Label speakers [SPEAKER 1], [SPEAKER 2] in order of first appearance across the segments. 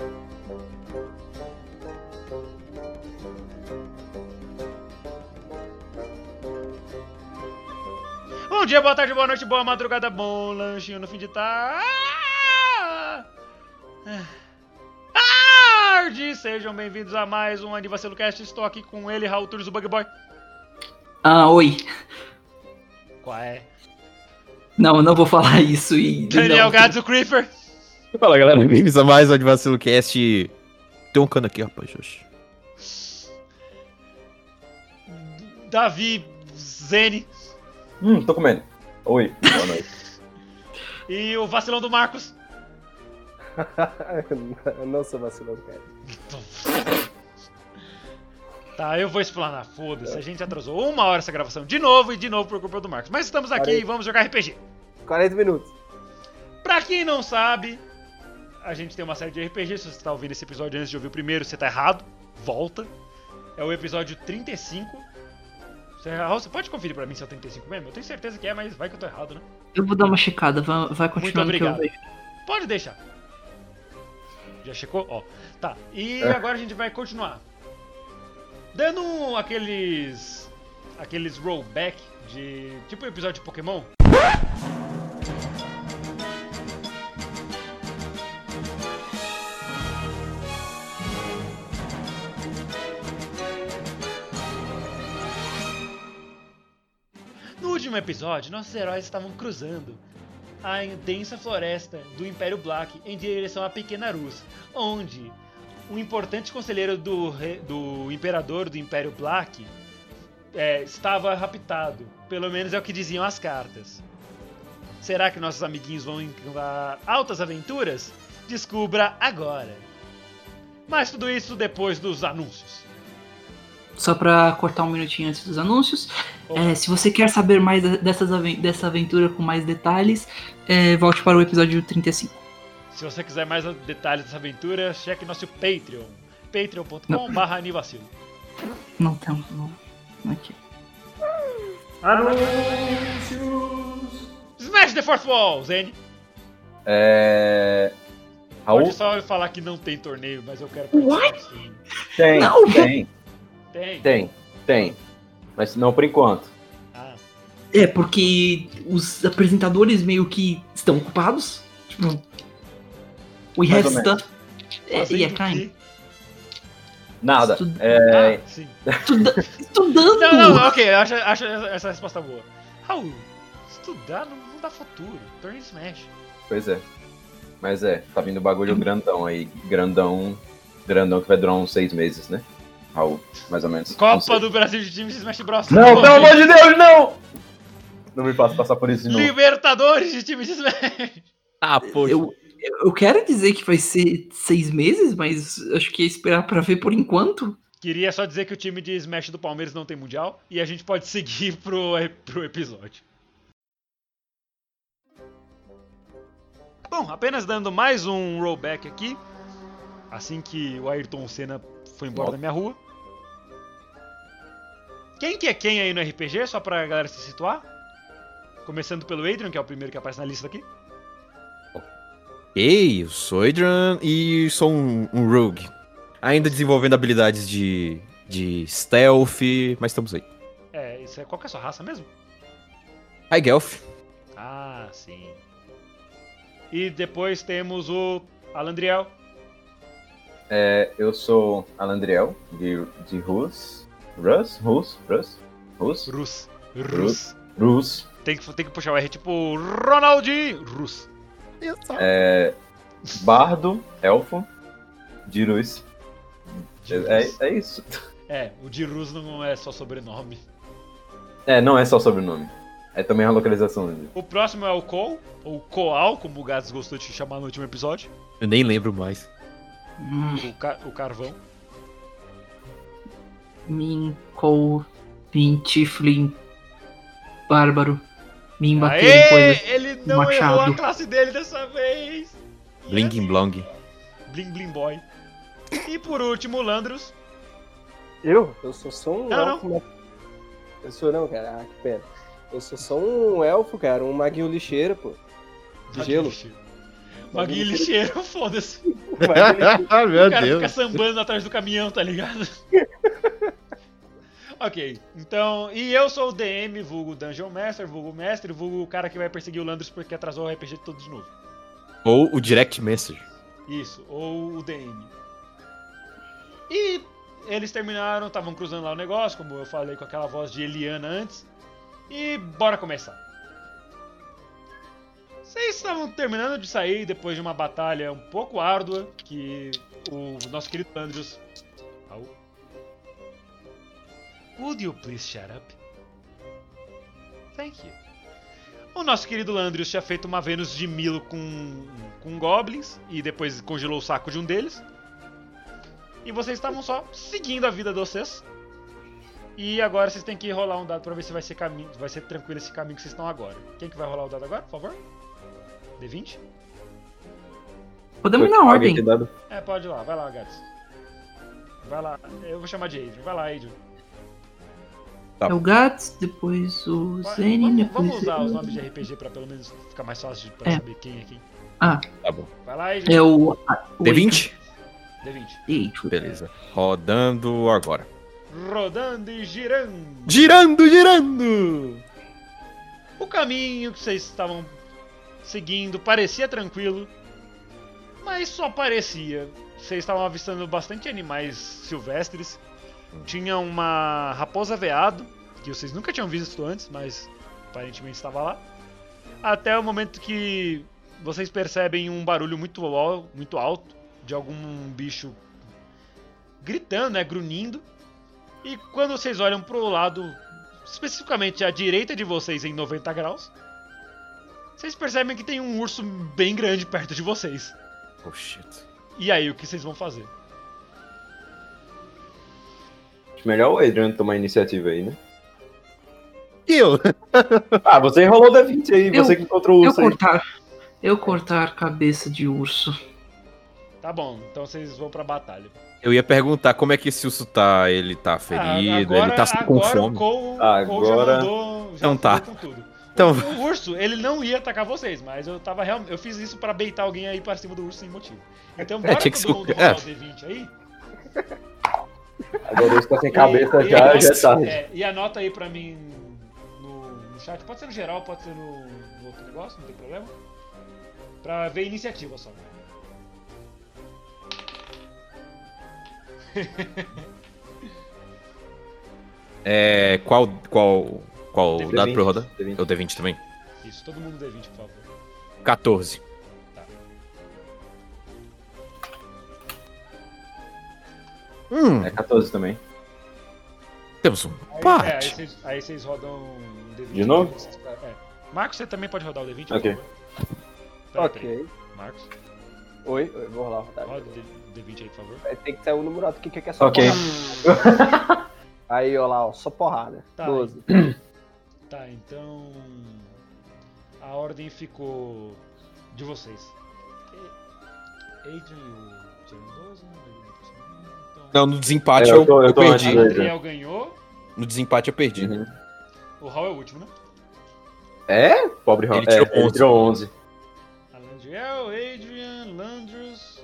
[SPEAKER 1] と
[SPEAKER 2] Bom dia, boa tarde, boa noite, boa madrugada, bom lanchinho no fim de tarde. Tarde! Sejam bem-vindos a mais um Anivacilo Cast. Estou aqui com ele, Raul Tunes, o Bug Boy.
[SPEAKER 3] Ah, oi.
[SPEAKER 2] Qual é?
[SPEAKER 3] Não, não vou falar isso e.
[SPEAKER 2] Daniel
[SPEAKER 3] não.
[SPEAKER 2] Gads, o Creeper.
[SPEAKER 4] Fala galera, bem-vindos a mais um Vacilo Cast. Tem um cano aqui, rapaz. oxe.
[SPEAKER 2] Davi Zene.
[SPEAKER 5] Hum, tô comendo. Oi, boa noite.
[SPEAKER 2] E o vacilão do Marcos.
[SPEAKER 6] eu não sou vacilão, cara.
[SPEAKER 2] Tá, eu vou explanar, foda-se. A gente atrasou uma hora essa gravação de novo e de novo por culpa do Marcos. Mas estamos aqui
[SPEAKER 6] Parei.
[SPEAKER 2] e vamos jogar RPG.
[SPEAKER 6] 40 minutos.
[SPEAKER 2] Pra quem não sabe, a gente tem uma série de RPG. Se você tá ouvindo esse episódio antes de ouvir o primeiro, você tá errado. Volta. É o episódio 35. Você, Raul, você pode conferir pra mim se é o 35 mesmo? Eu tenho certeza que é, mas vai que eu tô errado, né?
[SPEAKER 3] Eu vou dar uma checada, vai, vai continuando
[SPEAKER 2] Muito
[SPEAKER 3] que eu
[SPEAKER 2] obrigado.
[SPEAKER 3] vejo.
[SPEAKER 2] Pode deixar. Já checou? Ó. Tá. E
[SPEAKER 5] É.
[SPEAKER 2] agora a gente vai continuar. Dando aqueles. aqueles rollback de. tipo o episódio de Pokémon. No último episódio, nossos heróis estavam cruzando a densa floresta do Império Black em direção à Pequena Rus, onde um importante conselheiro do, re- do imperador do Império Black é, estava raptado. Pelo menos é o que diziam as cartas. Será que nossos amiguinhos vão encarar altas aventuras? Descubra agora. Mas tudo isso depois dos anúncios.
[SPEAKER 3] Só pra cortar um minutinho antes dos anúncios.
[SPEAKER 2] Opa.
[SPEAKER 3] é, se você quer saber mais de- dessas, aven- dessa aventura com mais detalhes, é, volte para o episódio 35.
[SPEAKER 2] Se você quiser mais detalhes dessa aventura, cheque nosso Patreon. patreon.com.br anivacilo.
[SPEAKER 3] Não tem. um, Não, não aqui.
[SPEAKER 2] Smash the Fourth Wall, Zen.
[SPEAKER 5] É. Raul?
[SPEAKER 2] Pode só falar que não tem torneio, mas eu quero participar. Sim.
[SPEAKER 5] Tem,
[SPEAKER 3] Não.
[SPEAKER 5] tem,
[SPEAKER 2] Tem.
[SPEAKER 5] tem, tem. Mas não por enquanto.
[SPEAKER 2] Ah,
[SPEAKER 3] É, porque os apresentadores meio que estão ocupados. Tipo. We
[SPEAKER 5] Mais
[SPEAKER 3] have
[SPEAKER 5] ou
[SPEAKER 3] stuff. É,
[SPEAKER 2] além
[SPEAKER 3] e é
[SPEAKER 2] do
[SPEAKER 3] time.
[SPEAKER 2] que-
[SPEAKER 5] Nada.
[SPEAKER 3] Estu-
[SPEAKER 5] É,
[SPEAKER 2] Ah, sim.
[SPEAKER 3] Estuda- Estudando!
[SPEAKER 2] Não, não, não, ok, eu acho, acho essa resposta boa. Raul, estudar não, não dá futuro. Torneio Smash.
[SPEAKER 5] pois é. Mas é, tá vindo um bagulho grandão aí. Grandão. Grandão que vai durar uns seis meses, né? Raul, mais ou menos. Não
[SPEAKER 2] Copa
[SPEAKER 5] sei.
[SPEAKER 2] do Brasil de times de Smash Bros.
[SPEAKER 5] Não, pelo amor de Deus, não! Não me faça passar por isso de novo.
[SPEAKER 2] Libertadores de times de Smash.
[SPEAKER 4] Ah, poxa.
[SPEAKER 3] Eu, eu- eu quero dizer que vai ser seis meses, mas acho que é esperar pra ver por enquanto.
[SPEAKER 2] Queria só dizer que o time de Smash do Palmeiras não tem mundial e a gente pode seguir pro, pro episódio. Bom, apenas dando mais um rollback aqui. Assim que o Ayrton Senna foi embora da minha rua. Quem que é quem aí no RPG, só pra galera se situar? Começando pelo Adrian, que é o primeiro que aparece na lista aqui.
[SPEAKER 4] Ei, eu sou Adrian e sou um, um rogue. Ainda desenvolvendo habilidades de, de stealth, mas estamos aí.
[SPEAKER 2] É, isso é, qual que é a sua raça mesmo?
[SPEAKER 4] Hi, Gelf.
[SPEAKER 2] Ah, sim. E depois temos o Alandriel.
[SPEAKER 5] É, eu sou Alandriel, de, de Rus. Rus? Rus? Rus? Rus?
[SPEAKER 2] Rus. Rus.
[SPEAKER 5] Rus. Rus.
[SPEAKER 2] Tem que, tem que puxar o R tipo Ronaldinho Rus.
[SPEAKER 5] É, bardo, elfo, de luz. É, é isso.
[SPEAKER 2] É, o de Rus não é só sobrenome.
[SPEAKER 5] É, não é só sobrenome. É também a localização.
[SPEAKER 2] O próximo é o Col, ou Coal, como o Gads gostou de chamar no último episódio.
[SPEAKER 4] Eu nem lembro mais.
[SPEAKER 3] Hum,
[SPEAKER 2] O, ca- o Carvão.
[SPEAKER 3] Minko Mim, Tiflin, Bárbaro. Mim bateu em coisa.
[SPEAKER 2] Aê, ele não errou
[SPEAKER 3] machado.
[SPEAKER 2] a classe dele dessa vez. E
[SPEAKER 4] Bling Blong.
[SPEAKER 2] assim, Bling Bling Boy. E por último, Landros.
[SPEAKER 6] Eu? Eu sou só um
[SPEAKER 2] Não,
[SPEAKER 6] elfo. ma- Eu sou não, cara. Ah, que pena. Eu sou só um elfo, cara. Um maguinho lixeiro, pô. De gelo.
[SPEAKER 2] Maguinho lixeiro, foda-se.
[SPEAKER 7] Meu
[SPEAKER 2] O cara fica
[SPEAKER 7] Deus.
[SPEAKER 2] sambando atrás do caminhão, tá ligado? ok, então. E eu sou o DM, vulgo Dungeon Master, vulgo Mestre, vulgo o cara que vai perseguir o Landros porque atrasou o RPG todo de novo.
[SPEAKER 4] Ou o Direct Message.
[SPEAKER 2] Isso, ou o DM. E eles terminaram, estavam cruzando lá o negócio, como eu falei com aquela voz de Eliana antes. E bora começar. Vocês estavam terminando de sair depois de uma batalha um pouco árdua que o nosso querido Andrews. Au. Would you please shut up? Thank you. O nosso querido Landrius tinha feito uma Vênus de Milo com, com goblins e depois congelou o saco de um deles. E vocês estavam só seguindo a vida de vocês. E agora vocês têm que rolar um dado pra ver se vai ser, caminho, vai ser tranquilo esse caminho que vocês estão agora. Quem que vai rolar o dado agora, por favor? D20?
[SPEAKER 3] Podemos ir na
[SPEAKER 5] Alguém
[SPEAKER 3] ordem.
[SPEAKER 5] tem dado?
[SPEAKER 2] É, pode ir lá, vai lá, Gats. Vai lá, eu vou chamar de Adrian. Vai lá, Adrian.
[SPEAKER 3] É o Gats, depois o
[SPEAKER 2] Va-
[SPEAKER 3] Zenin,
[SPEAKER 2] Vamos,
[SPEAKER 3] depois
[SPEAKER 2] vamos usar
[SPEAKER 3] ele.
[SPEAKER 2] os nomes de RPG pra pelo menos ficar mais fácil de pra
[SPEAKER 3] É.
[SPEAKER 2] saber quem é quem.
[SPEAKER 4] Tá bom.
[SPEAKER 2] Vai lá, Adrian.
[SPEAKER 3] É o. a- o
[SPEAKER 4] D20?
[SPEAKER 2] D20.
[SPEAKER 3] Eight.
[SPEAKER 4] Beleza. Rodando agora.
[SPEAKER 2] Rodando e girando.
[SPEAKER 4] Girando, girando!
[SPEAKER 2] O caminho que vocês estavam seguindo parecia tranquilo, mas só parecia. Vocês estavam avistando bastante animais silvestres. Tinha uma raposa veado, que vocês nunca tinham visto antes, mas aparentemente estava lá. Até o momento que vocês percebem um barulho muito, al- muito alto de algum bicho gritando, né, grunhindo. E quando vocês olham pro lado especificamente à direita de vocês em 90 graus, vocês percebem que tem um urso bem grande perto de vocês.
[SPEAKER 4] Oh shit.
[SPEAKER 2] E aí, o que vocês vão fazer?
[SPEAKER 5] Acho melhor o Adrian tomar a iniciativa aí, né?
[SPEAKER 7] Eu?
[SPEAKER 5] Ah, você enrolou da 20 aí,
[SPEAKER 3] Eu-
[SPEAKER 5] você que encontrou o
[SPEAKER 3] Eu
[SPEAKER 5] urso aí.
[SPEAKER 3] cortar. Eu cortar cabeça de urso.
[SPEAKER 2] Tá bom, então vocês vão pra batalha.
[SPEAKER 4] Eu ia perguntar como é que esse urso tá. Ele tá
[SPEAKER 2] Ah,
[SPEAKER 4] ferido, ele tá com
[SPEAKER 2] agora
[SPEAKER 4] fome.
[SPEAKER 2] O Cole, o Cole já
[SPEAKER 5] Agora-
[SPEAKER 2] mandou, já
[SPEAKER 4] Então tá.
[SPEAKER 2] mandou com tudo.
[SPEAKER 4] Então-
[SPEAKER 2] O urso, ele não ia atacar vocês, mas eu tava real... eu fiz isso pra beitar alguém aí pra cima do urso sem motivo. Então bora
[SPEAKER 4] tinha que
[SPEAKER 2] todo
[SPEAKER 4] ser o-
[SPEAKER 2] mundo
[SPEAKER 4] é.
[SPEAKER 2] rolar o D20 aí.
[SPEAKER 5] Agora eu estou sem
[SPEAKER 2] E-
[SPEAKER 5] cabeça
[SPEAKER 2] e
[SPEAKER 5] já,
[SPEAKER 2] anota-
[SPEAKER 5] já tá.
[SPEAKER 2] é, e anota aí pra mim no, no chat. Pode ser no geral, pode ser no, no outro negócio, não tem problema. Pra ver iniciativa só.
[SPEAKER 4] É. Qual. Qual. Qual
[SPEAKER 5] D20,
[SPEAKER 4] dado pra eu rodar?
[SPEAKER 5] D20.
[SPEAKER 4] Eu D20 também.
[SPEAKER 2] Isso, todo mundo D20, por favor.
[SPEAKER 4] 14. Hum,
[SPEAKER 5] É 14 também.
[SPEAKER 4] temos um
[SPEAKER 2] Aí, é, aí,
[SPEAKER 4] empate.
[SPEAKER 2] vocês, aí vocês rodam um D20.
[SPEAKER 5] De novo?
[SPEAKER 2] É. Marcos, você também pode rodar o D20. por
[SPEAKER 5] Ok.
[SPEAKER 2] favor.
[SPEAKER 5] tá.
[SPEAKER 2] Pera, peraí.
[SPEAKER 6] Ok.
[SPEAKER 2] Marcos,
[SPEAKER 6] Oi, oi, vou rolar. Tá?
[SPEAKER 2] roda o D- D20 aí, por favor.
[SPEAKER 6] Vai ter que sair um número alto aqui que é só
[SPEAKER 5] Ok.
[SPEAKER 6] porrada. Aí, ó lá, ó, só porrada.
[SPEAKER 2] Tá.
[SPEAKER 6] 12.
[SPEAKER 2] Tá, então. A ordem ficou. de vocês. E- Adrian e o Jeremy Rose, né? Então,
[SPEAKER 4] Não, no desempate
[SPEAKER 5] É,
[SPEAKER 4] eu,
[SPEAKER 5] eu tô- eu tô
[SPEAKER 4] eu
[SPEAKER 5] antes
[SPEAKER 4] perdi.
[SPEAKER 5] do-
[SPEAKER 2] o Adriel ganhou,
[SPEAKER 4] No desempate eu perdi.
[SPEAKER 2] Uhum. o Hall é o último, né?
[SPEAKER 5] É? Pobre Ron.
[SPEAKER 4] Ele tirou
[SPEAKER 5] é, ele
[SPEAKER 4] 11.
[SPEAKER 5] tirou 11.
[SPEAKER 2] Alandriel, Adrian, Landros.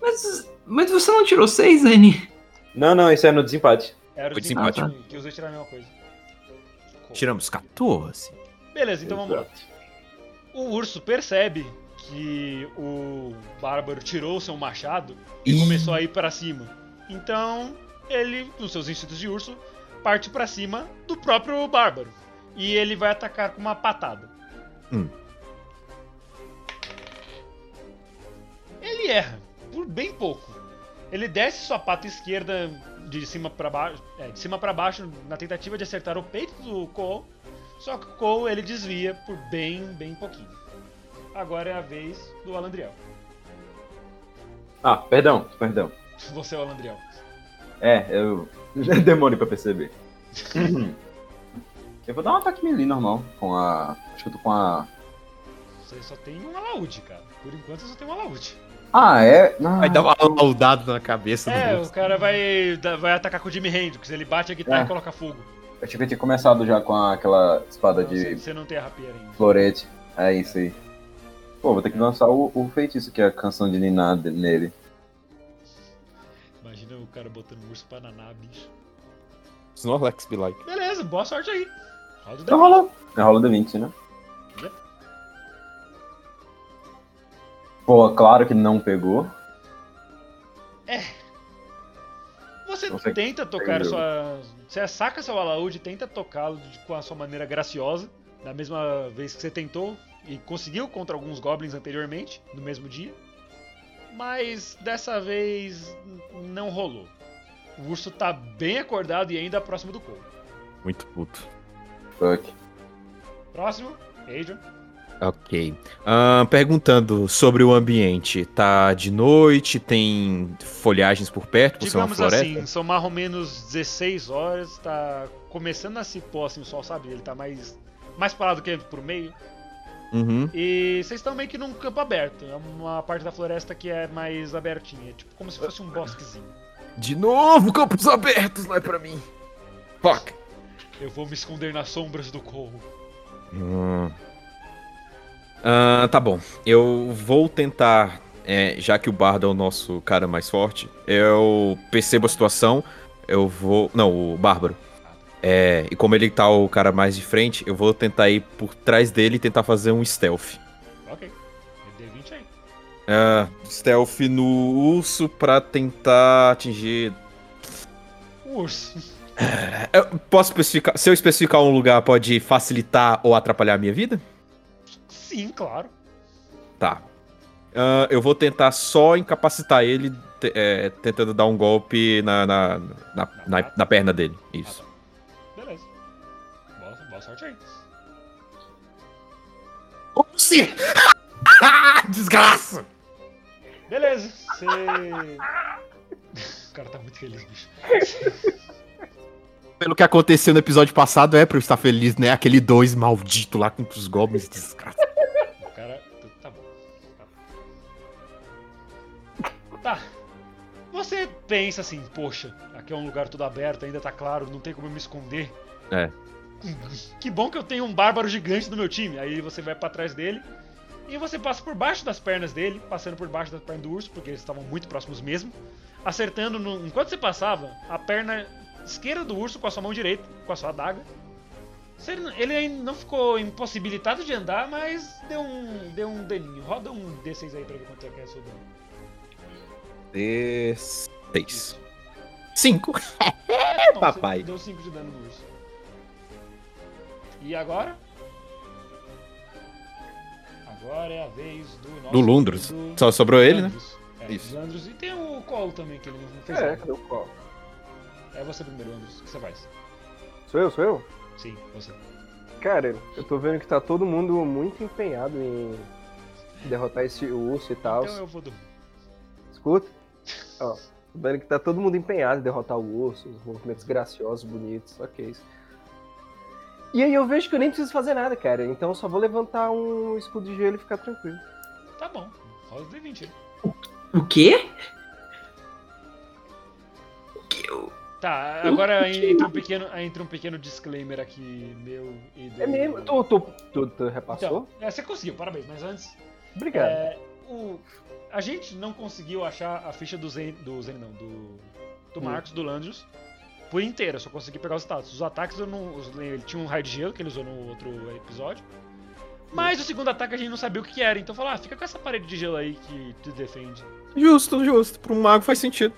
[SPEAKER 3] Mas, mas você não tirou seis, Zenin?
[SPEAKER 5] Não, não, isso é no desempate.
[SPEAKER 2] Era o
[SPEAKER 4] Foi
[SPEAKER 2] desempate.
[SPEAKER 3] desempate.
[SPEAKER 2] Que os dois tiraram a mesma coisa.
[SPEAKER 4] Tiramos 14.
[SPEAKER 2] Beleza, então vamos lá. O urso percebe que o bárbaro tirou seu machado e
[SPEAKER 4] Ih.
[SPEAKER 2] começou a ir pra cima. Então, ele, nos seus instintos de urso, parte pra cima do próprio bárbaro. E ele vai atacar com uma patada.
[SPEAKER 4] Hum.
[SPEAKER 2] Ele erra, por bem pouco. Ele desce sua pata esquerda de cima pra baixo, é, de cima para baixo na tentativa de acertar o peito do Cole, só que o Cole ele desvia por bem, bem pouquinho. Agora é a vez do Alandriel.
[SPEAKER 5] Ah, perdão, perdão.
[SPEAKER 2] Você é o Alandriel.
[SPEAKER 5] É, eu. Demônio pra perceber. Eu vou dar um ataque melee normal com a. Acho que eu tô com a.
[SPEAKER 2] Você só tem um alaúde, cara. Por enquanto você só tem um alaúde.
[SPEAKER 5] Ah, é. Ah,
[SPEAKER 7] Aí dá uma- um dado na cabeça
[SPEAKER 2] É,
[SPEAKER 7] do
[SPEAKER 2] o
[SPEAKER 7] moço.
[SPEAKER 2] cara vai, da- vai atacar com o Jimi Hendrix. Ele bate a guitarra
[SPEAKER 5] É.
[SPEAKER 2] e coloca fogo.
[SPEAKER 5] Eu tinha que ter começado já com a- aquela espada
[SPEAKER 2] Não, Você
[SPEAKER 5] de
[SPEAKER 2] você não tem a rapieira ainda.
[SPEAKER 5] florete. É isso aí. Pô, vou ter que lançar o, o feitiço, que é a canção de Niná de- nele.
[SPEAKER 2] Imagina o cara botando um urso Paraná, bicho.
[SPEAKER 4] Snorlax be like.
[SPEAKER 2] Beleza, boa sorte aí. Roda o
[SPEAKER 5] Então
[SPEAKER 2] dano.
[SPEAKER 5] rola. É rola de 20, né?
[SPEAKER 2] Yep.
[SPEAKER 5] Pô, claro que não pegou.
[SPEAKER 2] Você
[SPEAKER 5] Você
[SPEAKER 2] tenta tocar a
[SPEAKER 5] entendeu.
[SPEAKER 2] sua. Você saca seu alaúde e tenta tocá-lo de- com a sua maneira graciosa. Da mesma vez que você tentou e conseguiu contra alguns goblins anteriormente, no mesmo dia. Mas dessa vez n- não rolou. O urso tá bem acordado e ainda próximo do couro.
[SPEAKER 4] Muito puto.
[SPEAKER 5] Fuck.
[SPEAKER 2] Próximo, Adrian.
[SPEAKER 4] Ok. Ahn, perguntando sobre o ambiente. Tá de noite? Tem folhagens por perto? Por ser é uma
[SPEAKER 2] Digamos
[SPEAKER 4] floresta?
[SPEAKER 2] assim, são mais ou menos 16 horas, tá começando a se pôr assim o sol, sabe? Ele tá mais, mais parado que pro meio.
[SPEAKER 4] Uhum.
[SPEAKER 2] E vocês estão meio que num campo aberto. É uma parte da floresta que é mais abertinha. Tipo como se fosse um bosquezinho.
[SPEAKER 4] De novo, campos abertos, não é pra mim. Fuck.
[SPEAKER 2] Eu vou me esconder nas sombras do corvo.
[SPEAKER 4] Hum. Ah, tá bom. Eu vou tentar, é, já que o Bardo é o nosso cara mais forte, eu percebo a situação, eu vou... Não, o Bárbaro. É, e como ele tá o cara mais de frente, eu vou tentar ir por trás dele e tentar fazer um stealth.
[SPEAKER 2] Ok. É D20 aí.
[SPEAKER 4] Ah, stealth no urso pra tentar atingir... É,
[SPEAKER 2] O Um urso.
[SPEAKER 4] Eu posso especificar... Se eu especificar um lugar, pode facilitar ou atrapalhar a minha vida?
[SPEAKER 2] Sim, claro.
[SPEAKER 4] Tá. Ahn, eu vou tentar só incapacitar ele, te- é, tentando dar um golpe na, na, na, na- na perna dele. Isso.
[SPEAKER 2] Beleza. Boa, boa sorte aí.
[SPEAKER 7] Oxi! Desgraça!
[SPEAKER 2] Beleza. Você. o cara tá muito feliz, bicho.
[SPEAKER 7] Pelo que aconteceu no episódio passado, é pra eu estar feliz, né? Aquele dois maldito lá contra os goblins, desgraça.
[SPEAKER 2] O cara. Tá bom. Tá bom. Tá. Você pensa assim, poxa, aqui é um lugar todo aberto, ainda tá claro, não tem como eu me esconder.
[SPEAKER 4] É.
[SPEAKER 2] Que bom que eu tenho um bárbaro gigante no meu time. Aí você vai pra trás dele e você passa por baixo das pernas dele, passando por baixo das pernas do urso, porque eles estavam muito próximos mesmo. Acertando, no- enquanto você passava, a perna esquerda do urso com a sua mão direita, com a sua adaga. Você- Ele ainda não ficou impossibilitado de andar, mas deu um, deu um daninho. Roda um D6 aí pra ver quanto é que é o seu dano.
[SPEAKER 4] D6. 5.
[SPEAKER 2] É, bom,
[SPEAKER 4] papai.
[SPEAKER 2] você Deu 5 de dano no urso. E agora? Agora é a vez do nosso.
[SPEAKER 4] Do Lundros.
[SPEAKER 2] querido
[SPEAKER 4] Só sobrou ele, né?
[SPEAKER 2] Lundros. É,
[SPEAKER 4] Isso.
[SPEAKER 2] Isso. Lundros. E tem o Cole também, que ele não fez.
[SPEAKER 6] É,
[SPEAKER 2] nada.
[SPEAKER 6] cadê o qual?
[SPEAKER 2] É, você primeiro, Lundros. O que você faz?
[SPEAKER 6] Sou eu, sou eu?
[SPEAKER 2] Sim, você.
[SPEAKER 6] Cara, eu tô vendo que tá todo mundo muito empenhado em derrotar esse urso e tal.
[SPEAKER 2] Então eu vou dormir.
[SPEAKER 6] Escuta? Ó, tô vendo que tá todo mundo empenhado em derrotar o urso, os movimentos graciosos, bonitos, ok. isso. E aí eu vejo que eu nem preciso fazer nada, cara. Então eu só vou levantar um escudo de gelo e ficar tranquilo.
[SPEAKER 2] Tá bom. Roda o D20 aí.
[SPEAKER 3] O quê? O quê? O-
[SPEAKER 2] Tá, agora entra um pequeno, entra um pequeno disclaimer aqui, meu e do.
[SPEAKER 6] É mesmo? Tu, tu, tu, tu repassou?
[SPEAKER 2] Então, é, você conseguiu, parabéns, mas antes.
[SPEAKER 6] Obrigado.
[SPEAKER 2] É, o- a gente não conseguiu achar a ficha do Zen, do Zen não, do,
[SPEAKER 6] Hum.
[SPEAKER 2] do Marcos, do Landros, por inteira, eu só consegui pegar os status. Os ataques eu não. os- ele tinha um raio de gelo que ele usou no outro episódio. Mas o segundo ataque a gente não sabia o que era, então falou, ah, fica com essa parede de gelo aí que te defende.
[SPEAKER 4] Justo, justo. Pra um mago faz sentido.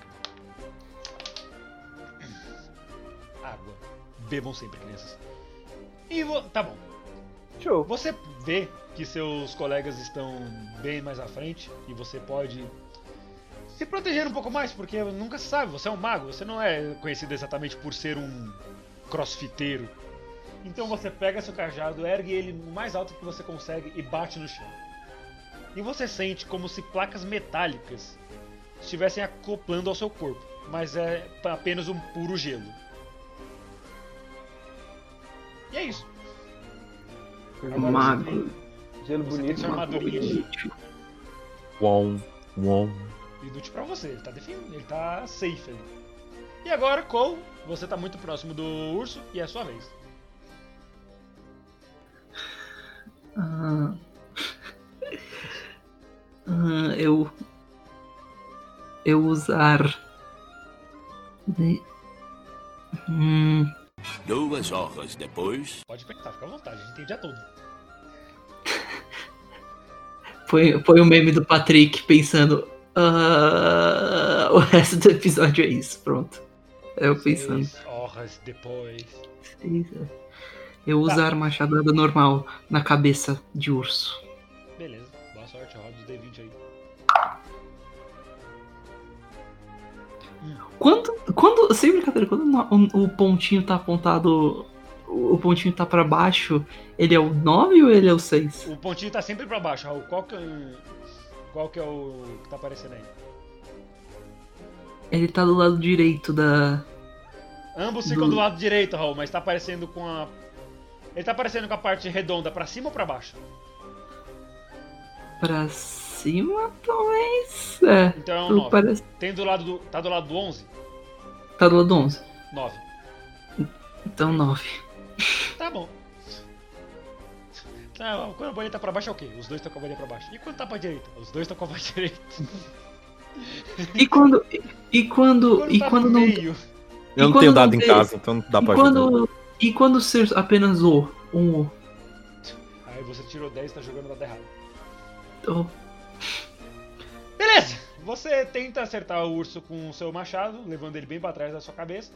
[SPEAKER 2] Água. Bebam sempre, crianças. E vo- tá bom.
[SPEAKER 6] Show.
[SPEAKER 2] Você vê que seus colegas estão bem mais à frente e você pode se proteger um pouco mais, porque nunca se sabe, você é um mago, você não é conhecido exatamente por ser um crossfiteiro. Então você pega seu cajado, ergue ele o mais alto que você consegue e bate no chão. E você sente como se placas metálicas estivessem acoplando ao seu corpo, mas é apenas um puro gelo. E é isso.
[SPEAKER 3] Mago.
[SPEAKER 6] Uhum. Gelo
[SPEAKER 2] Você tem
[SPEAKER 6] bonito.
[SPEAKER 2] sua armadurinha de
[SPEAKER 4] Uom, uom.
[SPEAKER 2] inútil pra você. Ele tá defendendo, ele tá safe ali. E agora, Cole, você tá muito próximo do urso e é a sua vez.
[SPEAKER 3] Ah. Ah, eu. Eu usar. De- Hum,
[SPEAKER 8] Duas horas depois.
[SPEAKER 2] Pode perguntar, fica à vontade, a gente entende a todo.
[SPEAKER 3] foi, foi o meme do Patrick pensando. "Ah, o resto do episódio é isso, pronto. Eu pensando.
[SPEAKER 2] Seis horas depois.
[SPEAKER 3] Eu
[SPEAKER 2] Tá.
[SPEAKER 3] usar machadada normal na cabeça de urso.
[SPEAKER 2] Beleza, boa sorte, roda os D20 aí.
[SPEAKER 3] Quando, quando, sem brincadeira, quando na- o, o pontinho tá apontado, o, o pontinho tá pra baixo, ele é o 9 ou ele é o 6?
[SPEAKER 2] O pontinho tá sempre pra baixo, Raul. Qual que é o. Qual que é o que tá aparecendo aí?
[SPEAKER 3] Ele tá do lado direito da...
[SPEAKER 2] Ambos ficam
[SPEAKER 3] Do-
[SPEAKER 2] do lado direito, Raul, mas tá aparecendo com a. Ele tá aparecendo com a parte redonda pra cima ou pra baixo?
[SPEAKER 3] pra cima, talvez? É,
[SPEAKER 2] Então é um
[SPEAKER 3] pelo
[SPEAKER 2] 9.
[SPEAKER 3] parece,
[SPEAKER 2] Tem do lado do. Tá do lado do 11?
[SPEAKER 3] tá do lado do 11.
[SPEAKER 2] 9.
[SPEAKER 3] Então 9.
[SPEAKER 2] Tá bom. Tá, quando a bolinha tá pra baixo é o quê? Os dois estão com a bolinha pra baixo. E quando tá pra direita? Os dois estão com a bolinha direita.
[SPEAKER 3] E quando, e- e quando, e
[SPEAKER 2] tá
[SPEAKER 3] quando
[SPEAKER 2] no
[SPEAKER 3] não... E
[SPEAKER 2] meio?
[SPEAKER 4] Eu
[SPEAKER 3] E
[SPEAKER 4] não tenho
[SPEAKER 3] quando
[SPEAKER 4] dado
[SPEAKER 3] não
[SPEAKER 4] em
[SPEAKER 3] tem-
[SPEAKER 4] casa, então não dá pra ajudar.
[SPEAKER 3] quando, e quando ser apenas o, um o,
[SPEAKER 2] Aí você tirou 10 e tá jogando dado errado.
[SPEAKER 3] o-
[SPEAKER 2] Beleza! Você tenta acertar o urso com o seu machado, levando ele bem pra trás da sua cabeça,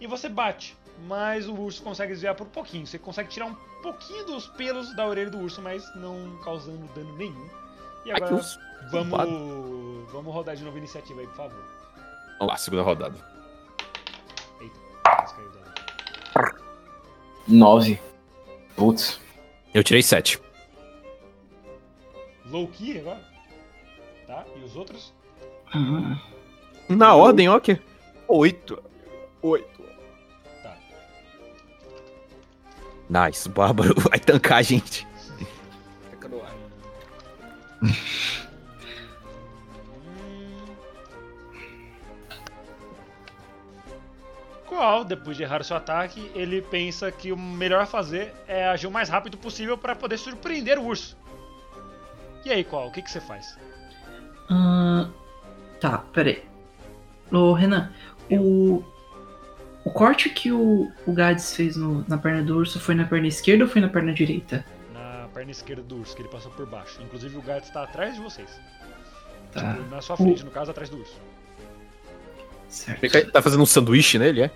[SPEAKER 2] e você bate, mas o urso consegue desviar por um pouquinho. Você consegue tirar um pouquinho dos pelos da orelha do urso, mas não causando dano nenhum. E
[SPEAKER 4] Ai, que
[SPEAKER 2] agora
[SPEAKER 4] urso.
[SPEAKER 2] vamos, vamos rodar de novo a iniciativa aí, por favor.
[SPEAKER 4] Vamos lá, segunda rodada.
[SPEAKER 2] Mas caiu o dano.
[SPEAKER 5] 9. Putz.
[SPEAKER 4] Eu tirei 7.
[SPEAKER 2] Low key agora. Tá? E os outros?
[SPEAKER 3] Ah,
[SPEAKER 4] Na ordem, ó, que.
[SPEAKER 7] Oito. Oito.
[SPEAKER 4] Tá. Nice, o Bárbaro vai tancar a gente.
[SPEAKER 2] Hum. Qual, depois de errar o seu ataque, ele pensa que o melhor a fazer é agir o mais rápido possível para poder surpreender o urso. E aí, qual? O que, que você faz?
[SPEAKER 3] ah, tá, peraí. Ô, Renan, o, o corte que o, o Gades fez no- na perna do urso foi na perna esquerda ou foi na perna direita?
[SPEAKER 2] Na perna esquerda do urso, que ele passou por baixo. Inclusive, o gato está atrás de vocês.
[SPEAKER 3] Tá.
[SPEAKER 2] Tipo, na sua frente, no caso, atrás do urso.
[SPEAKER 3] Certo.
[SPEAKER 4] Ele cai- Tá fazendo um sanduíche nele, é?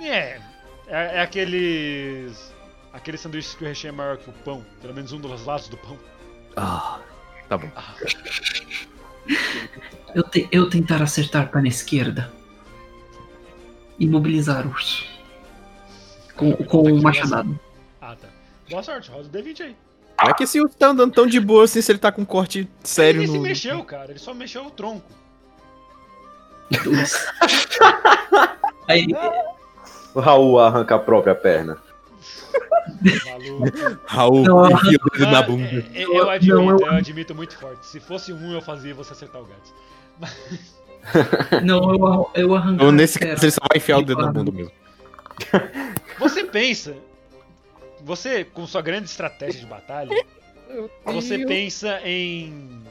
[SPEAKER 2] É, é, é aqueles. Aqueles sanduíches que o recheio é maior que o pão. Pelo menos um dos lados do pão.
[SPEAKER 4] Ah, tá bom.
[SPEAKER 3] Eu, te- eu tentar acertar a perna esquerda. Imobilizar o urso. Com, com o machadado.
[SPEAKER 2] Ah, tá. Boa sorte, roda o D20 aí.
[SPEAKER 4] Como é que esse urso tá andando tão de boa assim se ele tá com um corte sério
[SPEAKER 2] ele nem
[SPEAKER 4] no.
[SPEAKER 2] se mexeu, cara. Ele só mexeu o tronco.
[SPEAKER 3] Aí,
[SPEAKER 5] O Raul arranca a própria perna.
[SPEAKER 2] Maluco.
[SPEAKER 4] Raul,
[SPEAKER 3] Não.
[SPEAKER 4] enfia o dedo na
[SPEAKER 2] Ah,
[SPEAKER 4] bunda.
[SPEAKER 2] é- é- Eu,
[SPEAKER 3] Não,
[SPEAKER 2] admito,
[SPEAKER 3] eu-
[SPEAKER 2] eu admito muito forte. Se fosse um, eu fazia você acertar o gato.
[SPEAKER 3] não, eu, arran- eu arrancar.
[SPEAKER 4] Ou nesse
[SPEAKER 3] a perna.
[SPEAKER 4] caso ele só vai enfiar o dedo na bunda mesmo.
[SPEAKER 2] Você pensa. Você, com sua grande estratégia de batalha, você pensa em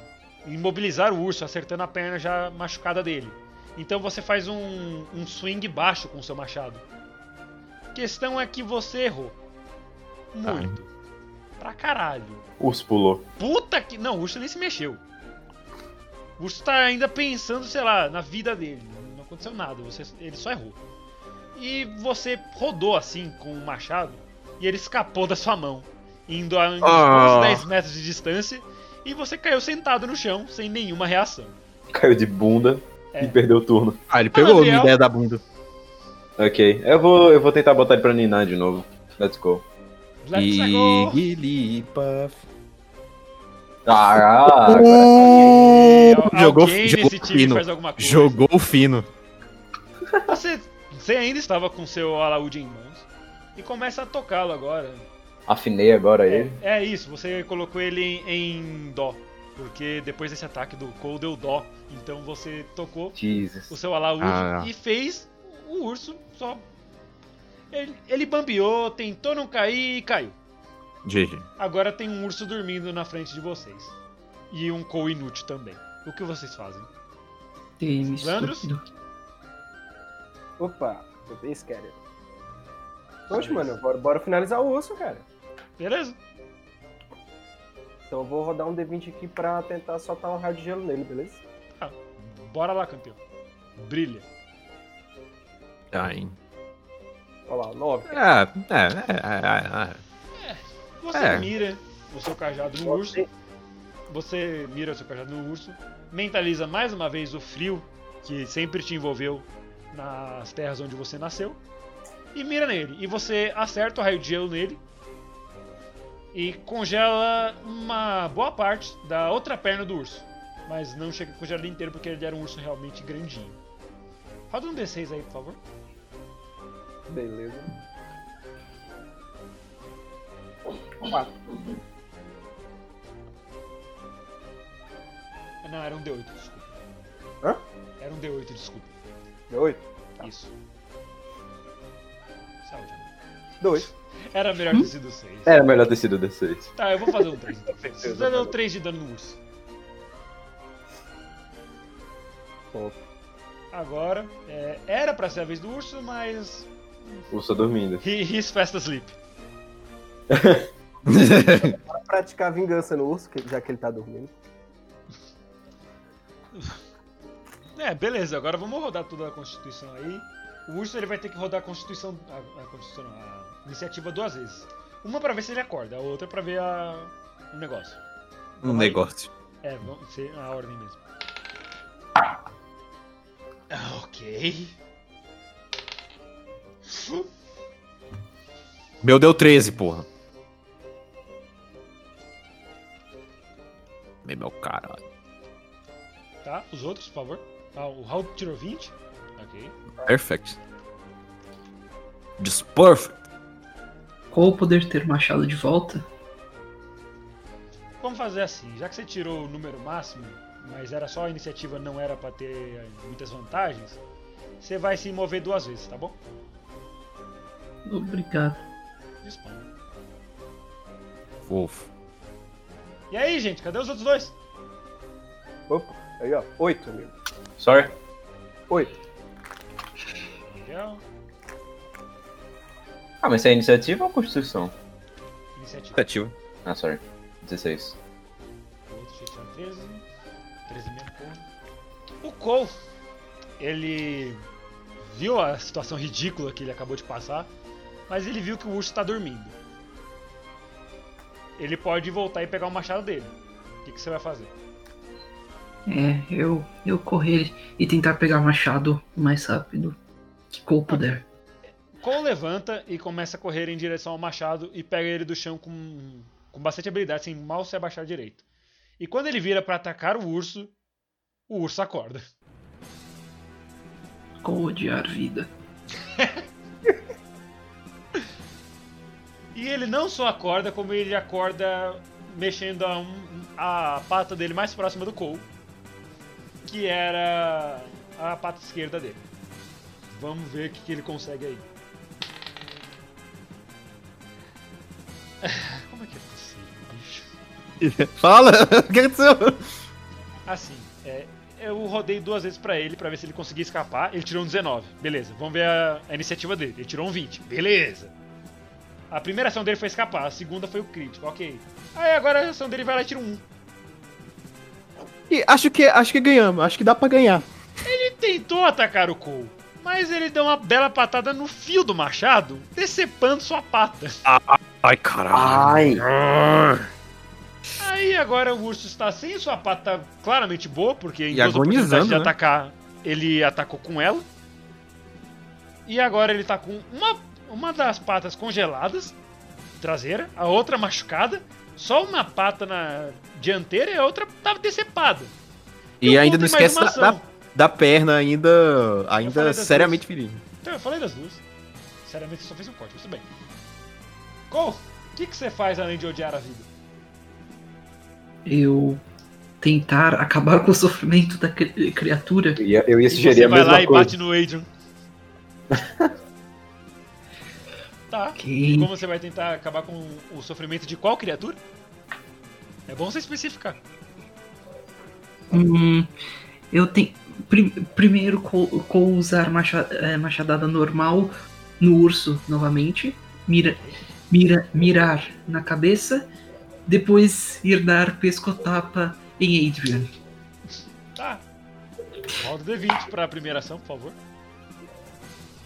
[SPEAKER 2] imobilizar o urso, acertando a perna já machucada dele. Então você faz um, um swing baixo com o seu machado. Questão é que você errou. Muito. Pra caralho.
[SPEAKER 5] Urso pulou.
[SPEAKER 2] Puta que. Não, o urso nem se mexeu. O urso tá ainda pensando, sei lá, na vida dele. Não aconteceu nada, você- ele só errou. E você rodou assim com o machado e ele escapou da sua mão, indo a uns
[SPEAKER 4] Ah.
[SPEAKER 2] 10 metros de distância e você caiu sentado no chão sem nenhuma reação.
[SPEAKER 5] Caiu de bunda
[SPEAKER 2] É.
[SPEAKER 5] e perdeu o turno.
[SPEAKER 4] Ah, ele pegou
[SPEAKER 2] Gabriel.
[SPEAKER 4] a ideia da bunda.
[SPEAKER 5] Ok. Eu vou, eu vou tentar botar ele pra ninar de novo. Let's go.
[SPEAKER 2] Let's go!
[SPEAKER 4] Ilipa.
[SPEAKER 5] Ah, agora.
[SPEAKER 2] É,
[SPEAKER 4] Oh, jogou
[SPEAKER 2] alguém
[SPEAKER 4] jogou
[SPEAKER 2] nesse time
[SPEAKER 4] fino.
[SPEAKER 2] faz alguma coisa.
[SPEAKER 4] Jogou fino.
[SPEAKER 2] Você, você ainda estava com seu alaúde em mãos. e começa a tocá-lo agora.
[SPEAKER 5] Afinei agora ele.
[SPEAKER 2] É isso, você colocou ele em, em dó. Porque depois desse ataque do Cole deu dó. Então você tocou o
[SPEAKER 5] Jesus.
[SPEAKER 2] seu alaúde
[SPEAKER 7] Ah.
[SPEAKER 2] e fez o urso só. Ele, ele bambeou, tentou não cair e caiu.
[SPEAKER 4] GG.
[SPEAKER 2] Agora tem um urso dormindo na frente de vocês. E um Cole inútil também. O que vocês fazem?
[SPEAKER 3] Game
[SPEAKER 2] Leandros?
[SPEAKER 3] estúpido.
[SPEAKER 6] Opa, eu tenho Scared. Poxa, mano, bora, bora finalizar o osso, cara.
[SPEAKER 2] Beleza?
[SPEAKER 6] Então eu vou rodar um D20 aqui pra tentar soltar um raio de gelo nele, beleza?
[SPEAKER 2] Bora lá, campeão. Brilha.
[SPEAKER 4] Dying.
[SPEAKER 6] Olha lá, 9.
[SPEAKER 4] Ah, é, é, é, é, é.
[SPEAKER 2] Você
[SPEAKER 4] É.
[SPEAKER 2] mira o seu cajado no urso. Você mira o seu cajado no urso. Mentaliza mais uma vez o frio que sempre te envolveu nas terras onde você nasceu. E mira nele. E você acerta o raio de gelo nele. E congela uma boa parte da outra perna do urso. Mas não chega a congelar ele inteiro porque ele era um urso realmente grandinho. Roda um D6 aí, por favor.
[SPEAKER 6] Beleza.
[SPEAKER 2] Não, era um D8, desculpa.
[SPEAKER 6] Hã?
[SPEAKER 2] Era um D8, desculpa.
[SPEAKER 6] Deu 8?
[SPEAKER 2] Isso. Saúde.
[SPEAKER 6] 2.
[SPEAKER 2] Era melhor ter sido 6.
[SPEAKER 5] Era melhor ter sido D6.
[SPEAKER 2] Tá, eu vou fazer um 3 então. Você
[SPEAKER 6] certeza,
[SPEAKER 2] deu
[SPEAKER 6] valeu.
[SPEAKER 2] 3 de dano no urso.
[SPEAKER 6] Top.
[SPEAKER 2] Agora, é, era pra ser a vez do urso, mas.
[SPEAKER 5] Urso dormindo.
[SPEAKER 2] He, he's fast asleep.
[SPEAKER 6] Pra praticar vingança no urso, que- já que ele tá dormindo.
[SPEAKER 2] É, beleza, agora vamos rodar toda a constituição aí. O urso ele vai ter que rodar a constituição. A, a constituição não, a iniciativa duas vezes. Uma pra ver se ele acorda, a outra pra ver a, o negócio.
[SPEAKER 4] Um negócio.
[SPEAKER 2] É, vamos ser a ordem mesmo. Ah, Ok.
[SPEAKER 4] Meu deu 13, porra. Meu caralho.
[SPEAKER 2] Tá, os outros, por favor. Ah, o Raul tirou 20. Ok.
[SPEAKER 4] Perfect. Just perfect.
[SPEAKER 3] Qual o poder de ter o machado de volta?
[SPEAKER 2] Vamos fazer assim, já que você tirou o número máximo, mas era só a iniciativa, não era pra ter eh, muitas vantagens, você vai se mover duas vezes, tá bom?
[SPEAKER 3] Obrigado.
[SPEAKER 2] Disponha.
[SPEAKER 4] Fofo.
[SPEAKER 2] E aí, gente, cadê os outros dois?
[SPEAKER 6] Opa, aí ó, 8, amigo.
[SPEAKER 5] Sorry.
[SPEAKER 6] 8.
[SPEAKER 2] Legal.
[SPEAKER 5] Ah, mas isso é iniciativa ou constituição?
[SPEAKER 2] Iniciativa.
[SPEAKER 4] Tentativa.
[SPEAKER 5] Ah, sorry. 16.
[SPEAKER 2] O outro já tinha 13. 13 mesmo, porra. O Cole, ele viu a situação ridícula que ele acabou de passar, mas ele viu que o urso tá dormindo. Ele pode voltar e pegar o machado dele. O que, que você vai fazer?
[SPEAKER 3] É, eu, eu correr e tentar pegar o machado o mais rápido que qual puder.
[SPEAKER 2] Cole levanta e começa a correr em direção ao machado e pega ele do chão com, com bastante habilidade, sem mal se abaixar direito. E quando ele vira pra atacar o urso, o urso acorda.
[SPEAKER 3] Qual odiar vida?
[SPEAKER 2] E ele não só acorda, como ele acorda mexendo a, um- a pata dele mais próxima do Cole, que era a pata esquerda dele. Vamos ver o que, que ele consegue aí. Como é que é possível, bicho?
[SPEAKER 7] Fala! O que aconteceu?
[SPEAKER 2] Assim, é, eu rodei duas vezes pra ele pra ver se ele conseguia escapar. Ele tirou um 19. Beleza, vamos ver a, a iniciativa dele. Ele tirou um 20. Beleza. A primeira ação dele foi escapar, a segunda foi o crítico, ok. Aí agora a ação dele vai lá e tira um 1.
[SPEAKER 7] E acho que, acho que ganhamos, acho que dá pra ganhar.
[SPEAKER 2] Ele tentou atacar o Cole, mas ele deu uma bela patada no fio do machado, decepando sua pata.
[SPEAKER 4] Ai, caralho.
[SPEAKER 2] Aí agora o urso está sem sua pata claramente boa, porque em
[SPEAKER 4] E
[SPEAKER 2] duas oportunidades de
[SPEAKER 4] agonizando, né?
[SPEAKER 2] atacar, ele atacou com ela. E agora ele tá com uma, uma das patas congeladas, traseira, a outra machucada, só uma pata na dianteira e a outra tá decepada.
[SPEAKER 4] E
[SPEAKER 2] o
[SPEAKER 4] ainda
[SPEAKER 2] Cole
[SPEAKER 4] não
[SPEAKER 2] tem mais
[SPEAKER 4] esquece
[SPEAKER 2] uma
[SPEAKER 4] da,
[SPEAKER 2] ação.
[SPEAKER 4] da- da perna ainda,
[SPEAKER 2] falei
[SPEAKER 4] ainda
[SPEAKER 2] das
[SPEAKER 4] seriamente ferida.
[SPEAKER 2] Então, eu falei das duas. Sinceramente, só fez um corte, mas tudo bem. Cole, o que, que você faz além de odiar a vida?
[SPEAKER 3] Eu tentar acabar com o sofrimento da cri- criatura.
[SPEAKER 5] Eu ia, eu ia
[SPEAKER 2] Você
[SPEAKER 5] sugerir a
[SPEAKER 2] vai lá
[SPEAKER 5] mesma
[SPEAKER 2] e
[SPEAKER 5] coisa.
[SPEAKER 2] bate no Adrian. tá. E
[SPEAKER 3] Que
[SPEAKER 2] como você vai tentar acabar com o sofrimento de qual criatura? É bom você especificar.
[SPEAKER 3] Hum, eu tenho. pri- primeiro, co- co usar macha- eh, machadada normal no urso novamente. Mira, mira, mirar na cabeça. Depois ir dar pescotapa em Adrian.
[SPEAKER 2] Tá. Roda o D20 pra primeira ação, por favor.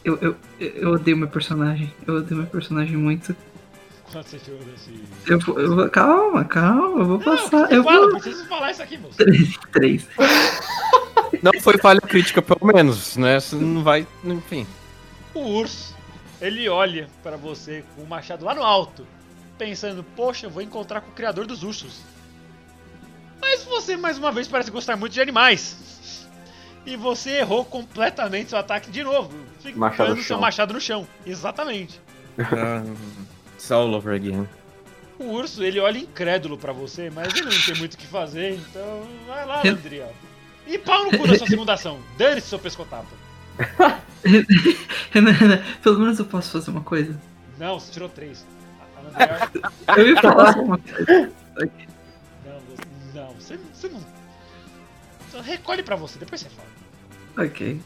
[SPEAKER 3] Eu, eu, eu odeio meu personagem. Eu odeio meu personagem muito.
[SPEAKER 2] Quando você tirou desse.
[SPEAKER 3] Eu, vou- eu vou- calma, calma, eu vou passar.
[SPEAKER 2] Não,
[SPEAKER 3] Eu
[SPEAKER 2] fala,
[SPEAKER 3] vou.
[SPEAKER 2] preciso falar isso aqui, moço.
[SPEAKER 3] Três.
[SPEAKER 7] Não foi falha crítica, pelo menos, né? Você não vai. Enfim.
[SPEAKER 2] O urso, ele olha pra você com o machado lá no alto, pensando, poxa, eu vou encontrar com o criador dos ursos. Mas você, mais uma vez, parece gostar muito de animais. E você errou completamente seu ataque de novo,
[SPEAKER 5] Machado
[SPEAKER 2] ficando
[SPEAKER 5] no
[SPEAKER 2] seu
[SPEAKER 5] chão.
[SPEAKER 2] machado no chão. Exatamente.
[SPEAKER 4] It's all over again.
[SPEAKER 2] O urso, ele olha incrédulo pra você, mas ele não tem muito o que fazer, então vai lá,
[SPEAKER 3] Eu-
[SPEAKER 2] Andriel. E pau no cu da sua segunda ação. Dane-se seu pescotapa.
[SPEAKER 3] Renan, Renan, pelo menos eu posso fazer uma coisa.
[SPEAKER 2] Não, você tirou três. Ah, tá A- a Andriel
[SPEAKER 3] Eu ia falar só uma coisa.
[SPEAKER 2] Não, você, não, você, você não. Só recolhe pra você, depois você fala.
[SPEAKER 3] Ok.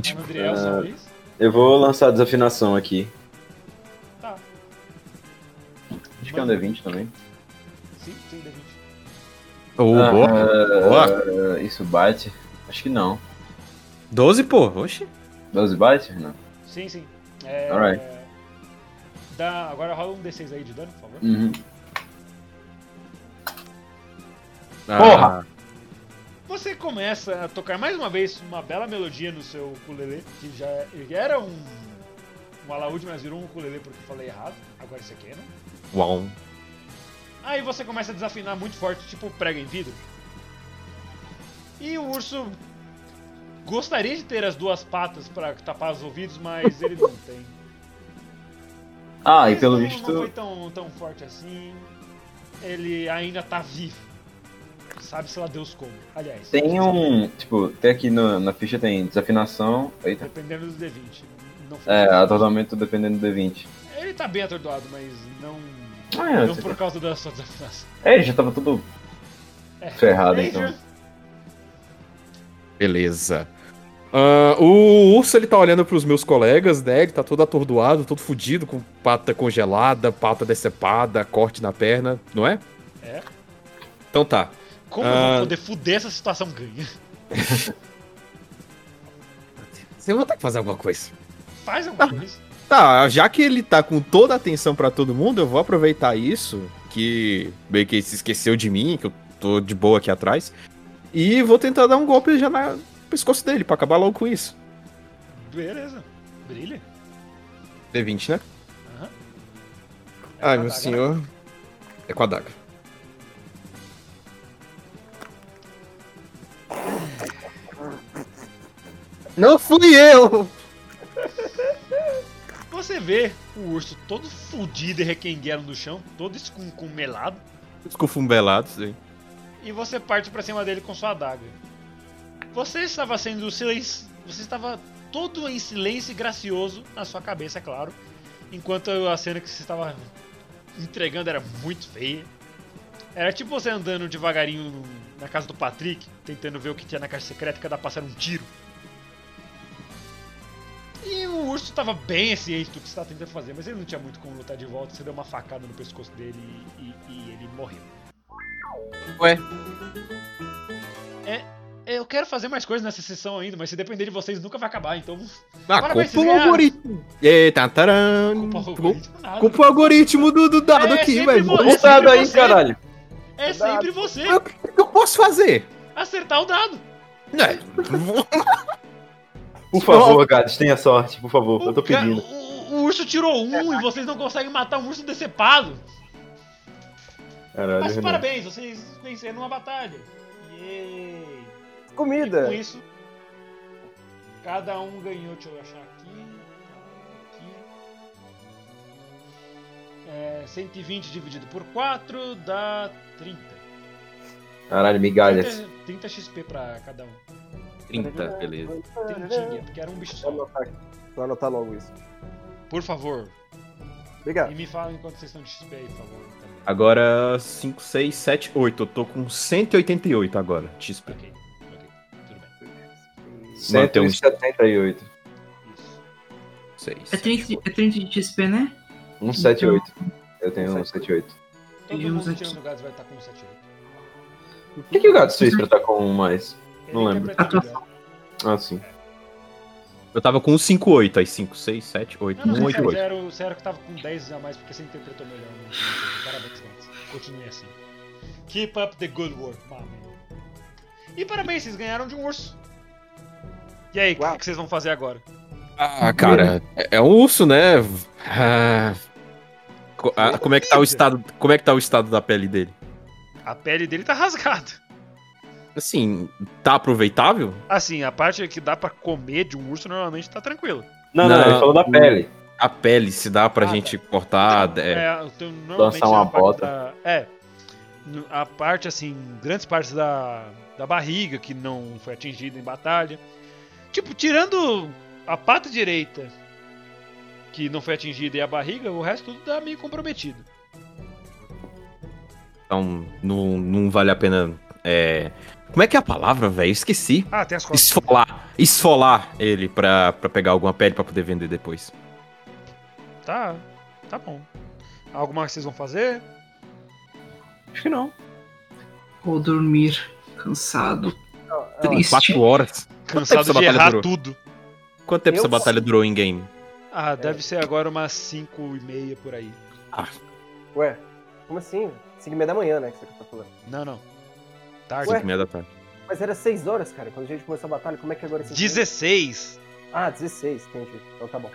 [SPEAKER 2] Tipo, Andriel, sua vez.
[SPEAKER 5] Eu vou lançar a desafinação aqui.
[SPEAKER 2] Tá.
[SPEAKER 5] Acho que é um D20 também.
[SPEAKER 2] Sim, sim, D20.
[SPEAKER 7] Ô,
[SPEAKER 5] Ah,
[SPEAKER 7] boa.
[SPEAKER 5] ah, isso bate? Acho que não.
[SPEAKER 4] 12, pô. Oxi.
[SPEAKER 5] 12 bate? Não.
[SPEAKER 2] Sim, sim. É,
[SPEAKER 5] Alright.
[SPEAKER 2] Dá, agora rola um D6 aí de dano, por favor.
[SPEAKER 5] Uhum.
[SPEAKER 4] Ah,
[SPEAKER 7] Porra!
[SPEAKER 2] Você começa a tocar mais uma vez uma bela melodia no seu ukulele, que já ele era um, um alaúde, mas virou um ukulele porque eu falei errado. Agora isso aqui é, né?
[SPEAKER 4] Uau.
[SPEAKER 2] Aí você começa a desafinar muito forte, tipo prega em vidro. E o urso gostaria de ter as duas patas pra tapar os ouvidos, mas ele não tem.
[SPEAKER 5] Ah, e
[SPEAKER 2] Mas
[SPEAKER 5] pelo
[SPEAKER 2] não, Não
[SPEAKER 5] visto.
[SPEAKER 2] foi tão, tão forte assim. Ele ainda tá vivo. Sabe-se lá Deus como. Aliás,
[SPEAKER 5] Tem um. Tipo, tem aqui no- na ficha tem desafinação. Eita.
[SPEAKER 2] dependendo do D20. Não foi.
[SPEAKER 5] É, atordoamento dependendo do D20.
[SPEAKER 2] Ele tá bem atordoado, mas não.
[SPEAKER 5] Ah, é,
[SPEAKER 2] não
[SPEAKER 5] você
[SPEAKER 2] por causa da sua desafinação.
[SPEAKER 5] É, ele já tava tudo
[SPEAKER 2] É.
[SPEAKER 5] ferrado
[SPEAKER 2] Aí,
[SPEAKER 5] então.
[SPEAKER 2] Jean,
[SPEAKER 7] Beleza. Ah, o urso, ele tá olhando pros meus colegas, né? Ele tá todo atordoado, todo fudido, com pata congelada, pata decepada, corte na perna, não é?
[SPEAKER 2] É.
[SPEAKER 7] Então tá.
[SPEAKER 2] Como eu
[SPEAKER 7] Ah.
[SPEAKER 2] vou poder fuder essa situação ganha?
[SPEAKER 7] Você vai ter que fazer alguma coisa.
[SPEAKER 2] Faz
[SPEAKER 5] Ah.
[SPEAKER 2] alguma coisa.
[SPEAKER 4] Tá, já que ele tá com toda a atenção pra todo mundo, eu vou aproveitar isso, que meio que ele se esqueceu de mim, que eu tô de boa aqui atrás, e vou tentar dar um golpe já na- no pescoço dele, pra acabar logo com isso.
[SPEAKER 2] Beleza. Brilha.
[SPEAKER 4] D20, né?
[SPEAKER 2] Aham.
[SPEAKER 4] Ai,
[SPEAKER 2] com
[SPEAKER 4] meu
[SPEAKER 2] a adaga, né?
[SPEAKER 4] senhor. É com a daga.
[SPEAKER 7] Não fui eu!
[SPEAKER 2] Você vê o urso todo fudido e requenguelo no chão, todo escumelado,
[SPEAKER 4] Escufumbelados aí.
[SPEAKER 2] e você parte pra cima dele com sua adaga. Você estava sendo silencio... Você estava todo em silêncio e gracioso na sua cabeça, é claro, enquanto a cena que você estava entregando era muito feia. Era tipo você andando devagarinho no- na casa do Patrick, tentando ver o que tinha na caixa secreta, cada passar um tiro. E o urso estava bem ciente do que você estava tentando fazer, mas ele não tinha muito como lutar de volta, você deu uma facada no pescoço dele e- e- e ele morreu. É, Eu quero fazer mais coisas nessa sessão ainda, mas se depender de vocês nunca vai acabar, então.
[SPEAKER 4] Ah,
[SPEAKER 2] Parabéns,
[SPEAKER 4] culpa o
[SPEAKER 2] vocês
[SPEAKER 4] algoritmo. Eita,
[SPEAKER 5] Hum,
[SPEAKER 4] taran.
[SPEAKER 2] Culpa o
[SPEAKER 4] Culpa
[SPEAKER 2] algoritmo, nada.
[SPEAKER 4] culpa o algoritmo do, do dado
[SPEAKER 2] É,
[SPEAKER 4] aqui,
[SPEAKER 2] sempre
[SPEAKER 4] velho.
[SPEAKER 2] vou-
[SPEAKER 4] Vamos lá.
[SPEAKER 2] é sempre
[SPEAKER 5] Cuidado aí,
[SPEAKER 2] você.
[SPEAKER 5] caralho.
[SPEAKER 2] É sempre você
[SPEAKER 4] Mas O que que eu posso fazer?
[SPEAKER 2] acertar o dado.
[SPEAKER 4] É,
[SPEAKER 5] Por favor, Gades, tenha sorte, por favor. Eu tô
[SPEAKER 2] O ca-
[SPEAKER 5] pedindo.
[SPEAKER 2] O, o urso tirou um e vocês não conseguem matar um urso decepado.
[SPEAKER 5] Caralho,
[SPEAKER 2] Mas
[SPEAKER 5] Renan.
[SPEAKER 2] parabéns, vocês venceram uma batalha. Yay! E
[SPEAKER 6] Comida!
[SPEAKER 2] com isso, cada um ganhou, deixa eu achar aqui. aqui. É, 120 dividido por 4 dá 30.
[SPEAKER 5] Caralho, migalhas.
[SPEAKER 2] 30, 30 XP pra cada um.
[SPEAKER 4] 30, beleza.
[SPEAKER 2] Trintinha, porque era um bicho
[SPEAKER 6] Vou
[SPEAKER 2] só.
[SPEAKER 6] anotar, aqui. Vou anotar logo isso.
[SPEAKER 2] Por favor.
[SPEAKER 6] Obrigado.
[SPEAKER 5] Tá.
[SPEAKER 2] E me falem quanto vocês estão de XP aí, por favor. também.
[SPEAKER 4] Agora, 5, 6, 7, 8. Eu tô com 188 agora, XP.
[SPEAKER 2] Ok, ok, tudo bem.
[SPEAKER 5] 178.
[SPEAKER 2] Isso.
[SPEAKER 4] 6.
[SPEAKER 3] É 30, é 30 de XP, né?
[SPEAKER 4] Então,
[SPEAKER 5] 178. Eu
[SPEAKER 4] um
[SPEAKER 5] tenho 178.
[SPEAKER 2] Todo
[SPEAKER 3] Vimos
[SPEAKER 2] mundo
[SPEAKER 3] aqui.
[SPEAKER 2] tirando o gás vai estar com um 78.
[SPEAKER 5] Por que, que o
[SPEAKER 4] Uhum.
[SPEAKER 5] gato suíço tá com um mais? Não lembro. Ah, sim.
[SPEAKER 4] Eu tava com 158, aí 5, 6, 7, 8,
[SPEAKER 2] Não, é não,
[SPEAKER 4] 1,
[SPEAKER 2] você
[SPEAKER 4] 8, 8.
[SPEAKER 2] era, você era que tava com 10 a mais porque você interpretou melhor. Né? Parabéns, Max. Continue assim. Keep up the good work, mano. E parabéns, vocês ganharam de um urso. E aí, o que,
[SPEAKER 6] Uau.
[SPEAKER 2] que vocês vão fazer agora?
[SPEAKER 7] Ah, cara, é, é um urso, né? Ah,
[SPEAKER 4] Co- ah, como, é que tá o estado, como é que tá o estado da pele dele?
[SPEAKER 2] A pele dele tá rasgada.
[SPEAKER 4] Assim, tá aproveitável?
[SPEAKER 2] Assim, a parte que dá pra comer de um urso normalmente tá tranquilo.
[SPEAKER 5] Não, não,
[SPEAKER 4] Não.
[SPEAKER 5] ele falou da pele.
[SPEAKER 4] A pele, se dá pra
[SPEAKER 2] Ah,
[SPEAKER 4] gente cortar. É,
[SPEAKER 2] É, então, normalmente
[SPEAKER 5] Lançar uma
[SPEAKER 2] a parte
[SPEAKER 5] bota.
[SPEAKER 2] da- é. no- A parte, assim, grandes partes da, da barriga que não foi atingida em batalha. Tipo, tirando a pata direita que não foi atingida e a barriga, o resto tudo tá meio comprometido.
[SPEAKER 4] então, não, não vale a pena. É... Como é que é a palavra, velho? Esqueci.
[SPEAKER 2] Ah, tem as costas.
[SPEAKER 4] Esfolar. Esfolar ele pra, pra pegar alguma pele pra poder vender depois.
[SPEAKER 2] Tá, tá bom. Alguma que vocês vão fazer?
[SPEAKER 5] Acho que não.
[SPEAKER 3] Vou dormir cansado.
[SPEAKER 2] Então,
[SPEAKER 6] Ó, ó,
[SPEAKER 3] Triste.
[SPEAKER 4] 4 horas. tempo
[SPEAKER 2] Cansado
[SPEAKER 4] essa
[SPEAKER 2] de
[SPEAKER 4] batalha
[SPEAKER 2] errar
[SPEAKER 4] durou?
[SPEAKER 2] tudo.
[SPEAKER 4] Quanto tempo
[SPEAKER 6] Eu-
[SPEAKER 4] essa batalha durou em game?
[SPEAKER 2] Ah, deve ser agora umas 5 e meia por aí.
[SPEAKER 4] Ah,
[SPEAKER 6] Ué, como assim? 5 e meia da manhã, né? Que você tá falando.
[SPEAKER 2] Não, não. Tarde.
[SPEAKER 6] Ué?
[SPEAKER 4] Cinco e meia da tarde.
[SPEAKER 6] Mas era 6 horas, cara, quando a gente começou a batalha. Como é que agora é 5 e meia?
[SPEAKER 2] 16.
[SPEAKER 6] Ah, 16, entendi. Então tá bom.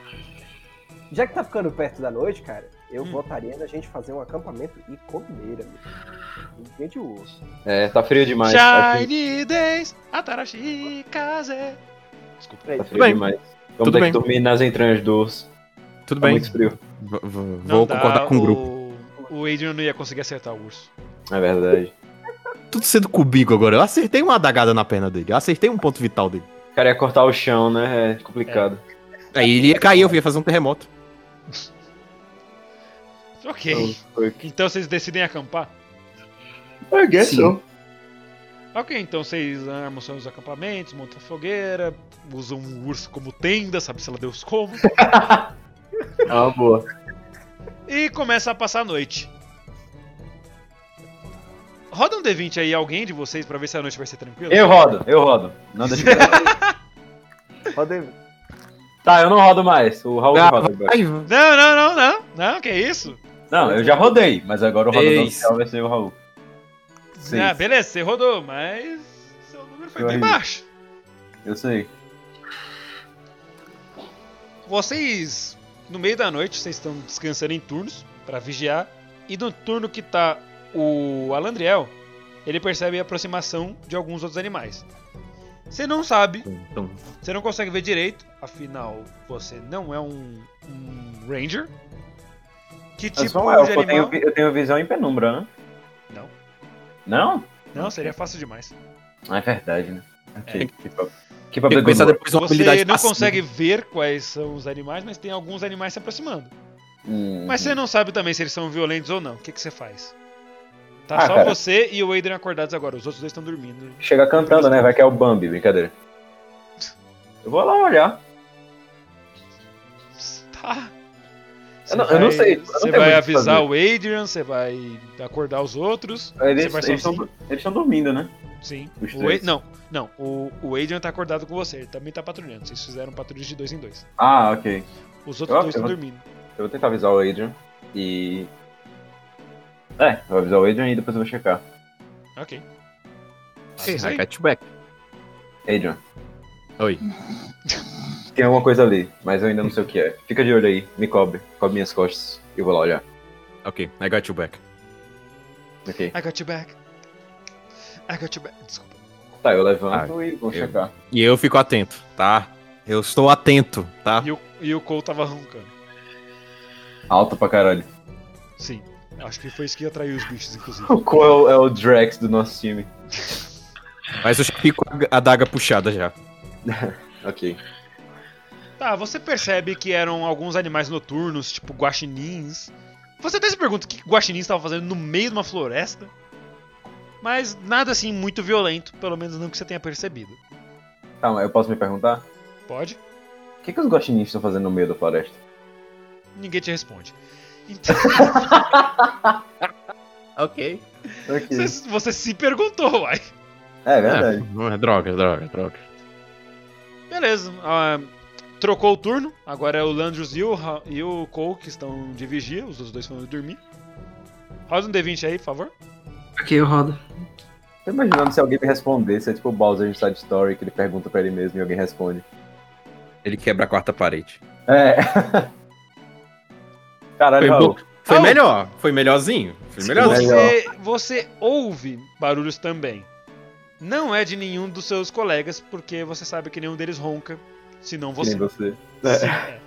[SPEAKER 6] Já que tá ficando perto da noite, cara, eu
[SPEAKER 2] Hum.
[SPEAKER 6] votaria na gente fazer um acampamento e comer, amigo. Ninguém de urso.
[SPEAKER 5] É, tá frio demais. Tá frio,
[SPEAKER 2] Shiny Days, Atarashi Kaze. Desculpa.
[SPEAKER 6] Peraí,
[SPEAKER 5] tá frio
[SPEAKER 4] bem.
[SPEAKER 5] demais. Vamos
[SPEAKER 4] Tudo
[SPEAKER 5] ter
[SPEAKER 4] bem.
[SPEAKER 5] que dormir nas entranhas do urso.
[SPEAKER 4] Tudo
[SPEAKER 5] Tá
[SPEAKER 4] bem.
[SPEAKER 5] muito frio.
[SPEAKER 4] V- v-
[SPEAKER 2] Não
[SPEAKER 4] Vou
[SPEAKER 2] dá,
[SPEAKER 4] concordar com o grupo.
[SPEAKER 2] O Adrian não ia conseguir acertar o urso.
[SPEAKER 5] É verdade.
[SPEAKER 4] Tudo sendo comigo agora. Eu acertei uma adagada na perna dele. Eu acertei um ponto vital dele.
[SPEAKER 5] O cara ia cortar o chão, né? É complicado.
[SPEAKER 4] Aí ele ia cair, eu ia fazer um terremoto. É.
[SPEAKER 2] Ok.
[SPEAKER 5] Então, foi-
[SPEAKER 2] Então vocês decidem acampar?
[SPEAKER 5] É, I guess
[SPEAKER 3] Sim.
[SPEAKER 5] so.
[SPEAKER 2] Ok, então vocês armam seus acampamentos, montam fogueira, usam o urso como tenda, sabe se ela Deus como,
[SPEAKER 5] Ah, boa.
[SPEAKER 2] e começa a passar a noite. Roda um D20 aí, alguém de vocês, pra ver se a noite vai ser tranquila.
[SPEAKER 5] Eu rodo, eu rodo. Não deixa eu...
[SPEAKER 6] Roda aí.
[SPEAKER 5] Tá, eu não rodo mais. O Raul
[SPEAKER 4] Ah,
[SPEAKER 5] roda agora.
[SPEAKER 4] Aí,
[SPEAKER 2] Não, não, não, não, não, que isso?
[SPEAKER 5] Não, eu já rodei, mas agora o rodador
[SPEAKER 4] Seis.
[SPEAKER 5] oficial vai ser o Raul. Seis.
[SPEAKER 2] Ah, beleza, você rodou, mas seu número foi
[SPEAKER 5] Eu
[SPEAKER 2] bem
[SPEAKER 5] errei.
[SPEAKER 2] baixo.
[SPEAKER 5] Eu sei.
[SPEAKER 2] Vocês, no meio da noite, vocês estão descansando em turnos pra vigiar. E no turno que tá o Alandriel, ele percebe a aproximação de alguns outros animais. Você não sabe,
[SPEAKER 4] então,
[SPEAKER 2] você não consegue ver direito, afinal você não é um, um ranger. Que
[SPEAKER 5] Mas
[SPEAKER 2] tipo
[SPEAKER 5] vamos lá,
[SPEAKER 2] de
[SPEAKER 5] um eu, tenho,
[SPEAKER 2] animal?
[SPEAKER 5] vi- eu tenho visão em penumbra, né?
[SPEAKER 2] Não.
[SPEAKER 5] Não?
[SPEAKER 2] Não, seria fácil demais.
[SPEAKER 5] Ah, é verdade, né? Ok, keep up. Keep
[SPEAKER 4] tem que
[SPEAKER 5] up the good
[SPEAKER 4] pensar
[SPEAKER 5] work.
[SPEAKER 4] depois é uma habilidade né?
[SPEAKER 2] Você não
[SPEAKER 4] passiva.
[SPEAKER 2] consegue ver quais são os animais, mas tem alguns animais se aproximando.
[SPEAKER 5] Hum,
[SPEAKER 2] Mas você não sabe também se eles são violentos ou não. O que, que você faz? Tá
[SPEAKER 5] Ah,
[SPEAKER 2] só
[SPEAKER 5] cara.
[SPEAKER 2] você e o Adrian acordados agora. Os outros dois estão dormindo.
[SPEAKER 5] Chega cantando, né? Vai que é o Bambi, brincadeira. Eu vou lá olhar.
[SPEAKER 2] Tá. Você
[SPEAKER 5] não- eu não sei, eu não
[SPEAKER 2] Você
[SPEAKER 5] tenho
[SPEAKER 2] vai
[SPEAKER 5] muito o que
[SPEAKER 2] avisar o Adrian, você vai acordar os outros.
[SPEAKER 5] Eles
[SPEAKER 2] vai
[SPEAKER 5] eles estão
[SPEAKER 2] sozinho?
[SPEAKER 5] eles estão dormindo, né?
[SPEAKER 2] Sim.
[SPEAKER 5] Os
[SPEAKER 2] O
[SPEAKER 5] três.
[SPEAKER 2] Ad- Não, não. O, o Adrian tá acordado com você. Ele também tá patrulhando. Vocês fizeram patrulhas de dois em dois.
[SPEAKER 5] Ah, ok.
[SPEAKER 2] Os outros
[SPEAKER 5] Eu-
[SPEAKER 2] dois
[SPEAKER 5] eu-
[SPEAKER 2] estão dormindo.
[SPEAKER 5] Eu vou tentar avisar o Adrian e. É, eu vou avisar o Adrian e depois eu vou checar.
[SPEAKER 2] Ok.
[SPEAKER 4] é
[SPEAKER 2] Avisa aí.
[SPEAKER 4] catchback.
[SPEAKER 5] Adrian,
[SPEAKER 4] Oi.
[SPEAKER 5] tem alguma coisa ali, mas eu ainda não sei o que é. Fica de olho aí, me cobre, cobre minhas costas. Eu vou lá olhar.
[SPEAKER 4] Ok, I got you back.
[SPEAKER 5] Ok.
[SPEAKER 2] I got you back. I got you back. Desculpa.
[SPEAKER 5] Tá, eu levanto e vou
[SPEAKER 4] eu-
[SPEAKER 5] checar.
[SPEAKER 4] E eu fico atento, tá? Eu estou atento, tá?
[SPEAKER 2] E o, e o Cole tava roncando.
[SPEAKER 5] Alto pra caralho.
[SPEAKER 2] Sim. Acho que foi isso que atraiu os bichos, inclusive.
[SPEAKER 5] O Cole é o- é o Drax do nosso time.
[SPEAKER 4] Mas eu já fico com a daga puxada já.
[SPEAKER 5] ok.
[SPEAKER 2] Tá, você percebe que eram alguns animais noturnos, tipo guaxinins. Você até se pergunta o que guaxinins estavam fazendo no meio de uma floresta. Mas nada assim muito violento, pelo menos não que você tenha percebido.
[SPEAKER 5] Tá, mas eu posso me perguntar?
[SPEAKER 2] Pode?
[SPEAKER 5] O que, que os guaxinins estão fazendo no meio da floresta?
[SPEAKER 2] Ninguém te responde. Então,
[SPEAKER 4] Ok.
[SPEAKER 5] Ok.
[SPEAKER 2] você, você se perguntou, uai.
[SPEAKER 5] É verdade.
[SPEAKER 4] droga, é droga, droga.
[SPEAKER 2] Beleza. ah, trocou o turno. Agora é o Landros e o, Ra- e o Cole que estão de vigia. Os outros dois foram dormir. Roda um D20 aí, por favor.
[SPEAKER 3] Ok, eu rodo.
[SPEAKER 5] Tô imaginando se alguém me respondesse, é tipo o Bowser de Side Story, que ele pergunta pra ele mesmo e alguém responde.
[SPEAKER 4] Ele quebra a quarta parede.
[SPEAKER 5] É. Caralho,
[SPEAKER 4] Foi
[SPEAKER 5] Raul.
[SPEAKER 4] bom. Foi
[SPEAKER 2] Au!
[SPEAKER 4] melhor. Foi melhorzinho. Foi melhorzinho.
[SPEAKER 2] Você, você ouve barulhos também. Não é de nenhum dos seus colegas, porque você sabe que nenhum deles ronca, senão
[SPEAKER 5] que nem
[SPEAKER 2] você.
[SPEAKER 5] você.
[SPEAKER 2] Sim, é.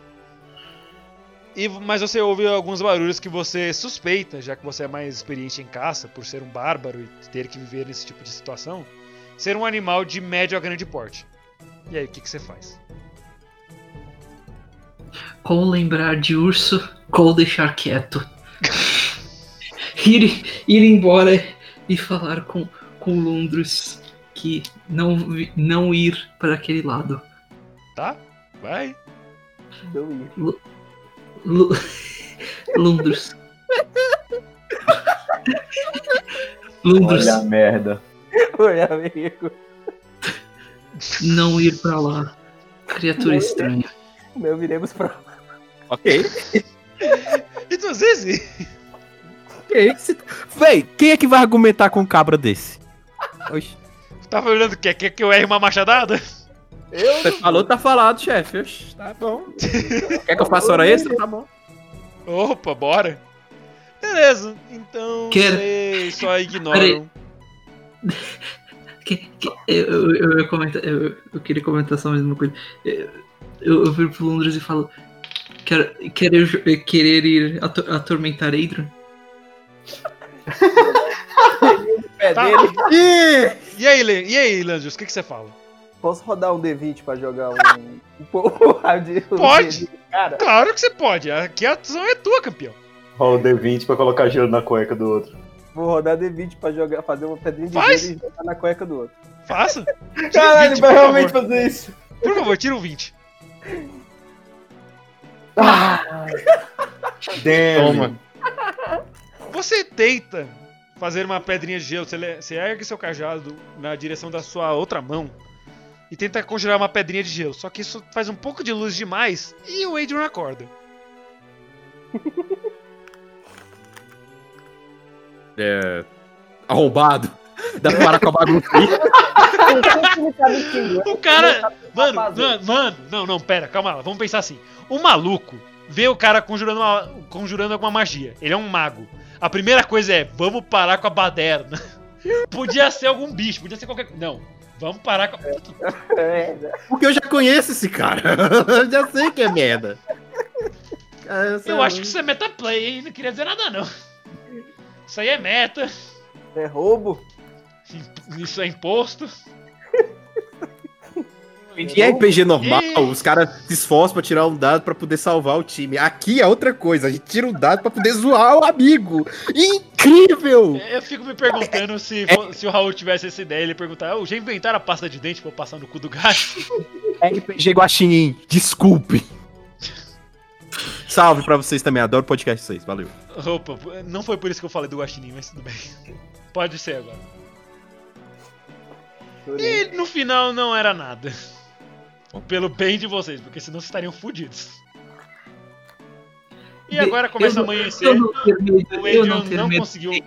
[SPEAKER 2] E, mas você ouve alguns barulhos que você suspeita, já que você é mais experiente em caça, por ser um bárbaro e ter que viver nesse tipo de situação, ser um animal de médio a grande porte. E aí, o que, que você faz?
[SPEAKER 3] Cole lembrar de urso, Cole deixar quieto. ir, ir embora e falar com, com Londres que não, vi- não ir para aquele lado.
[SPEAKER 2] Tá? Vai?
[SPEAKER 6] Não ia.
[SPEAKER 3] Lu- Londres. Londres,
[SPEAKER 5] Olha a merda.
[SPEAKER 6] Oi, amigo.
[SPEAKER 3] não ir para lá. Criatura estranha.
[SPEAKER 6] Não viremos pra.
[SPEAKER 4] Ok.
[SPEAKER 2] Então, Zizi,
[SPEAKER 4] Ok. Você tá- Véi, quem é que vai argumentar com um cabra desse? Oxi.
[SPEAKER 2] tava olhando o quê? Quer que eu erre uma machadada?
[SPEAKER 4] Você falou, tá falado, chefe. Oxi, Tá bom. Quer que eu faça hora extra? Tá bom.
[SPEAKER 2] Opa, bora! Beleza, então
[SPEAKER 3] Quero-
[SPEAKER 2] vocês só ignoram.
[SPEAKER 3] Que- que- eu, eu, eu, ia comentar- eu- eu queria comentar só mais uma coisa. Eu, eu, eu viro pro Londres e falo: quero, querer, jo- eh, querer ir ato- atormentar Adrian?
[SPEAKER 2] Tá.
[SPEAKER 5] É
[SPEAKER 2] E aí, Le- e aí, Landros, o que, que você fala?
[SPEAKER 6] Posso rodar um D20 pra jogar um. um porra de. um
[SPEAKER 2] Pode.
[SPEAKER 6] D20, Cara,
[SPEAKER 2] Claro que você pode, aqui a ação é tua, campeão.
[SPEAKER 5] Rola o D20 pra colocar gelo na cueca do outro.
[SPEAKER 6] vou rodar D20 pra jogar, fazer uma pedrinha de
[SPEAKER 2] Faz.
[SPEAKER 6] gelo e jogar na cueca do outro.
[SPEAKER 2] Faça. Tira um
[SPEAKER 5] Caralho,
[SPEAKER 2] 20,
[SPEAKER 5] vai
[SPEAKER 2] por
[SPEAKER 5] realmente
[SPEAKER 2] favor.
[SPEAKER 5] fazer isso.
[SPEAKER 2] Por favor, tira um 20.
[SPEAKER 6] Ah,
[SPEAKER 5] Damn.
[SPEAKER 2] Você tenta fazer uma pedrinha de gelo, você, le- você ergue seu cajado na direção da sua outra mão e tenta congelar uma pedrinha de gelo, só que isso faz um pouco de luz demais e o Adrian acorda.
[SPEAKER 4] É. Arrombado. Dá pra parar com a bagunça aí?
[SPEAKER 2] O cara. Mano, mano, mano, não, não, pera, calma lá, vamos pensar assim. O maluco vê o cara conjurando, uma- conjurando alguma magia. Ele é um mago. A primeira coisa é, vamos parar com a baderna. podia ser algum bicho, podia ser qualquer coisa. Não, vamos parar com a.
[SPEAKER 6] É, né?
[SPEAKER 4] Porque eu já conheço esse cara. Eu já sei que é merda.
[SPEAKER 2] Eu acho que isso é metaplay, hein? Não queria dizer nada, não. Isso aí é meta,
[SPEAKER 6] é roubo.
[SPEAKER 2] isso é imposto.
[SPEAKER 4] E RPG normal,
[SPEAKER 2] E-
[SPEAKER 4] os caras se esforçam pra tirar um dado pra poder salvar o time. Aqui é outra coisa, a gente tira um dado pra poder zoar o amigo. Incrível!
[SPEAKER 2] Eu fico me perguntando se, fo- se o Raul tivesse essa ideia, ele ia perguntar, eu já inventaram a pasta de dente pra eu passar no cu do gato?
[SPEAKER 4] É RPG Guaxinim, desculpe. Salve pra vocês também, adoro podcast de vocês, valeu.
[SPEAKER 2] Opa, não foi por isso que eu falei do Guaxinim, mas tudo bem. Pode ser agora. E no final não era nada. Pelo bem de vocês, porque senão vocês estariam fodidos. E agora começa a
[SPEAKER 3] Eu-
[SPEAKER 2] amanhecer.
[SPEAKER 3] Eu não terminei,
[SPEAKER 2] O
[SPEAKER 3] eu
[SPEAKER 2] Adrian
[SPEAKER 3] não
[SPEAKER 2] não
[SPEAKER 3] terminei.
[SPEAKER 2] conseguiu.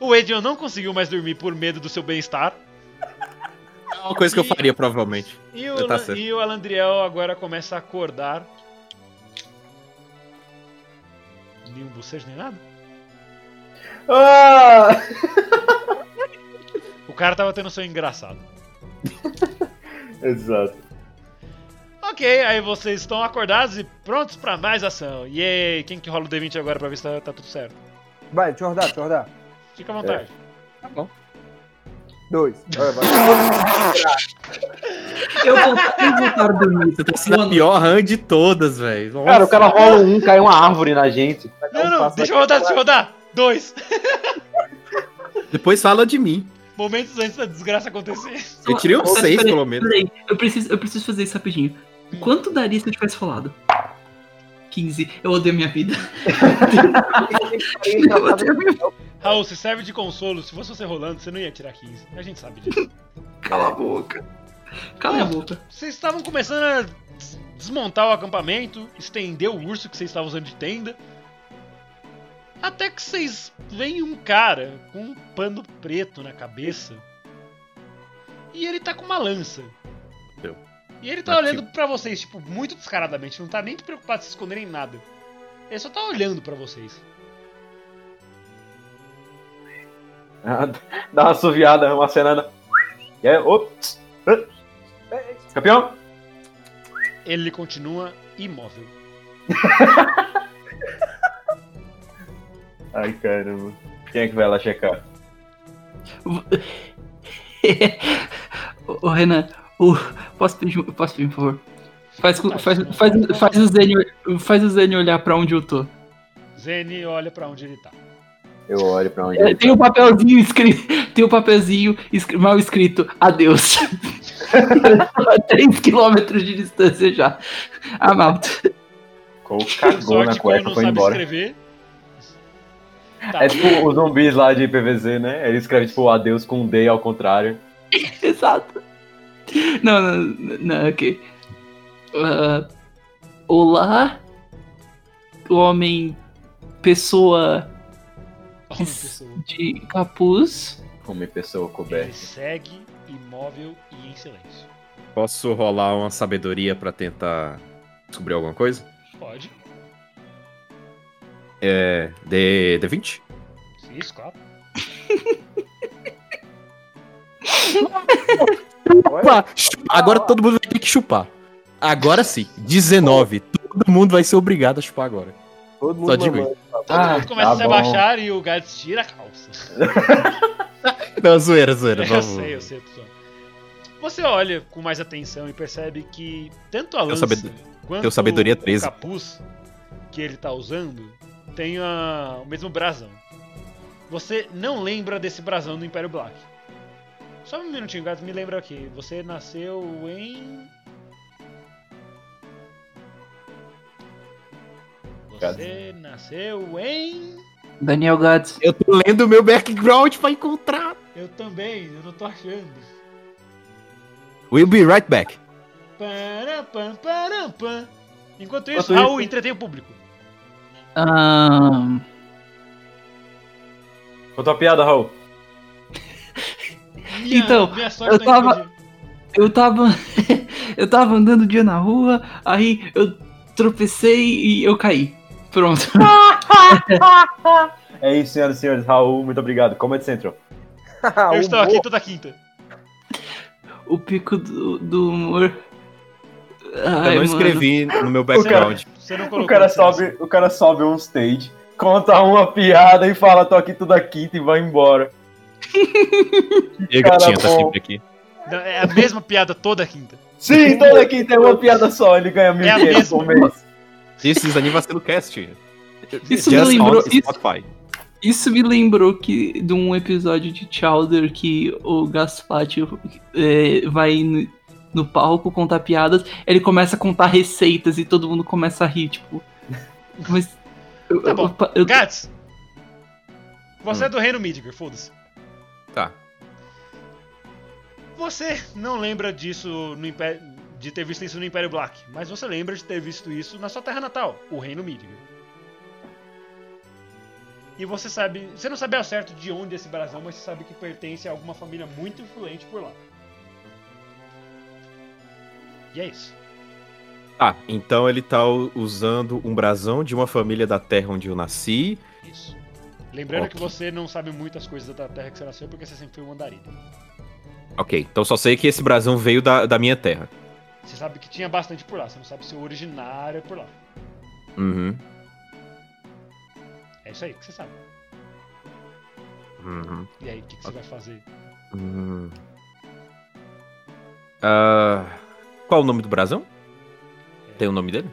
[SPEAKER 2] O Adrian não conseguiu mais dormir por medo do seu bem-estar.
[SPEAKER 4] É uma coisa que eu
[SPEAKER 2] E-
[SPEAKER 4] faria, provavelmente.
[SPEAKER 2] E o,
[SPEAKER 4] Tá
[SPEAKER 2] Lan-
[SPEAKER 4] certo.
[SPEAKER 2] e o Alandriel agora começa a acordar. Nenhum bocejo nem nada?
[SPEAKER 5] Ah!
[SPEAKER 2] O cara tava tendo um sonho engraçado.
[SPEAKER 5] Exato.
[SPEAKER 2] Ok, Ok, aí vocês estão acordados e prontos pra mais ação. E aí, quem que rola o D20 agora pra ver se tá, tá tudo certo?
[SPEAKER 6] Vai, deixa eu rodar, deixa eu rodar.
[SPEAKER 2] Fica à vontade.
[SPEAKER 6] Tá bom. Dois. Olha, vai.
[SPEAKER 3] Eu voltar bonito, tá
[SPEAKER 4] Essa é a
[SPEAKER 3] suando.
[SPEAKER 4] pior run de todas, velho.
[SPEAKER 5] Cara, o cara rola um, cai uma árvore na gente. um
[SPEAKER 2] Não, não, deixa eu rodar, deixa eu rodar. Dois.
[SPEAKER 4] Depois fala de mim.
[SPEAKER 2] Momentos antes da desgraça acontecer.
[SPEAKER 4] Eu tirei um
[SPEAKER 3] Mas,
[SPEAKER 4] seis,
[SPEAKER 3] peraí,
[SPEAKER 4] pelo menos.
[SPEAKER 3] peraí, eu, preciso, eu preciso fazer isso rapidinho. Quanto daria se eu tivesse falado? 15. Eu odeio minha vida. Eu odeio minha vida.
[SPEAKER 2] Raul, se serve de consolo, se fosse você rolando, você não ia tirar 15. A gente sabe disso.
[SPEAKER 3] Cala a boca. Cala a boca.
[SPEAKER 2] Vocês estavam começando a des- desmontar o acampamento, estender o urso que vocês estavam usando de tenda. Até que vocês veem um cara com um pano preto na cabeça. E ele tá com uma lança.
[SPEAKER 4] Meu.
[SPEAKER 2] E ele tá
[SPEAKER 4] Nativo.
[SPEAKER 2] olhando pra vocês, tipo, muito descaradamente, não tá nem preocupado em se esconder em nada. Ele só tá olhando pra vocês.
[SPEAKER 5] Dá uma assoviada, uma cenada. E aí, ops. Campeão?
[SPEAKER 2] Ele continua imóvel.
[SPEAKER 5] Ai, caramba. Quem é que vai lá checar?
[SPEAKER 3] Ô, ô, Renan, ô, posso, pedir, um- posso pedir um favor? Faz, com- faz,
[SPEAKER 2] Não,
[SPEAKER 3] faz,
[SPEAKER 2] não.
[SPEAKER 3] faz, o Zen, faz o Zen olhar pra onde eu tô.
[SPEAKER 2] Zene olha pra onde ele tá.
[SPEAKER 5] Eu olho pra onde
[SPEAKER 3] É, Tem um papelzinho escrito. Tem um papelzinho escri- mal escrito. Adeus. a 3 km de distância já. A malta.
[SPEAKER 5] ficou,
[SPEAKER 2] Por
[SPEAKER 5] cagou na
[SPEAKER 2] sorte, como
[SPEAKER 5] cueca
[SPEAKER 2] não
[SPEAKER 5] foi
[SPEAKER 2] sabe
[SPEAKER 5] embora.
[SPEAKER 2] escrever. Tá.
[SPEAKER 5] É tipo os zumbis lá de PVZ, né? Ele escreve tipo adeus com um D ao contrário.
[SPEAKER 3] Exato. Não, não, não, ok. Ah, olá, homem, pessoa
[SPEAKER 2] Homem, pessoa.
[SPEAKER 3] de capuz.
[SPEAKER 5] Como pessoa
[SPEAKER 2] Ele
[SPEAKER 5] coberta.
[SPEAKER 2] segue imóvel e em silêncio.
[SPEAKER 4] Posso rolar uma sabedoria pra tentar descobrir alguma coisa?
[SPEAKER 2] Pode.
[SPEAKER 4] É. D... D20?
[SPEAKER 2] Isso, claro.
[SPEAKER 4] Opa! chupa. Agora todo mundo vai ter que chupar. Agora sim. 19. Todo mundo vai ser obrigado a chupar agora.
[SPEAKER 6] Todo mundo
[SPEAKER 4] Só digo
[SPEAKER 6] mamando.
[SPEAKER 5] Ah,
[SPEAKER 2] Ele começa
[SPEAKER 5] tá
[SPEAKER 2] a se
[SPEAKER 5] bom.
[SPEAKER 2] abaixar e o Gads tira a calça.
[SPEAKER 4] Não, zoeira, zoeira.
[SPEAKER 2] eu
[SPEAKER 4] vamos.
[SPEAKER 2] É, sei, eu sei, pessoal. Você olha com mais atenção e percebe que tanto a lança
[SPEAKER 4] sabed-
[SPEAKER 2] quanto
[SPEAKER 4] tenho sabedoria
[SPEAKER 2] o
[SPEAKER 4] 13.
[SPEAKER 2] capuz que ele tá usando tem a- o mesmo brasão. Você não lembra desse brasão do Império Black. Só um minutinho, Gads, me lembra aqui. Você nasceu em... Você nasceu em...
[SPEAKER 3] Daniel Gads.
[SPEAKER 4] Eu tô lendo o meu background pra encontrar.
[SPEAKER 2] Eu também, eu não tô achando.
[SPEAKER 4] We'll be right back.
[SPEAKER 2] Param, pam, param, pam. Enquanto isso,
[SPEAKER 5] Enquanto isso-
[SPEAKER 2] Raul entretém o público.
[SPEAKER 3] ahn,
[SPEAKER 5] Conta a piada, Raul.
[SPEAKER 3] Então,
[SPEAKER 2] minha sorte
[SPEAKER 3] eu
[SPEAKER 2] tá
[SPEAKER 3] tava-
[SPEAKER 2] impedida.
[SPEAKER 3] eu tava. eu tava andando um dia na rua, aí eu tropecei e eu caí. Pronto.
[SPEAKER 5] É isso, senhoras e senhores. Raul, muito obrigado. é Comedy Central.
[SPEAKER 6] Ah,
[SPEAKER 2] Eu estou
[SPEAKER 6] humor.
[SPEAKER 2] aqui toda quinta.
[SPEAKER 3] o pico do, do humor.
[SPEAKER 4] Eu
[SPEAKER 3] Ai,
[SPEAKER 4] não
[SPEAKER 3] mano.
[SPEAKER 4] escrevi no meu background.
[SPEAKER 2] Você não colocou.
[SPEAKER 5] O cara,
[SPEAKER 2] no seu-
[SPEAKER 5] sobe, o cara sobe um stage, conta uma piada e fala, tô aqui toda quinta e vai embora.
[SPEAKER 4] E a gatinha
[SPEAKER 5] Cara
[SPEAKER 4] tá
[SPEAKER 5] bom.
[SPEAKER 4] sempre aqui.
[SPEAKER 2] Não, é a mesma piada toda quinta.
[SPEAKER 5] Sim, toda quinta é uma piada só, ele ganha mil
[SPEAKER 2] É a
[SPEAKER 5] dinheiro por
[SPEAKER 2] mesma.
[SPEAKER 5] mês.
[SPEAKER 4] This is Anivacilo Cast.
[SPEAKER 3] Isso me lembrou.
[SPEAKER 4] on
[SPEAKER 3] Isso,
[SPEAKER 4] Spotify.
[SPEAKER 3] isso me lembrou que de um episódio de Chowder que o Gaspati é, vai no, no palco contar piadas, ele começa a contar receitas e todo mundo começa a rir, tipo. Mas. eu-
[SPEAKER 2] Tá bom.
[SPEAKER 3] eu- eu-
[SPEAKER 2] Gats! Você é do reino Midgar, foda-se.
[SPEAKER 4] Tá.
[SPEAKER 2] Você não lembra disso no Império. de ter visto isso no Império Black, mas você lembra de ter visto isso na sua terra natal, o reino Midgar. E você sabe. Você não sabe ao certo de onde é esse brasão, mas você sabe que pertence a alguma família muito influente por lá. E é isso.
[SPEAKER 4] Ah, então ele tá u- usando um brasão de uma família da terra onde eu nasci.
[SPEAKER 2] Isso. Lembrando
[SPEAKER 4] Ok.
[SPEAKER 2] que você não sabe muitas coisas da terra que você nasceu porque você sempre foi um andarilho.
[SPEAKER 4] Ok, então só sei que esse brasão veio da, da minha terra.
[SPEAKER 2] Você sabe que tinha bastante por lá, você não sabe se o originário é por lá.
[SPEAKER 4] Uhum.
[SPEAKER 2] É isso aí que você sabe.
[SPEAKER 4] Uhum.
[SPEAKER 2] E aí, o que, que você vai fazer?
[SPEAKER 4] Hum. Ah, qual o nome do brasão? Tem o nome dele?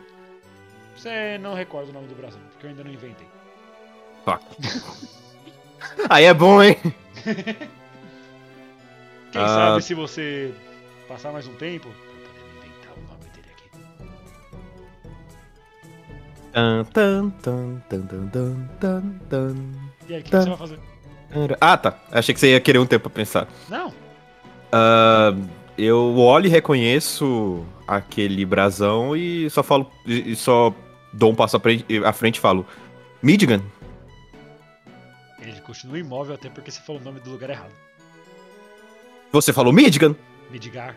[SPEAKER 2] Você não recorda o nome do brasão, porque eu ainda não inventei.
[SPEAKER 4] Fuck. Aí é bom, hein?
[SPEAKER 2] Quem
[SPEAKER 4] Ah.
[SPEAKER 2] sabe se você passar mais um tempo, eu poder me inventar o nome dele aqui.
[SPEAKER 4] Tan, tan, tan, tan, tan, tan, tan, tan.
[SPEAKER 2] E aí, o que, que você vai fazer?
[SPEAKER 4] Ah, tá. Achei que você ia querer um tempo pra pensar.
[SPEAKER 2] Não,
[SPEAKER 4] Ah, eu olho e reconheço aquele brasão e só falo. E e só dou um passo à frente, à frente e falo. Midgan?
[SPEAKER 2] ele continua imóvel até porque você falou o nome do lugar errado.
[SPEAKER 4] Você falou Midgan?
[SPEAKER 2] Midgar.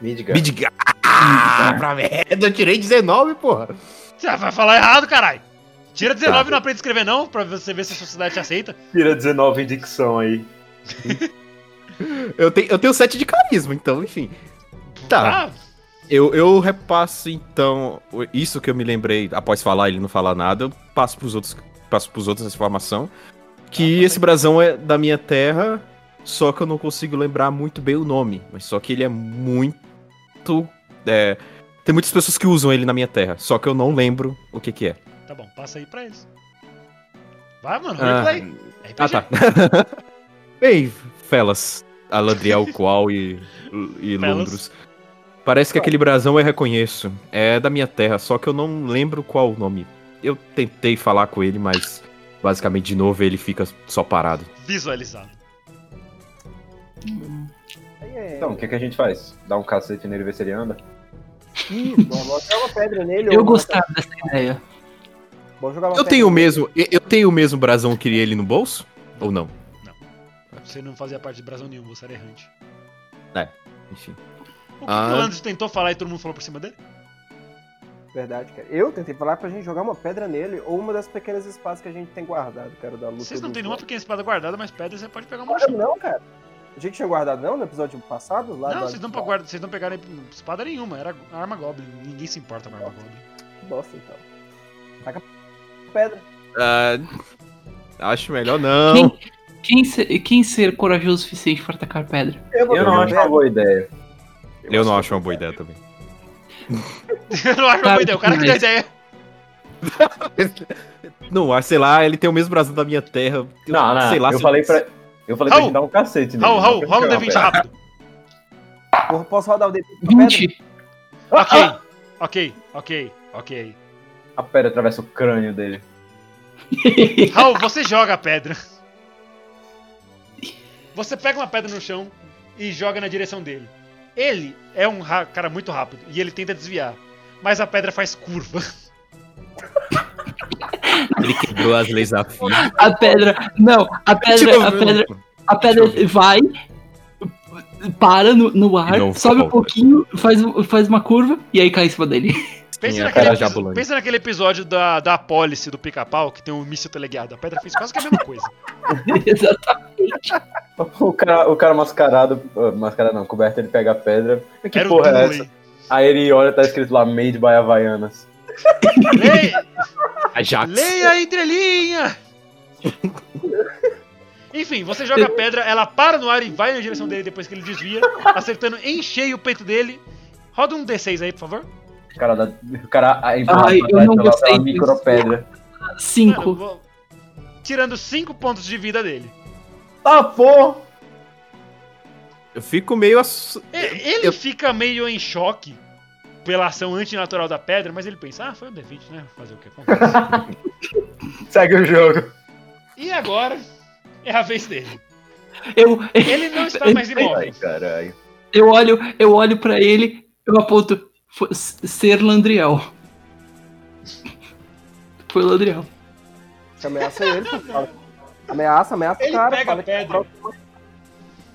[SPEAKER 5] Midgar.
[SPEAKER 4] Midgan! Ah, pra merda, eu tirei 19, porra.
[SPEAKER 2] Você vai falar errado, caralho!
[SPEAKER 4] Tá.
[SPEAKER 2] Tira 19 e não aprende a escrever, não, pra você ver se a sociedade te aceita.
[SPEAKER 5] Tira 19 em dicção aí.
[SPEAKER 4] Eu, tenho eu tenho 7 de carisma, então, enfim. Tá.
[SPEAKER 2] Ah,
[SPEAKER 4] Eu, eu repasso, então, o- isso que eu me lembrei, após falar ele não falar nada, eu passo pros outros, passo pros outros essa informação. Que esse brasão é da minha terra, só que eu não consigo lembrar muito bem o nome. Mas só que ele é muito. é, tem muitas pessoas que usam ele na minha terra, só que eu não lembro o que que é.
[SPEAKER 2] tá bom, passa aí pra eles. Vai, mano,
[SPEAKER 4] Ah.
[SPEAKER 2] replay. RPG.
[SPEAKER 4] Ah, tá. Bem, Felas, Aladriel, Qual e, e
[SPEAKER 2] Felas.
[SPEAKER 4] Lundros. Parece que aquele brasão eu reconheço. É da minha terra, só que eu não lembro qual o nome. Eu tentei falar com ele, mas basicamente de novo ele fica só parado.
[SPEAKER 2] Visualizado.
[SPEAKER 6] Aí é.
[SPEAKER 5] Então, o que, que a gente faz? Dá um cacete nele e vê se ele anda?
[SPEAKER 6] Bom, vou jogar uma pedra nele.
[SPEAKER 3] Eu
[SPEAKER 6] ou-
[SPEAKER 3] gostava dessa ideia.
[SPEAKER 6] Bom, jogar uma
[SPEAKER 4] Eu
[SPEAKER 6] pedra
[SPEAKER 4] tenho o
[SPEAKER 6] nele.
[SPEAKER 4] mesmo, eu eu tenho o mesmo brasão que ele no bolso? Ou não?
[SPEAKER 2] Você não fazia parte de brasão nenhum, você era errante.
[SPEAKER 4] Enfim.
[SPEAKER 2] O que,
[SPEAKER 4] Ah.
[SPEAKER 2] que o Landis tentou falar e todo mundo falou por cima dele?
[SPEAKER 6] Verdade, cara. Eu tentei falar pra gente jogar uma pedra nele ou uma das pequenas espadas que a gente tem guardado, cara, da luta.
[SPEAKER 2] Vocês não
[SPEAKER 6] do-
[SPEAKER 2] tem nenhuma pequena espada guardada, mas pedra você pode pegar um uma
[SPEAKER 6] Claro,
[SPEAKER 2] mochila.
[SPEAKER 6] não, cara. A gente tinha guardado não no episódio passado? Lá
[SPEAKER 2] Não,
[SPEAKER 6] do-
[SPEAKER 2] vocês não, guarda, vocês não pegaram espada nenhuma, era arma Goblin. Ninguém se importa com arma Goblin.
[SPEAKER 6] Que bosta, então. Taca a pedra.
[SPEAKER 4] Ah, acho melhor não.
[SPEAKER 3] Quem, quem, ser, quem ser corajoso o suficiente para atacar pedra?
[SPEAKER 6] vou
[SPEAKER 5] Eu não
[SPEAKER 6] pegar a
[SPEAKER 5] acho uma
[SPEAKER 6] pedra.
[SPEAKER 5] boa ideia.
[SPEAKER 4] Eu não acho uma boa ideia também.
[SPEAKER 2] Eu não acho uma
[SPEAKER 3] Claro
[SPEAKER 2] boa ideia, o cara
[SPEAKER 3] que
[SPEAKER 2] que deu a ideia.
[SPEAKER 4] é Não, ah, sei lá, ele tem o mesmo brasão da minha terra. eu-
[SPEAKER 5] Não, não.
[SPEAKER 4] sei lá,
[SPEAKER 5] eu,
[SPEAKER 4] se-
[SPEAKER 5] falei pra, eu falei pra
[SPEAKER 2] Raul!
[SPEAKER 5] gente dar um cacete nele.
[SPEAKER 2] Raul,
[SPEAKER 5] não
[SPEAKER 2] Raul,
[SPEAKER 5] pra
[SPEAKER 2] rola um
[SPEAKER 5] ficar,
[SPEAKER 2] D20
[SPEAKER 5] velho.
[SPEAKER 2] rápido.
[SPEAKER 6] Porra, posso rodar o d pra pedra? Ah,
[SPEAKER 3] 20.
[SPEAKER 2] Ok, ok, ok, ok.
[SPEAKER 5] A pedra atravessa o crânio dele.
[SPEAKER 2] Raul, você joga a pedra. Você pega uma pedra no chão e joga na direção dele. Ele é um ra- cara muito rápido e ele tenta desviar, mas a pedra faz curva.
[SPEAKER 4] Ele quebrou as leis da física.
[SPEAKER 3] A pedra. Não, a
[SPEAKER 4] Tipo,
[SPEAKER 3] pedra. A pedra, a pedra vai. Para no, no ar,
[SPEAKER 4] E não
[SPEAKER 3] sobe um
[SPEAKER 4] volta.
[SPEAKER 3] pouquinho, faz, faz uma curva e aí cai em cima dele.
[SPEAKER 2] Pensa,
[SPEAKER 4] Minha
[SPEAKER 2] naquele,
[SPEAKER 4] cara já
[SPEAKER 2] episo-
[SPEAKER 4] pulando.
[SPEAKER 2] pensa naquele episódio da, da Apólice do pica-pau que tem um míssil teleguiado. A pedra fez quase que a mesma coisa.
[SPEAKER 3] Exatamente.
[SPEAKER 5] O cara, o cara mascarado, ah, mascarado não, coberto, ele pega a pedra. Que
[SPEAKER 2] Era o
[SPEAKER 5] porra é
[SPEAKER 2] Dooley.
[SPEAKER 5] essa? Aí ele olha, tá escrito lá, made by Havaianas.
[SPEAKER 2] Leia,
[SPEAKER 4] Ajax.
[SPEAKER 2] leia a entrelinha! Enfim, você joga a pedra, ela para no ar e vai na direção dele depois que ele desvia, acertando em cheio o peito dele. Roda um D6 aí, por favor.
[SPEAKER 5] O cara, dá, o cara a- empurra
[SPEAKER 3] Ai, eu
[SPEAKER 5] pra trás,
[SPEAKER 3] não
[SPEAKER 5] sei lá,
[SPEAKER 3] gostei
[SPEAKER 5] pela
[SPEAKER 3] disso.
[SPEAKER 5] micropedra.
[SPEAKER 2] Cara, eu
[SPEAKER 3] 5.
[SPEAKER 2] vou- Tirando 5 pontos de vida dele.
[SPEAKER 5] Tá, pô!
[SPEAKER 4] Eu fico meio ass...
[SPEAKER 2] E- Ele fica meio em choque pela ação antinatural da pedra, mas ele pensa, ah, foi um D20, né? Fazer o que acontece.
[SPEAKER 5] Segue o jogo.
[SPEAKER 2] e agora é a vez dele.
[SPEAKER 3] Eu,
[SPEAKER 2] Ele não está mais
[SPEAKER 5] Ai,
[SPEAKER 2] imóvel.
[SPEAKER 5] caralho.
[SPEAKER 3] eu olho, eu olho pra ele, eu aponto. "Fo- Ser Landriel. Foi Landriel.
[SPEAKER 6] Você ah, ameaça ele, pô, fala. Ameaça, ameaça o
[SPEAKER 2] Ele
[SPEAKER 6] cara.
[SPEAKER 2] pega
[SPEAKER 6] fala
[SPEAKER 2] a
[SPEAKER 6] que-
[SPEAKER 2] pedra.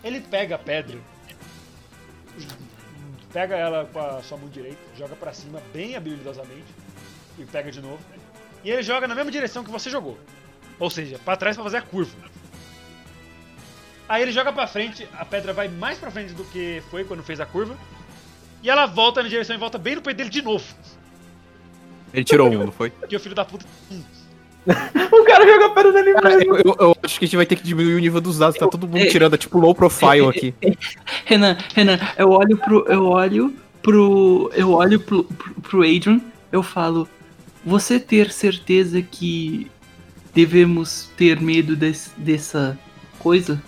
[SPEAKER 2] Ele pega a pedra. Pega ela com a sua mão direita, joga pra cima bem habilidosamente e pega de novo. E ele joga na mesma direção que você jogou. Ou seja, pra trás pra fazer a curva. Aí ele joga pra frente, a pedra vai mais pra frente do que foi quando fez a curva. E ela volta na direção e volta bem no pé dele de novo.
[SPEAKER 4] Ele tirou um, não foi?
[SPEAKER 2] Porque o filho da puta. Hum.
[SPEAKER 6] o cara jogou a pedra nele
[SPEAKER 4] Cara,
[SPEAKER 6] mesmo.
[SPEAKER 4] eu, eu- eu acho que a gente vai ter que diminuir o nível dos dados. Tá todo mundo tirando, é tipo low profile aqui.
[SPEAKER 9] Renan, Renan, eu olho pro. Eu olho pro. Eu olho pro, pro, pro Adrian, eu falo. Você ter certeza que devemos ter medo des- dessa coisa?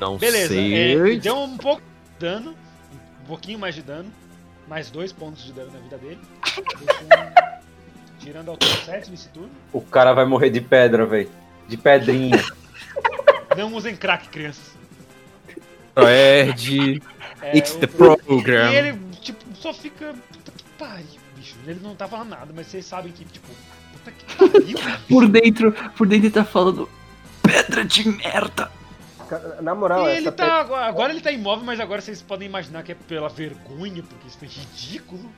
[SPEAKER 4] Não
[SPEAKER 2] Beleza. é,
[SPEAKER 4] sei.
[SPEAKER 2] deu um pouco de dano. Um pouquinho mais de dano. Mais dois pontos de dano na vida dele. Deixando- Tirando ao total 7 nesse turno.
[SPEAKER 5] O cara vai morrer de pedra, velho. De pedrinha.
[SPEAKER 2] Não usem crack, crianças. É,
[SPEAKER 4] Perd. It's
[SPEAKER 2] o-
[SPEAKER 4] the
[SPEAKER 2] E
[SPEAKER 4] program.
[SPEAKER 2] ele, tipo, só fica. Puta que pariu, bicho. Ele não tá falando nada, mas vocês sabem que, tipo. Puta que pariu.
[SPEAKER 9] Por dentro, por dentro ele tá falando. Pedra de merda!
[SPEAKER 6] Cara, Na moral,
[SPEAKER 2] E
[SPEAKER 6] essa
[SPEAKER 2] ele
[SPEAKER 6] pe-
[SPEAKER 2] tá, agora, agora ele tá imóvel, mas agora vocês podem imaginar que é pela vergonha, porque isso foi ridículo.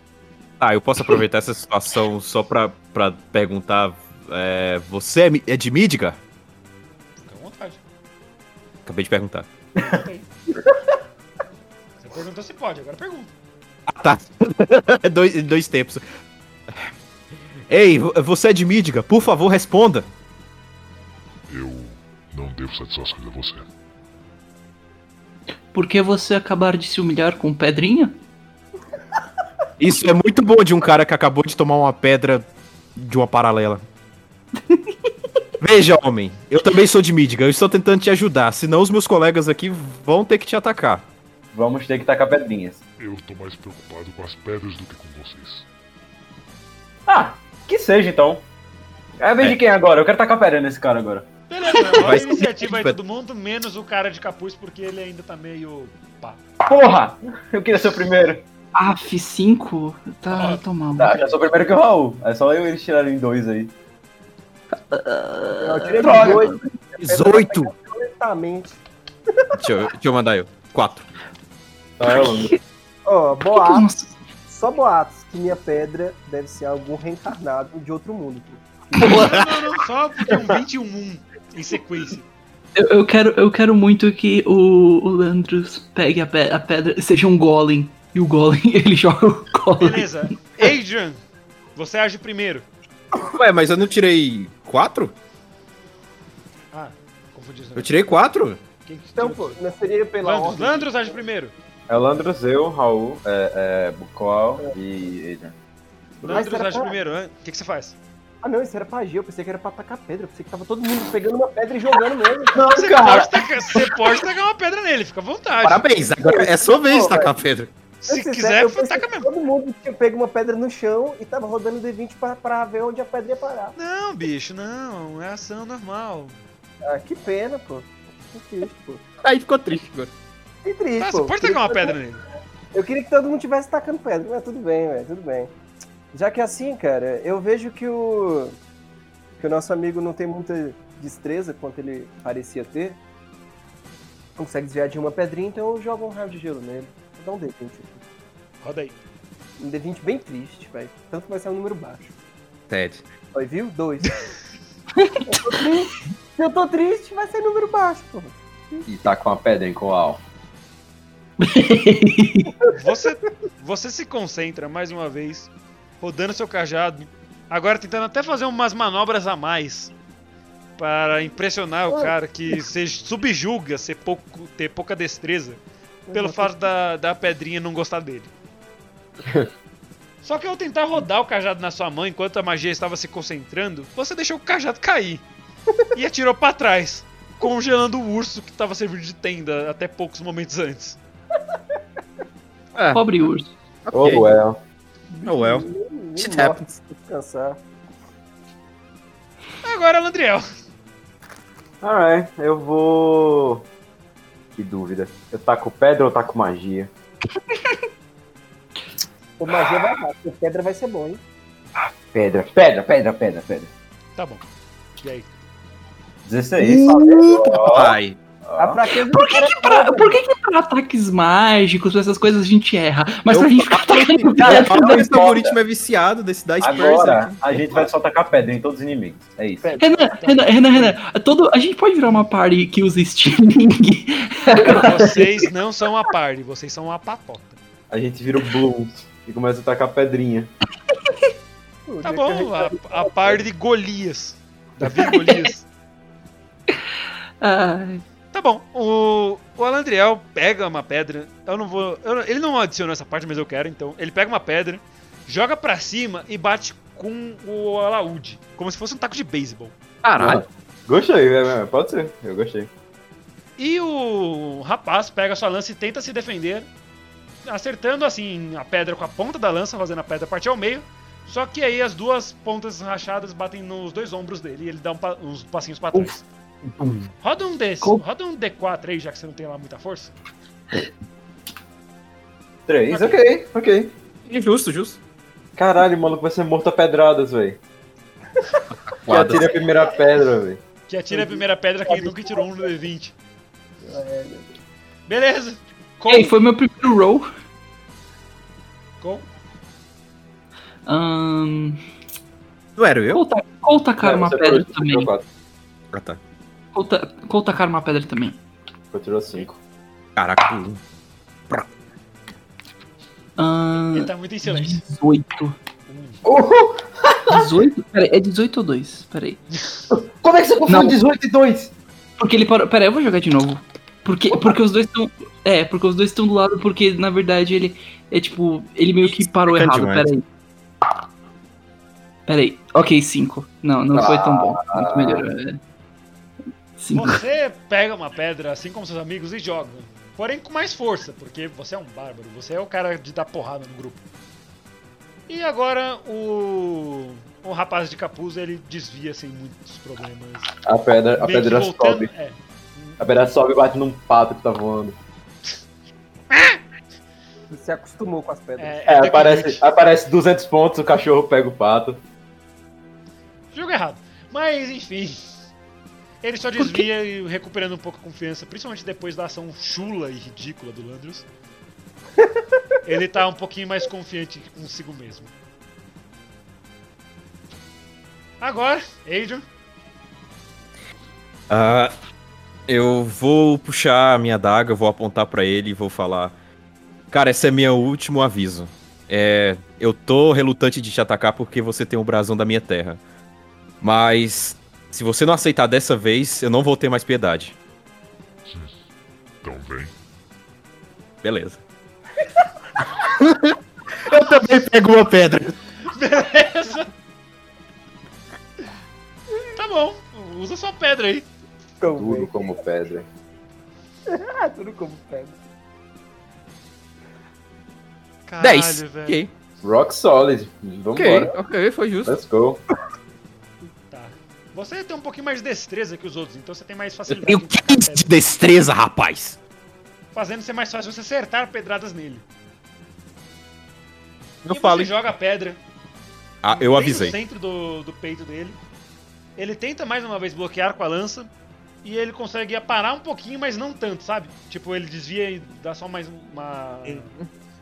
[SPEAKER 4] Ah, eu posso aproveitar essa situação só pra, pra perguntar. é, você é mi- é de Midgar?
[SPEAKER 2] Fica à vontade.
[SPEAKER 4] Acabei de perguntar.
[SPEAKER 2] Pergunta aí. Você perguntou se pode, agora pergunta.
[SPEAKER 4] Tá. dois, dois tempos. Ei, vo- você é de Midgar? Por favor, responda.
[SPEAKER 10] Eu não devo satisfações a você.
[SPEAKER 9] Por que você acabar de se humilhar com pedrinha?
[SPEAKER 4] Isso é muito bom de um cara que acabou de tomar uma pedra de uma paralela. Veja, homem, eu também sou de Midgar, eu estou tentando te ajudar, senão os meus colegas aqui vão ter que te atacar.
[SPEAKER 5] Vamos ter que tacar pedrinhas.
[SPEAKER 10] Eu tô mais preocupado com as pedras do que com vocês.
[SPEAKER 5] Ah, que seja então. É a vez de quem agora? Eu quero tacar pedra nesse cara agora.
[SPEAKER 2] Beleza, agora
[SPEAKER 5] Vai
[SPEAKER 2] a
[SPEAKER 5] ser
[SPEAKER 2] iniciativa aí todo
[SPEAKER 5] ridículo.
[SPEAKER 2] mundo, menos o cara de capuz, porque ele ainda tá meio. pá.
[SPEAKER 5] Porra! Eu queria ser o primeiro.
[SPEAKER 9] Ah, F5? Tá, tá mal.
[SPEAKER 5] Tá, já sou o primeiro que o Raul. É só eu e eles tirarem dois aí.
[SPEAKER 6] Eu tirei
[SPEAKER 5] Droga.
[SPEAKER 6] dois
[SPEAKER 4] 18!
[SPEAKER 6] completamente.
[SPEAKER 4] Deixa eu, deixa eu mandar eu. 4.
[SPEAKER 5] Tá, é
[SPEAKER 6] Ó,
[SPEAKER 9] Como
[SPEAKER 6] boatos.
[SPEAKER 9] assim?
[SPEAKER 6] Só boatos que minha pedra deve ser algum reencarnado de outro mundo. pô.
[SPEAKER 2] Não, não, não, só porque é um 21 1 em sequência.
[SPEAKER 9] Eu, eu quero, eu quero muito que o, o Landros pegue a, pe- a pedra, seja um golem. E o golem, ele joga o golem.
[SPEAKER 2] Beleza. Adrian, você age primeiro.
[SPEAKER 4] Ué, mas eu não tirei 4?
[SPEAKER 2] Ah, confundi os
[SPEAKER 4] Eu
[SPEAKER 2] nomes.
[SPEAKER 4] tirei 4?
[SPEAKER 2] Quem que
[SPEAKER 6] Então, pô, não seria pela
[SPEAKER 2] Landros,
[SPEAKER 6] ordem.
[SPEAKER 2] Landros age primeiro.
[SPEAKER 5] É o Landros, eu, Raul, é, é, Bucal e Adrian.
[SPEAKER 2] Landros
[SPEAKER 6] será
[SPEAKER 2] age
[SPEAKER 6] que-
[SPEAKER 2] primeiro, né? O que, que você faz?
[SPEAKER 6] Ah, não, isso era pra agir. Eu pensei que era pra atacar pedra. Eu pensei que tava todo mundo pegando uma pedra e jogando mesmo.
[SPEAKER 5] Não,
[SPEAKER 2] Você pode, tacar, você pode tacar uma pedra nele, fica à vontade.
[SPEAKER 4] Parabéns, agora é sua vez de tacar a pedra.
[SPEAKER 2] Se
[SPEAKER 6] Antes, né,
[SPEAKER 2] quiser,
[SPEAKER 6] eu pensei
[SPEAKER 2] taca
[SPEAKER 6] que
[SPEAKER 2] mesmo.
[SPEAKER 6] Todo mundo tinha pego uma pedra no chão e tava rodando D20 pra, pra ver onde a pedra ia parar.
[SPEAKER 2] Não, bicho, não. É ação normal.
[SPEAKER 6] Ah, que pena, pô. Que triste, pô.
[SPEAKER 4] Aí ficou triste agora.
[SPEAKER 6] Que triste,
[SPEAKER 2] Tá,
[SPEAKER 6] pô.
[SPEAKER 2] você pode tacar uma pedra nele.
[SPEAKER 6] Eu queria que todo mundo tivesse tacando pedra, mas tudo bem, velho, tudo bem. Já que é assim, cara, eu vejo que o que o nosso amigo não tem muita destreza quanto ele parecia ter. Consegue desviar de uma pedrinha, então eu jogo um raio de gelo nele. Vou dar um D20 aqui.
[SPEAKER 2] Roda aí.
[SPEAKER 6] Um D20 bem triste, velho. Tanto que vai ser um número baixo.
[SPEAKER 4] Ted.
[SPEAKER 6] Aí, viu? Dois. eu tô triste. Se eu tô triste, vai ser número baixo, pô.
[SPEAKER 5] E taca uma pedra em Coal.
[SPEAKER 2] Você, você se concentra mais uma vez, rodando seu cajado, agora tentando até fazer umas manobras a mais para impressionar o cara que você subjuga ser pouco, ter pouca destreza pelo fato da, da pedrinha não gostar dele. Só que ao tentar rodar o cajado na sua mão enquanto a magia estava se concentrando, você deixou o cajado cair e atirou para trás, congelando o urso que estava servindo de tenda até poucos momentos antes.
[SPEAKER 9] Pobre urso.
[SPEAKER 5] Oh, well.
[SPEAKER 4] Oh well.
[SPEAKER 6] Nem
[SPEAKER 4] Shit
[SPEAKER 6] morre
[SPEAKER 4] happens.
[SPEAKER 6] de Descansar.
[SPEAKER 2] Agora, Landriel.
[SPEAKER 5] Alright, eu vou. Que dúvida. Eu taco pedra ou taco magia?
[SPEAKER 6] O magia vai rápido, pedra vai ser bom, hein?
[SPEAKER 5] Pedra, pedra, pedra, pedra, pedra.
[SPEAKER 2] Tá bom. E aí?
[SPEAKER 5] 16, valeu. Ó,
[SPEAKER 4] Ai.
[SPEAKER 6] A fraqueza
[SPEAKER 9] Por que que pra, por que que pra ataques mágicos, pra essas coisas, a gente erra? Mas pra gente ficar atacando
[SPEAKER 5] cara,
[SPEAKER 9] pedra,
[SPEAKER 5] não
[SPEAKER 4] Esse
[SPEAKER 5] importa.
[SPEAKER 4] algoritmo é viciado desse Dice
[SPEAKER 5] Agora a gente vai só tacar pedra em todos os inimigos. É isso.
[SPEAKER 9] Renan, Renan, Renan, Renan, todo, a gente pode virar uma party que usa Sting.
[SPEAKER 2] Vocês não são a party, vocês são a patota.
[SPEAKER 5] a gente vira o Blues e começa a tacar pedrinha.
[SPEAKER 6] né?
[SPEAKER 2] Tá bom, a, a par de Golias. Davi Golias.
[SPEAKER 9] Ah,
[SPEAKER 3] Ai.
[SPEAKER 2] Tá bom, o, o Alandriel pega uma pedra. Eu não vou. eu não- ele não adicionou essa parte, mas eu quero, então. Ele pega uma pedra, joga pra cima e bate com o alaúde. Como se fosse um taco de beisebol.
[SPEAKER 5] Caralho. Gostei, é, é, pode ser. Eu gostei.
[SPEAKER 2] E o rapaz pega sua lança e tenta se defender, acertando assim a pedra com a ponta da lança, fazendo a pedra partir ao meio. Só que aí as duas pontas rachadas batem nos dois ombros dele e ele dá um pa- uns passinhos pra trás. Roda um D, roda um D4 aí, já que você não tem lá muita força.
[SPEAKER 5] Três, ok, ok.
[SPEAKER 4] Justo, justo.
[SPEAKER 5] Caralho, o maluco vai ser morto a pedradas, velho. Que atire a primeira pedra, velho.
[SPEAKER 2] Que atira a primeira pedra que ele nunca tirou um no D20. Beleza! Com,
[SPEAKER 3] Ei, foi meu primeiro roll.
[SPEAKER 2] com,
[SPEAKER 3] Ahn,
[SPEAKER 4] Não era eu?
[SPEAKER 3] Ou, ta- ou tacar uma pedra também.
[SPEAKER 4] Ah, tá.
[SPEAKER 3] Ou, ta- ou tacar uma pedra também.
[SPEAKER 5] Eu tirou cinco.
[SPEAKER 4] Caraca. uh,
[SPEAKER 3] Ahn,
[SPEAKER 2] ele tá muito em silêncio.
[SPEAKER 3] 18.
[SPEAKER 5] Uhul!
[SPEAKER 3] 18? Peraí, é 18 ou 2? Peraí.
[SPEAKER 5] Como é que você
[SPEAKER 3] Não.
[SPEAKER 5] confunde 18 e 2?
[SPEAKER 3] Porque ele parou. Peraí, eu vou jogar de novo. Porque, porque os dois estão. É, porque os dois estão do lado, porque na verdade ele. É tipo. Ele meio que parou
[SPEAKER 4] Bacana
[SPEAKER 3] errado.
[SPEAKER 4] demais.
[SPEAKER 3] Peraí. Peraí. Ok, 5. Não, não foi tão bom. Muito melhor. é. 5.
[SPEAKER 2] Você pega uma pedra, assim como seus amigos, e joga. Porém com mais força, porque você é um bárbaro, você é o cara de dar porrada no grupo. E agora o. O rapaz de capuz ele desvia sem muitos problemas.
[SPEAKER 5] A pedra,
[SPEAKER 2] Meio
[SPEAKER 5] a
[SPEAKER 2] que
[SPEAKER 5] pedra
[SPEAKER 2] voltando-
[SPEAKER 5] sobe.
[SPEAKER 2] é.
[SPEAKER 5] A pedra sobe e bate num pato que tá voando.
[SPEAKER 6] Você se acostumou com as pedras.
[SPEAKER 2] É,
[SPEAKER 5] É,
[SPEAKER 2] até que
[SPEAKER 5] aparece,
[SPEAKER 2] noite.
[SPEAKER 5] aparece 200 pontos, o cachorro pega o pato.
[SPEAKER 2] Jogo errado. Mas enfim. Ele só desvia e recuperando um pouco a confiança, principalmente depois da ação chula e ridícula do Landros. ele tá um pouquinho mais confiante consigo mesmo. Agora, Adrian,
[SPEAKER 4] Ah, eu vou puxar a minha adaga, vou apontar pra ele e vou falar: Cara, esse é meu último aviso. É, eu tô relutante de te atacar porque você tem o brasão da minha terra. Mas se você não aceitar dessa vez, eu não vou ter mais piedade.
[SPEAKER 11] Então vem.
[SPEAKER 4] Beleza. eu também pego uma pedra.
[SPEAKER 2] beleza? tá bom, usa sua pedra aí.
[SPEAKER 6] Cão,
[SPEAKER 5] Duro
[SPEAKER 6] velho.
[SPEAKER 5] como pedra.
[SPEAKER 6] Ah, tudo como pedra.
[SPEAKER 2] Caralho,
[SPEAKER 4] 10.
[SPEAKER 2] velho.
[SPEAKER 4] Ok,
[SPEAKER 5] Rock solid. Vambora.
[SPEAKER 7] ok, ok, foi justo.
[SPEAKER 5] Let's go.
[SPEAKER 2] Tá. Você tem um pouquinho mais de destreza que os outros, então você tem mais
[SPEAKER 4] Eu
[SPEAKER 2] facilidade.
[SPEAKER 4] tenho
[SPEAKER 2] em tacar
[SPEAKER 4] 15 de
[SPEAKER 2] pedra,
[SPEAKER 4] destreza, rapaz.
[SPEAKER 2] Fazendo ser mais fácil você acertar pedradas nele.
[SPEAKER 4] Não
[SPEAKER 2] e
[SPEAKER 4] falo.
[SPEAKER 2] você joga a pedra
[SPEAKER 4] Ah, eu
[SPEAKER 2] bem
[SPEAKER 4] avisei.
[SPEAKER 2] no centro do, do peito dele. Ele tenta mais uma vez bloquear com a lança. E ele consegue aparar um pouquinho, mas não tanto, sabe? Tipo, ele desvia e dá só mais uma.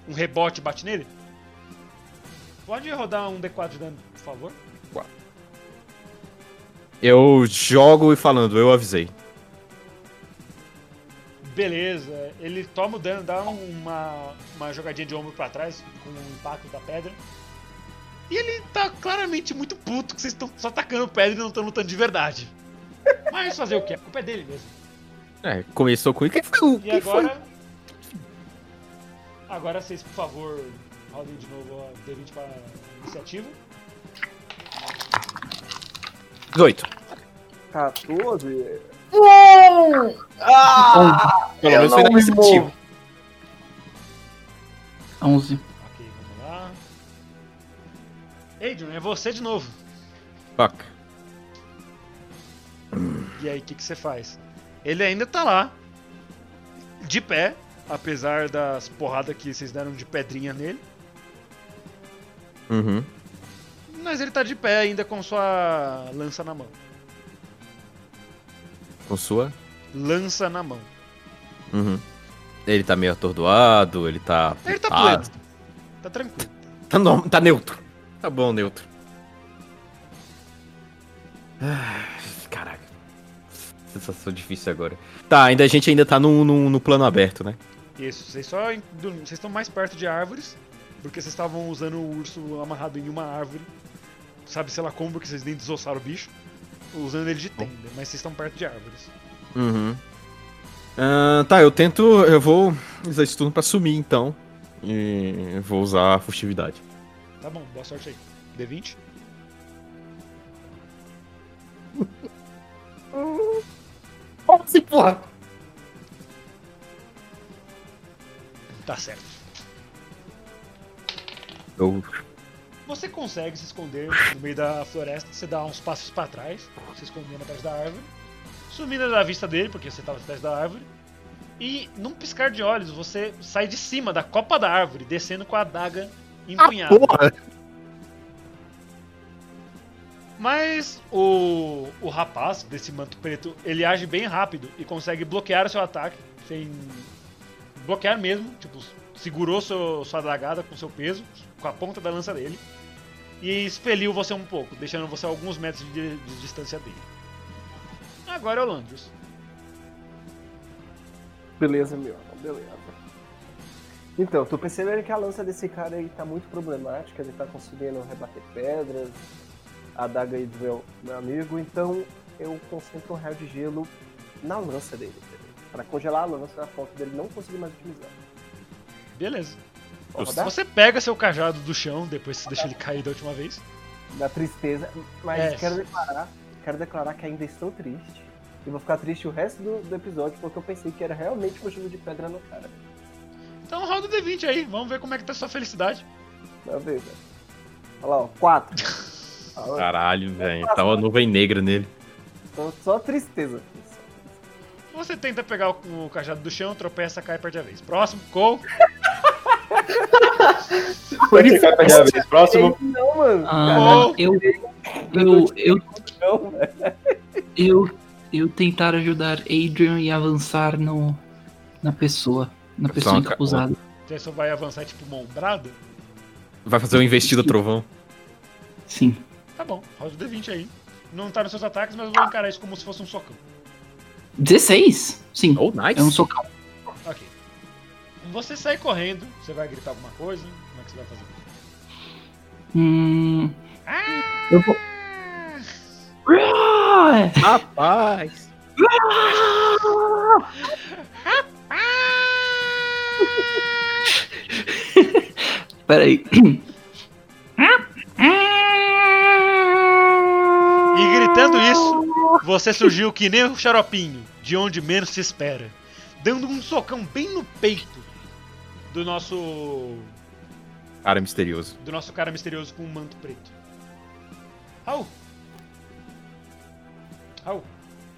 [SPEAKER 2] Um rebote e bate nele. Pode rodar um D4 de dano, por favor.
[SPEAKER 4] Eu jogo e falando, eu avisei.
[SPEAKER 2] Beleza, ele toma o dano, dá uma, uma jogadinha de ombro pra trás com o impacto da pedra. E ele tá claramente muito puto que vocês estão só atacando pedra e não estão lutando de verdade. Mas fazer o quê? A culpa é dele mesmo.
[SPEAKER 4] É, começou com. Quem foi o.
[SPEAKER 2] E
[SPEAKER 4] Quem foi?
[SPEAKER 2] agora. Agora vocês, por favor, rodem de novo a D20 pra iniciativa.
[SPEAKER 4] 18.
[SPEAKER 6] 14?
[SPEAKER 4] Pelo menos foi na iniciativa.
[SPEAKER 3] 11.
[SPEAKER 2] Ok, vamos lá. Adrian, é você de novo.
[SPEAKER 4] Fuck.
[SPEAKER 2] E aí, o que, que você faz? Ele ainda tá lá, de pé, apesar das porradas que vocês deram de pedrinha nele.
[SPEAKER 4] Uhum.
[SPEAKER 2] Mas ele tá de pé ainda com sua lança na mão.
[SPEAKER 4] Com sua?
[SPEAKER 2] Lança na mão.
[SPEAKER 4] Uhum. Ele tá meio atordoado, ele tá.
[SPEAKER 2] Ele tá
[SPEAKER 4] Ah,
[SPEAKER 2] pleno. Tá tranquilo.
[SPEAKER 4] Tá, no- tá neutro. Tá bom, neutro. Ah, Caraca. Sensação difícil agora. Tá, ainda a gente ainda tá no, no, no plano aberto, né?
[SPEAKER 2] Isso, vocês só. Vocês estão mais perto de árvores, porque vocês estavam usando o urso amarrado em uma árvore. Sabe, sei lá como, porque vocês nem desossaram o bicho. Usando ele de tenda, mas vocês estão perto de árvores.
[SPEAKER 4] Uhum. Ah, tá, eu tento. Eu vou usar isso tudo pra sumir então. E vou usar a furtividade.
[SPEAKER 2] Tá bom, boa sorte aí. D20?
[SPEAKER 7] Nossa, porra!
[SPEAKER 2] Tá certo.
[SPEAKER 4] Eu
[SPEAKER 2] Você consegue se esconder no meio da floresta, você dá uns passos pra trás, se escondendo atrás da árvore, sumindo da vista dele, porque você tava atrás da árvore, e num piscar de olhos você sai de cima da copa da árvore, descendo com a adaga empunhada.
[SPEAKER 7] Porra!
[SPEAKER 2] Mas o, o rapaz desse manto preto, ele age bem rápido e consegue bloquear o seu ataque sem. Bloquear mesmo, tipo, segurou seu, sua dragada com seu peso, com a ponta da lança dele, e expeliu você um pouco, deixando você a alguns metros de, de distância dele. Agora é o Landros.
[SPEAKER 6] Beleza, meu. Beleza. Então, tô percebendo que a lança desse cara aí tá muito problemática, ele tá conseguindo rebater pedras, a adaga aí do meu, meu amigo, então eu concentro um raio de gelo na lança dele, entendeu? Pra congelar a lança a ponto dele não conseguir mais utilizar.
[SPEAKER 2] Beleza.
[SPEAKER 6] Pode rodar?
[SPEAKER 2] Você pega seu cajado do chão, depois você deixa ele cair da última vez.
[SPEAKER 6] Da tristeza, mas
[SPEAKER 2] É.
[SPEAKER 6] quero declarar, quero declarar que ainda estou triste. E vou ficar triste o resto do, do episódio, porque eu pensei que era realmente um chuva de pedra no cara.
[SPEAKER 2] Então roda o D20 aí, vamos ver como é que tá sua felicidade.
[SPEAKER 6] Meu Deus. velho. Olha lá, ó, quatro. Olha lá,
[SPEAKER 4] Caralho, velho. Tá uma nuvem negra nele.
[SPEAKER 6] tô só tristeza.
[SPEAKER 2] Você tenta pegar o, o cajado do chão, tropeça, cai e perde a vez. Próximo, gol.
[SPEAKER 5] Ele vai pegar a vez. Próximo.
[SPEAKER 6] Não, mano.
[SPEAKER 3] Ah, eu, eu, eu,
[SPEAKER 6] Não, velho.
[SPEAKER 3] eu, eu tentar ajudar Adrian e avançar no, na pessoa, na pessoa é
[SPEAKER 4] Só,
[SPEAKER 3] encapuzada.
[SPEAKER 2] Você só vai avançar tipo uma ombrada?
[SPEAKER 4] Vai fazer uma investida trovão.
[SPEAKER 3] Sim.
[SPEAKER 2] Tá bom, roda o D20 aí. Não tá nos seus ataques, mas eu vou encarar isso como se fosse um socão.
[SPEAKER 3] 16? Sim.
[SPEAKER 4] Oh, nice.
[SPEAKER 3] É um socão.
[SPEAKER 2] Ok. Você sai correndo, você vai gritar alguma coisa? Como é que você vai fazer?
[SPEAKER 3] Hum. Eu vou. Ah!
[SPEAKER 4] Rapaz!
[SPEAKER 3] Peraí.
[SPEAKER 2] E gritando isso, você surgiu que nem o xaropinho, de onde menos se espera. Dando um socão bem no peito do nosso.
[SPEAKER 4] Cara misterioso.
[SPEAKER 2] do nosso cara misterioso com um manto preto. Raul! Raul,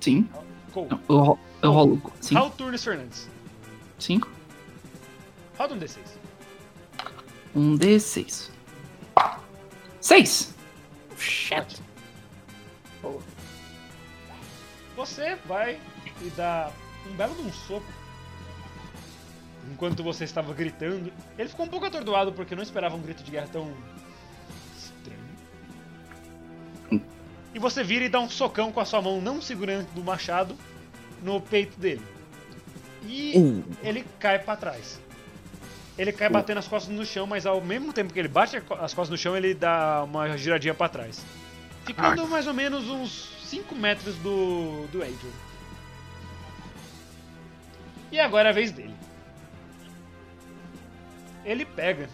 [SPEAKER 3] Sim.
[SPEAKER 2] Cole.
[SPEAKER 3] Não, Eu, ro- eu rolo. Sim.
[SPEAKER 2] Raul Turnes Fernandes.
[SPEAKER 3] 5.
[SPEAKER 2] Roda um D6.
[SPEAKER 3] Um D6. 6.
[SPEAKER 2] Ótimo. Você vai e dá um belo de um soco. Enquanto você estava gritando, ele ficou um pouco atordoado porque não esperava um grito de guerra tão estranho. E você vira e dá um socão com a sua mão não segurando do machado no peito dele. E ele cai pra trás. Ele cai batendo as costas no chão, mas ao mesmo tempo que ele bate a co- as costas no chão, ele dá uma giradinha pra trás. Ficando mais ou menos uns 5 metros do, do Adrian. E agora é a vez dele. Ele pega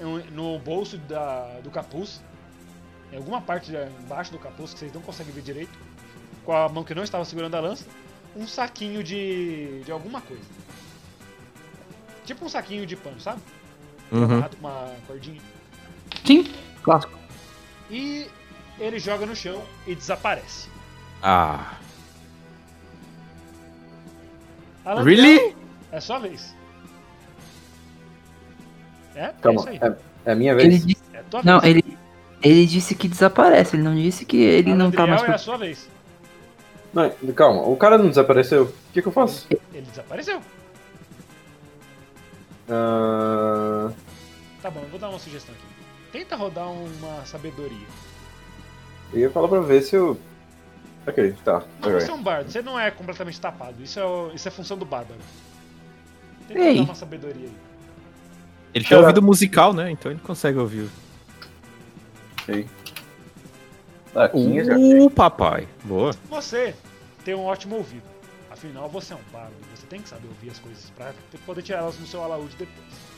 [SPEAKER 2] em- um, no bolso da, do capuz, em alguma parte da- embaixo do capuz que vocês não conseguem ver direito, com a mão que não estava segurando a lança, um saquinho de, de alguma coisa. Tipo um saquinho de pano, sabe?
[SPEAKER 4] Uhum.
[SPEAKER 2] Amarrado com uma cordinha.
[SPEAKER 3] Sim. Clássico.
[SPEAKER 2] E ele joga no chão e desaparece.
[SPEAKER 4] Ah.
[SPEAKER 2] Alan,
[SPEAKER 4] Really?
[SPEAKER 2] É sua vez. É, é
[SPEAKER 5] Calma,
[SPEAKER 2] isso aí.
[SPEAKER 5] é, é a minha
[SPEAKER 3] Ele
[SPEAKER 5] vez?
[SPEAKER 3] disse...
[SPEAKER 2] É tua
[SPEAKER 3] Não,
[SPEAKER 2] vez.
[SPEAKER 3] ele, ele disse que desaparece. Ele não disse que ele não tá
[SPEAKER 2] Alandriel,
[SPEAKER 3] mais.
[SPEAKER 2] é a sua vez.
[SPEAKER 5] Não, calma, o cara não desapareceu. O que, que eu faço?
[SPEAKER 2] Ele desapareceu.
[SPEAKER 5] Ah,
[SPEAKER 2] Tá bom, eu vou dar uma sugestão aqui. Tenta rodar uma sabedoria.
[SPEAKER 5] eu ia falar pra ver se eu. Ok, tá.
[SPEAKER 2] Mas
[SPEAKER 5] ok.
[SPEAKER 2] você é um bardo, você não é completamente tapado. Isso é, o- isso é função do bárbaro. Tenta Ei. dar uma sabedoria aí.
[SPEAKER 4] Ele tem ouvido musical, né? Então ele consegue ouvir.
[SPEAKER 5] Ok.
[SPEAKER 4] Ah, 15 já achei.
[SPEAKER 7] O papai. Boa.
[SPEAKER 2] Você tem um ótimo ouvido. Afinal, você é um bardo. Você tem que saber ouvir as coisas pra te- poder tirar elas no seu alaúde depois.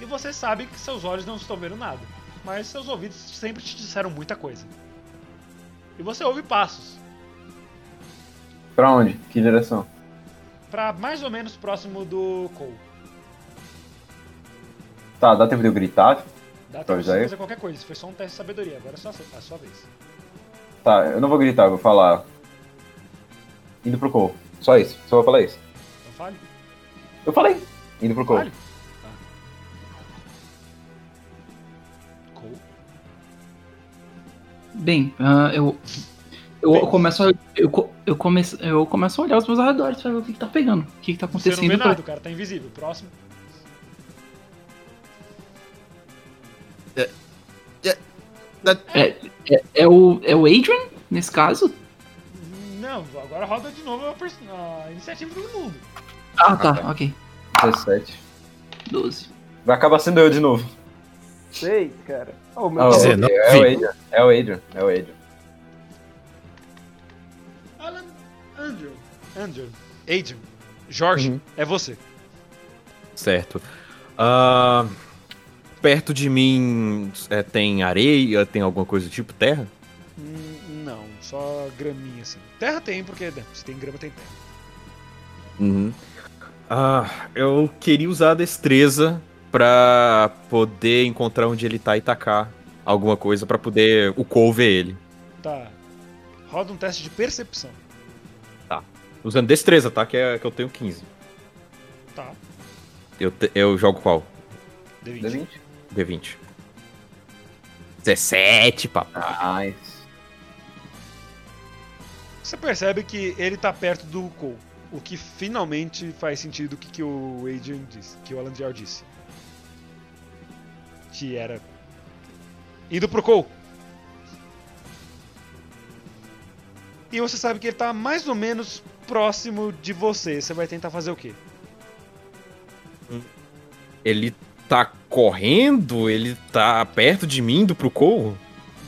[SPEAKER 2] E você sabe que seus olhos não estão vendo nada. Mas seus ouvidos sempre te disseram muita coisa. E você ouve passos.
[SPEAKER 5] Pra onde? Que direção?
[SPEAKER 2] Pra mais ou menos próximo do Cole.
[SPEAKER 5] Tá, dá tempo de eu gritar?
[SPEAKER 2] Dá
[SPEAKER 5] Pra
[SPEAKER 2] pra
[SPEAKER 5] avisar
[SPEAKER 2] você
[SPEAKER 5] ele?
[SPEAKER 2] fazer qualquer coisa. Isso foi só um teste de sabedoria. Agora é só a sua vez.
[SPEAKER 5] Tá, eu não vou gritar, eu vou falar. Indo pro Cole. Só isso, só vou falar isso.
[SPEAKER 2] Então fale.
[SPEAKER 5] Eu falei! Indo pro Cole.
[SPEAKER 2] Fale. Cole. assim.
[SPEAKER 3] Bem, ah, eu. Eu começo, a, eu, co- eu, começo, eu começo a olhar os meus arredores pra ver o que, que tá pegando, o que, que tá
[SPEAKER 9] Um
[SPEAKER 2] Você
[SPEAKER 3] acontecendo.
[SPEAKER 2] não vê
[SPEAKER 3] pra-
[SPEAKER 2] nada, o cara tá invisível. Próximo.
[SPEAKER 3] É, é, é o, é o Adrian, nesse caso?
[SPEAKER 2] Não, agora roda de novo a, pers- a iniciativa do mundo.
[SPEAKER 3] Ah, tá, ok.
[SPEAKER 5] 17.
[SPEAKER 3] 12.
[SPEAKER 5] Vai acabar sendo eu de novo.
[SPEAKER 6] Sei, cara. Ó, o meu
[SPEAKER 5] Ah, o-
[SPEAKER 6] tá-
[SPEAKER 5] É o Adrian, é o Adrian, é o Adrian.
[SPEAKER 2] Alan. Andrew. Andrew. Adrian. Jorge, é você.
[SPEAKER 4] Certo. Ah, perto de mim é, tem areia, tem alguma coisa do tipo terra?
[SPEAKER 2] Hum, Não, só graminha assim. Terra tem, porque né, se tem grama, tem terra.
[SPEAKER 4] Uhum. Ah, eu queria usar a destreza pra poder encontrar onde ele tá e tacar alguma coisa pra poder o Cole ver ele.
[SPEAKER 2] Tá. Roda um teste de percepção.
[SPEAKER 4] Tá. Usando destreza, tá? Que, é, que eu tenho 15.
[SPEAKER 2] Tá.
[SPEAKER 4] Eu, te- eu jogo qual?
[SPEAKER 2] D20.
[SPEAKER 5] D20.
[SPEAKER 4] D20. 17, papai.
[SPEAKER 5] Nice.
[SPEAKER 2] Você percebe que ele tá perto do Cole. O que finalmente faz sentido o que, que o Adrian disse, que o Alan Dial disse. Que era. Indo pro Cole. E você sabe que ele tá mais ou menos próximo de você. Você vai tentar fazer o quê?
[SPEAKER 4] Ele tá correndo? Ele tá perto de mim, indo pro Cole?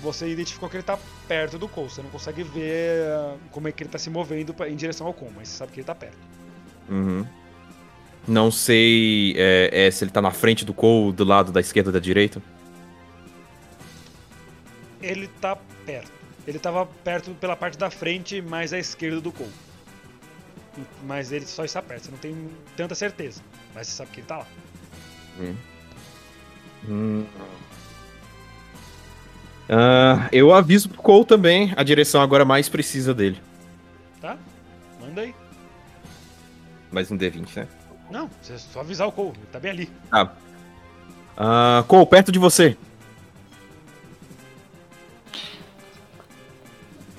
[SPEAKER 2] Você identificou que ele tá perto do Cole. Você não consegue ver ah, como é que ele tá se movendo pra- em direção ao Cole, mas você sabe que ele tá perto.
[SPEAKER 4] Uhum. Não sei é, é, se ele tá na frente do Cole, do lado da esquerda ou da direita.
[SPEAKER 2] Ele tá perto. Ele tava perto pela parte da frente, mais à esquerda do Cole. Mas ele só está perto, você não tem tanta certeza. Mas você sabe que ele tá lá.
[SPEAKER 4] Hum. Hum. Ah, eu aviso pro Cole também a direção agora mais precisa dele.
[SPEAKER 2] Tá? Manda aí.
[SPEAKER 4] Mais um D20, né?
[SPEAKER 2] Não, você é só avisar o Cole, ele tá bem ali.
[SPEAKER 4] Tá. Ah, Cole, perto de você.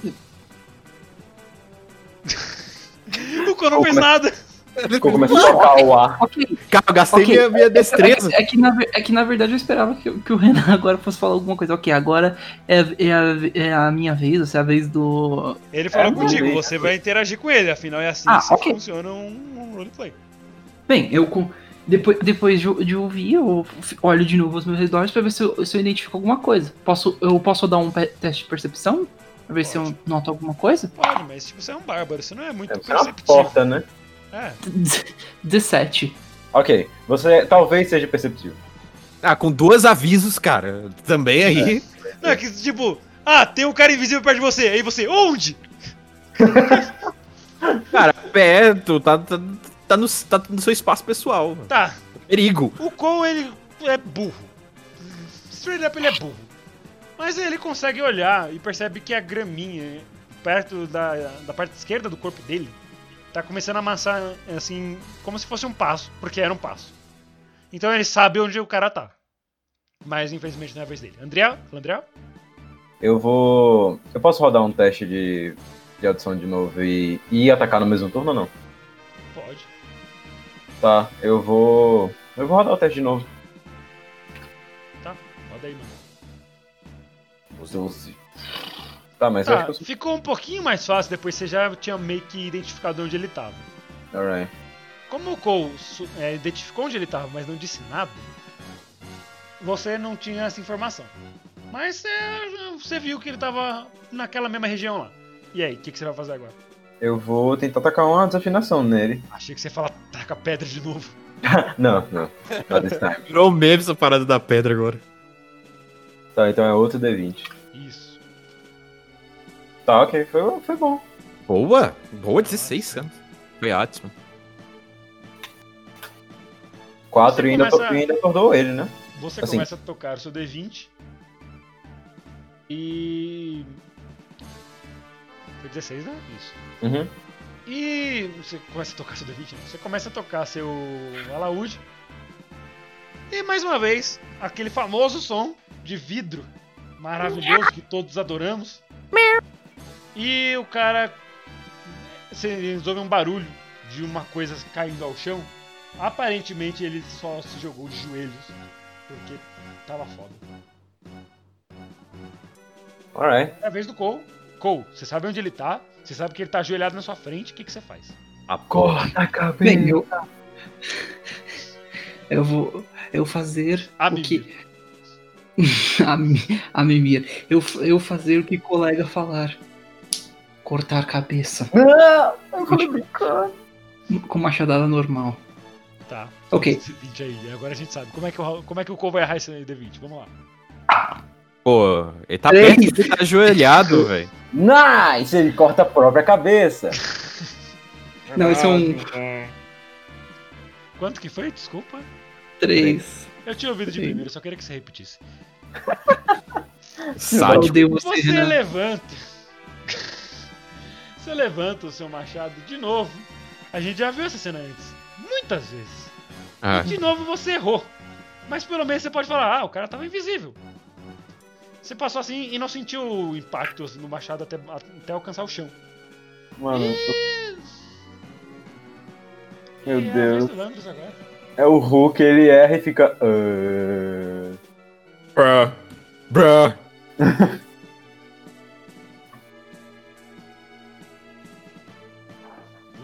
[SPEAKER 2] O Cole não fez nada!
[SPEAKER 5] O Cole começa a tocar o ar.
[SPEAKER 3] Ok.
[SPEAKER 4] Cara, eu gastei
[SPEAKER 3] Ok.
[SPEAKER 4] minha, minha destreza.
[SPEAKER 3] É, que, na, ver- é que na verdade eu esperava que, que o Renan agora fosse falar alguma coisa. Ok, agora é, é a, é a minha vez, ou seja, a vez do.
[SPEAKER 2] Ele falou
[SPEAKER 3] não,
[SPEAKER 2] contigo,
[SPEAKER 3] bem,
[SPEAKER 2] você vai interagir com ele, afinal é assim
[SPEAKER 3] Ah,
[SPEAKER 2] que
[SPEAKER 3] ok.
[SPEAKER 2] funciona um, um roleplay.
[SPEAKER 3] Bem, eu com- depois, depois de, de ouvir, eu f- olho de novo os meus redores pra ver se eu, se eu identifico alguma coisa. Posso, eu posso dar um pe- teste de percepção? Pra ver se eu noto alguma coisa?
[SPEAKER 2] Pode, mas tipo, você é um bárbaro, você não é muito
[SPEAKER 5] Você é uma
[SPEAKER 2] perceptivo.
[SPEAKER 5] porta, né?
[SPEAKER 2] É.
[SPEAKER 3] 17.
[SPEAKER 5] Ok, você talvez seja perceptível.
[SPEAKER 4] Ah, com dois avisos, cara. Também aí.
[SPEAKER 2] Não, é que tipo, ah, tem um cara invisível perto de você, aí você, onde?
[SPEAKER 4] Cara, perto, tá, tá, tá no, tá no seu espaço pessoal.
[SPEAKER 2] Tá,
[SPEAKER 4] Perigo.
[SPEAKER 2] O Cole, ele é burro. Straight up, ele é burro. Mas ele consegue olhar e percebe que a graminha perto da, da parte esquerda do corpo dele tá começando a amassar, assim, como se fosse um passo, porque era um passo. Então ele sabe onde o cara tá. Mas infelizmente não é a vez dele. André? André?
[SPEAKER 5] Eu vou. Eu posso rodar um teste de, de audição de novo e, e atacar no mesmo turno ou não?
[SPEAKER 2] Pode.
[SPEAKER 5] Tá, eu vou. Eu vou rodar o teste de novo.
[SPEAKER 2] Tá, roda aí, mano.
[SPEAKER 5] 12. Tá, mas eu
[SPEAKER 2] Tá,
[SPEAKER 5] acho que
[SPEAKER 2] ficou um pouquinho mais fácil depois, você já tinha meio que identificado onde ele tava.
[SPEAKER 5] né? eu. Alright.
[SPEAKER 2] Como o Cole é, identificou onde ele estava, mas não disse nada, você não tinha essa informação. Mas é, você viu que ele estava naquela mesma região lá. E aí, o que, que você vai fazer agora?
[SPEAKER 5] Eu vou tentar tacar uma desafinação nele.
[SPEAKER 2] Achei que você ia falar, taca pedra de novo.
[SPEAKER 5] não, não. Not this time.
[SPEAKER 4] um
[SPEAKER 7] Virou meme essa parada da pedra agora.
[SPEAKER 5] Tá, então é outro D20.
[SPEAKER 2] Isso.
[SPEAKER 5] Tá, ok, foi, foi bom.
[SPEAKER 4] Boa! Boa 16 anos. Foi ótimo.
[SPEAKER 5] 4
[SPEAKER 2] Você
[SPEAKER 5] e ainda,
[SPEAKER 2] começa-
[SPEAKER 5] e ainda acordou ele, né?
[SPEAKER 2] Você
[SPEAKER 5] Assim.
[SPEAKER 2] começa a tocar o seu D20. E. Foi 16, né? Isso.
[SPEAKER 5] Uhum.
[SPEAKER 2] E você começa a tocar seu D20, né? você começa a tocar seu alaúde. E mais uma vez, aquele famoso som de vidro maravilhoso que todos adoramos. E o cara. Vocês ouvem um barulho de uma coisa caindo ao chão. Aparentemente ele só se jogou de joelhos. Porque tava foda.
[SPEAKER 5] Alright.
[SPEAKER 2] É a vez do Cole. Cole, você sabe onde ele tá, você sabe que ele tá ajoelhado na sua frente, o que, que você faz?
[SPEAKER 5] Corta a
[SPEAKER 3] Bem, tá. eu... eu vou eu fazer o que a, mi- a mimir. Eu, f- eu fazer o que colega falar. Cortar a cabeça.
[SPEAKER 6] Eu falei brincando.
[SPEAKER 3] Com machadada normal.
[SPEAKER 2] Tá.
[SPEAKER 3] Ok.
[SPEAKER 2] Esse 20 aí, agora a gente sabe. Como é que o, como é que o Cole vai errar esse D20? Vamos lá.
[SPEAKER 4] Pô, ele tá
[SPEAKER 5] Três.
[SPEAKER 4] perto, ele tá ajoelhado, velho.
[SPEAKER 5] Nice! Ah, Ele corta a própria cabeça.
[SPEAKER 3] Não, esse é um
[SPEAKER 2] Quanto que foi? Desculpa.
[SPEAKER 3] 3.
[SPEAKER 2] Eu tinha ouvido de
[SPEAKER 3] Sim.
[SPEAKER 2] primeiro, só queria que você repetisse.
[SPEAKER 3] Sádico. odeio você,
[SPEAKER 2] Você é
[SPEAKER 3] Renan.
[SPEAKER 2] levanta. Você levanta o seu machado de novo. A gente já viu essa cena antes. Muitas vezes.
[SPEAKER 7] Ah.
[SPEAKER 2] E de novo você errou. Mas pelo menos você pode falar, ah, o cara tava invisível. Você passou assim e não sentiu o impacto no machado até, até alcançar o chão.
[SPEAKER 5] Mano, eu tô- meu
[SPEAKER 2] E é a vez
[SPEAKER 5] Deus.
[SPEAKER 2] do Landros agora.
[SPEAKER 5] É o Hulk, ele erra e fica. "Ah".
[SPEAKER 7] Bruh. Bruh.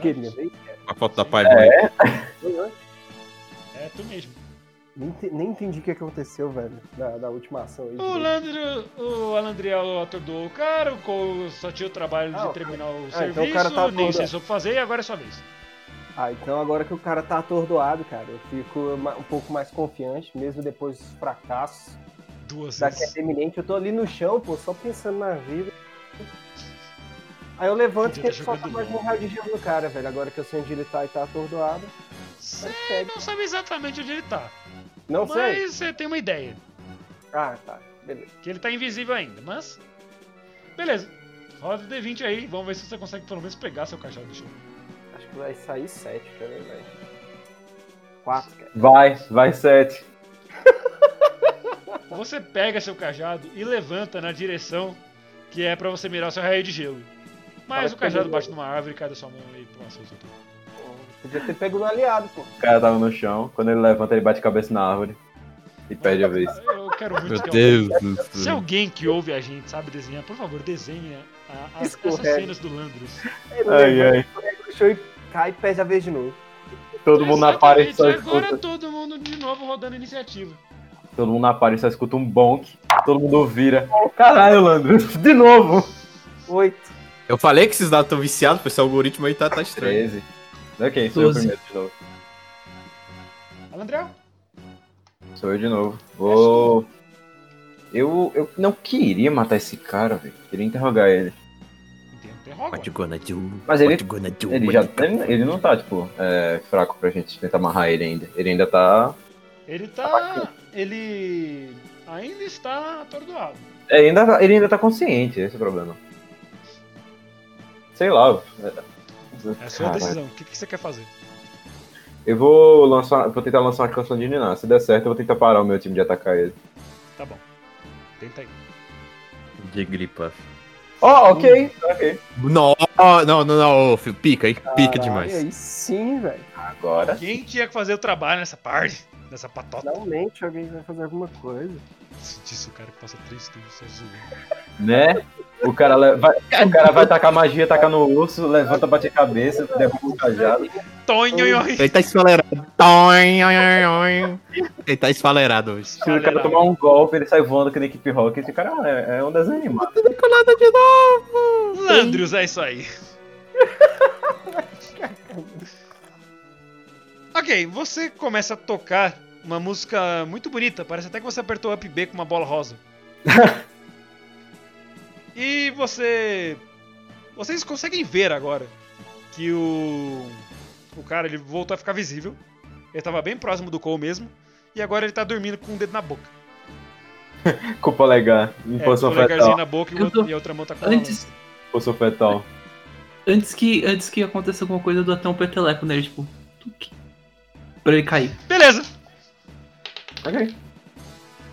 [SPEAKER 6] Que minha vez?
[SPEAKER 4] A foto da né? pai mãe.
[SPEAKER 2] É tu mesmo.
[SPEAKER 6] Nem, ente- nem entendi o que aconteceu, velho, da, da última ação aí.
[SPEAKER 2] O Landro, o Alandriel atordou o cara, o Cole só tinha o trabalho
[SPEAKER 6] Ah,
[SPEAKER 2] de terminar o
[SPEAKER 6] então o
[SPEAKER 2] serviço,
[SPEAKER 6] cara tá
[SPEAKER 2] nem sei
[SPEAKER 6] acordado.
[SPEAKER 2] soube fazer, e agora é sua vez.
[SPEAKER 6] Ah, então agora que o cara tá atordoado, cara, eu fico ma- um pouco mais confiante, mesmo depois dos fracassos
[SPEAKER 2] Duas
[SPEAKER 6] da
[SPEAKER 2] vezes.
[SPEAKER 6] queda iminente. Eu tô ali no chão, pô, só pensando na vida. Aí eu levanto e
[SPEAKER 2] Podia tá
[SPEAKER 6] tento soltar
[SPEAKER 2] jogando
[SPEAKER 6] mais um
[SPEAKER 2] bola.
[SPEAKER 6] raio de gelo no cara, velho. Agora que eu sei onde ele tá e tá atordoado.
[SPEAKER 2] Você não sabe exatamente onde ele tá,
[SPEAKER 6] Não sei.
[SPEAKER 2] mas você tem uma ideia,
[SPEAKER 6] Ah, tá. Beleza.
[SPEAKER 2] que ele tá invisível ainda, mas... Beleza, roda o D20 aí, vamos ver se você consegue pelo menos pegar seu cajado do chão.
[SPEAKER 6] Acho que vai sair sete, cara, velho. Quatro, cara.
[SPEAKER 5] Vai, vai, sete.
[SPEAKER 2] Você pega seu cajado e levanta na direção que é pra você mirar o seu raio de gelo. Mas
[SPEAKER 6] Parece
[SPEAKER 2] o cajado
[SPEAKER 6] que um eu-
[SPEAKER 2] bate numa árvore e cai da sua mão e passa o seu pé.
[SPEAKER 6] Podia ter pego no aliado, pô.
[SPEAKER 5] O cara tava no chão. Quando ele levanta, ele bate a cabeça na árvore. E perde a vez.
[SPEAKER 2] Eu quero muito um
[SPEAKER 4] Meu
[SPEAKER 2] que alguém
[SPEAKER 4] Deus do
[SPEAKER 2] Se
[SPEAKER 5] Hum.
[SPEAKER 4] céu.
[SPEAKER 2] alguém que ouve a gente sabe desenhar, por favor, desenhe a- a- essas
[SPEAKER 6] Escorrega.
[SPEAKER 2] cenas do Landros.
[SPEAKER 6] Ele
[SPEAKER 5] Ai,
[SPEAKER 6] levanta, pega o chão e cai e perde a vez de novo.
[SPEAKER 5] Todo mundo na parede
[SPEAKER 2] Exatamente,
[SPEAKER 5] só
[SPEAKER 2] Agora
[SPEAKER 5] escuta.
[SPEAKER 2] todo mundo de novo rodando iniciativa.
[SPEAKER 5] Todo mundo na parede só escuta um bonk. Todo mundo vira. Caralho, Landro. De novo.
[SPEAKER 6] Oito.
[SPEAKER 4] Eu falei que esses dados estão viciados, pô, esse algoritmo aí tá, tá estranho.
[SPEAKER 5] 13. Ok, sou eu
[SPEAKER 3] Doze.
[SPEAKER 5] primeiro de novo.
[SPEAKER 2] Alandré,
[SPEAKER 5] Sou eu de novo. Vou. Eu, eu não queria matar esse cara, velho. Queria interrogar ele.
[SPEAKER 2] interroga.
[SPEAKER 4] you gonna do?
[SPEAKER 5] É. Mas ele-
[SPEAKER 4] gonna do?
[SPEAKER 5] Ele
[SPEAKER 4] What
[SPEAKER 5] já
[SPEAKER 4] you gonna
[SPEAKER 5] ele não tá, tipo, é, fraco pra gente tentar amarrar ele ainda. Ele ainda tá.
[SPEAKER 2] Ele tá. Ele ainda está atordoado.
[SPEAKER 5] Ele ainda, ele ainda tá consciente, esse é o problema. Sei lá. É,
[SPEAKER 2] É sua
[SPEAKER 5] Caralho.
[SPEAKER 2] decisão. O que, que você quer fazer?
[SPEAKER 5] Eu vou lançar. Vou tentar lançar uma canção de Niná. Se der certo, eu vou tentar parar o meu time de atacar ele.
[SPEAKER 2] Tá bom. Tenta aí.
[SPEAKER 5] tá-
[SPEAKER 4] De gripa.
[SPEAKER 5] Oh,
[SPEAKER 6] Hum,
[SPEAKER 5] ok, ok.
[SPEAKER 4] Não, ó, não, não, não, ô, filho, pica, hein? Pica
[SPEAKER 6] Caralho,
[SPEAKER 4] demais.
[SPEAKER 6] Aí sim, velho.
[SPEAKER 5] Agora.
[SPEAKER 2] Quem tinha que fazer o trabalho nessa parte? nessa patota.
[SPEAKER 6] Finalmente alguém vai fazer alguma coisa.
[SPEAKER 2] Disse o cara que passa três turnos sozinho.
[SPEAKER 5] Né? O cara, le- vai, o cara vai tacar magia, tacar no urso, levanta, bate a cabeça, derruba o cajado. É
[SPEAKER 4] Ele tá esfalerado. Toin, oin, oin, oin. Ele tá esfalerado hoje.
[SPEAKER 5] Se o cara tomar um golpe, ele sai voando que nem Keep Rock. Esse cara ah, é, é um desenho animado.
[SPEAKER 4] Colada de novo!
[SPEAKER 2] Landrius, é isso aí. ok, você começa a tocar uma música muito bonita. Parece até que você apertou Up B com uma bola rosa. e você. Vocês conseguem ver agora que o. O cara ele voltou a ficar visível. Ele tava bem próximo do Cole mesmo. E agora ele tá dormindo com um dedo na boca.
[SPEAKER 5] Com o polegar. Em
[SPEAKER 2] É,
[SPEAKER 5] posição
[SPEAKER 2] um polegarzinho na
[SPEAKER 5] fetal.
[SPEAKER 2] boca e, o
[SPEAKER 3] Eu
[SPEAKER 2] outro-
[SPEAKER 3] tô-
[SPEAKER 2] e a outra mão tá com a
[SPEAKER 3] Antes,
[SPEAKER 5] Posição fetal.
[SPEAKER 3] antes, que, antes que aconteça alguma coisa, eu dou até um peteleco nele, tipo. tuque, pra ele cair.
[SPEAKER 2] Beleza.
[SPEAKER 5] Ok.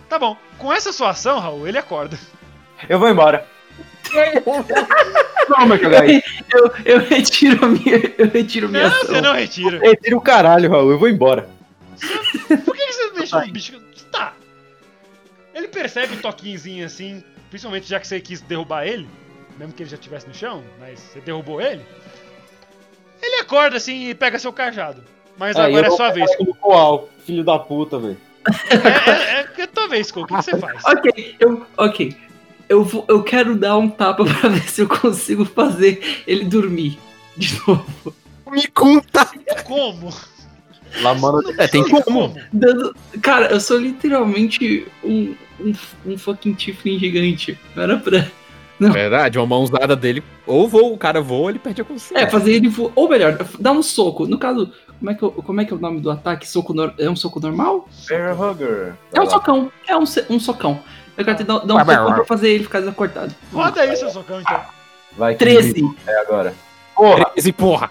[SPEAKER 2] Tá bom. Com essa sua ação, Raul, ele acorda.
[SPEAKER 5] Eu vou embora.
[SPEAKER 12] Toma,
[SPEAKER 3] eu, eu retiro a minha. Eu retiro a minha.
[SPEAKER 2] Não, você
[SPEAKER 3] ação.
[SPEAKER 2] não retira.
[SPEAKER 12] Retira o caralho, Raul. Eu vou embora.
[SPEAKER 2] Por que que você deixou o bicho. Tá. Ele percebe o toquinzinho assim, principalmente já que você quis derrubar ele, mesmo que ele já estivesse no chão, mas você derrubou ele. Ele acorda assim e pega seu cajado. Mas
[SPEAKER 12] Aí,
[SPEAKER 2] agora
[SPEAKER 12] eu
[SPEAKER 2] é
[SPEAKER 12] vou
[SPEAKER 2] sua vez.
[SPEAKER 12] pegar aquele coal, filho da puta, velho.
[SPEAKER 2] É, é tua vez, Cole. O que que você faz?
[SPEAKER 3] Ok, eu, ok. Eu, vou, eu quero dar um tapa pra ver se eu consigo fazer ele dormir de novo.
[SPEAKER 4] Me conta!
[SPEAKER 2] Como?
[SPEAKER 12] Lá, mano,
[SPEAKER 4] É, tem como.
[SPEAKER 3] Dando, cara, eu sou literalmente um, um, um fucking tiefling gigante. Era pra.
[SPEAKER 4] É
[SPEAKER 12] Verdade, uma mãozada dele. Ou voa, o cara voa, ele perde a consciência.
[SPEAKER 3] É, fazer ele voar. Ou melhor, dar um soco. No caso, como é que, eu- como é, que é o nome do ataque? Soco nor- é um soco normal?
[SPEAKER 5] Bear Hugger.
[SPEAKER 3] É um socão. É um, se- um socão. Eu quero te dar, dar um socão pra fazer ele ficar desacordado.
[SPEAKER 2] Roda aí, seu socão, então.
[SPEAKER 5] Vai, que
[SPEAKER 3] 13.
[SPEAKER 5] É agora.
[SPEAKER 4] Porra. 13, porra!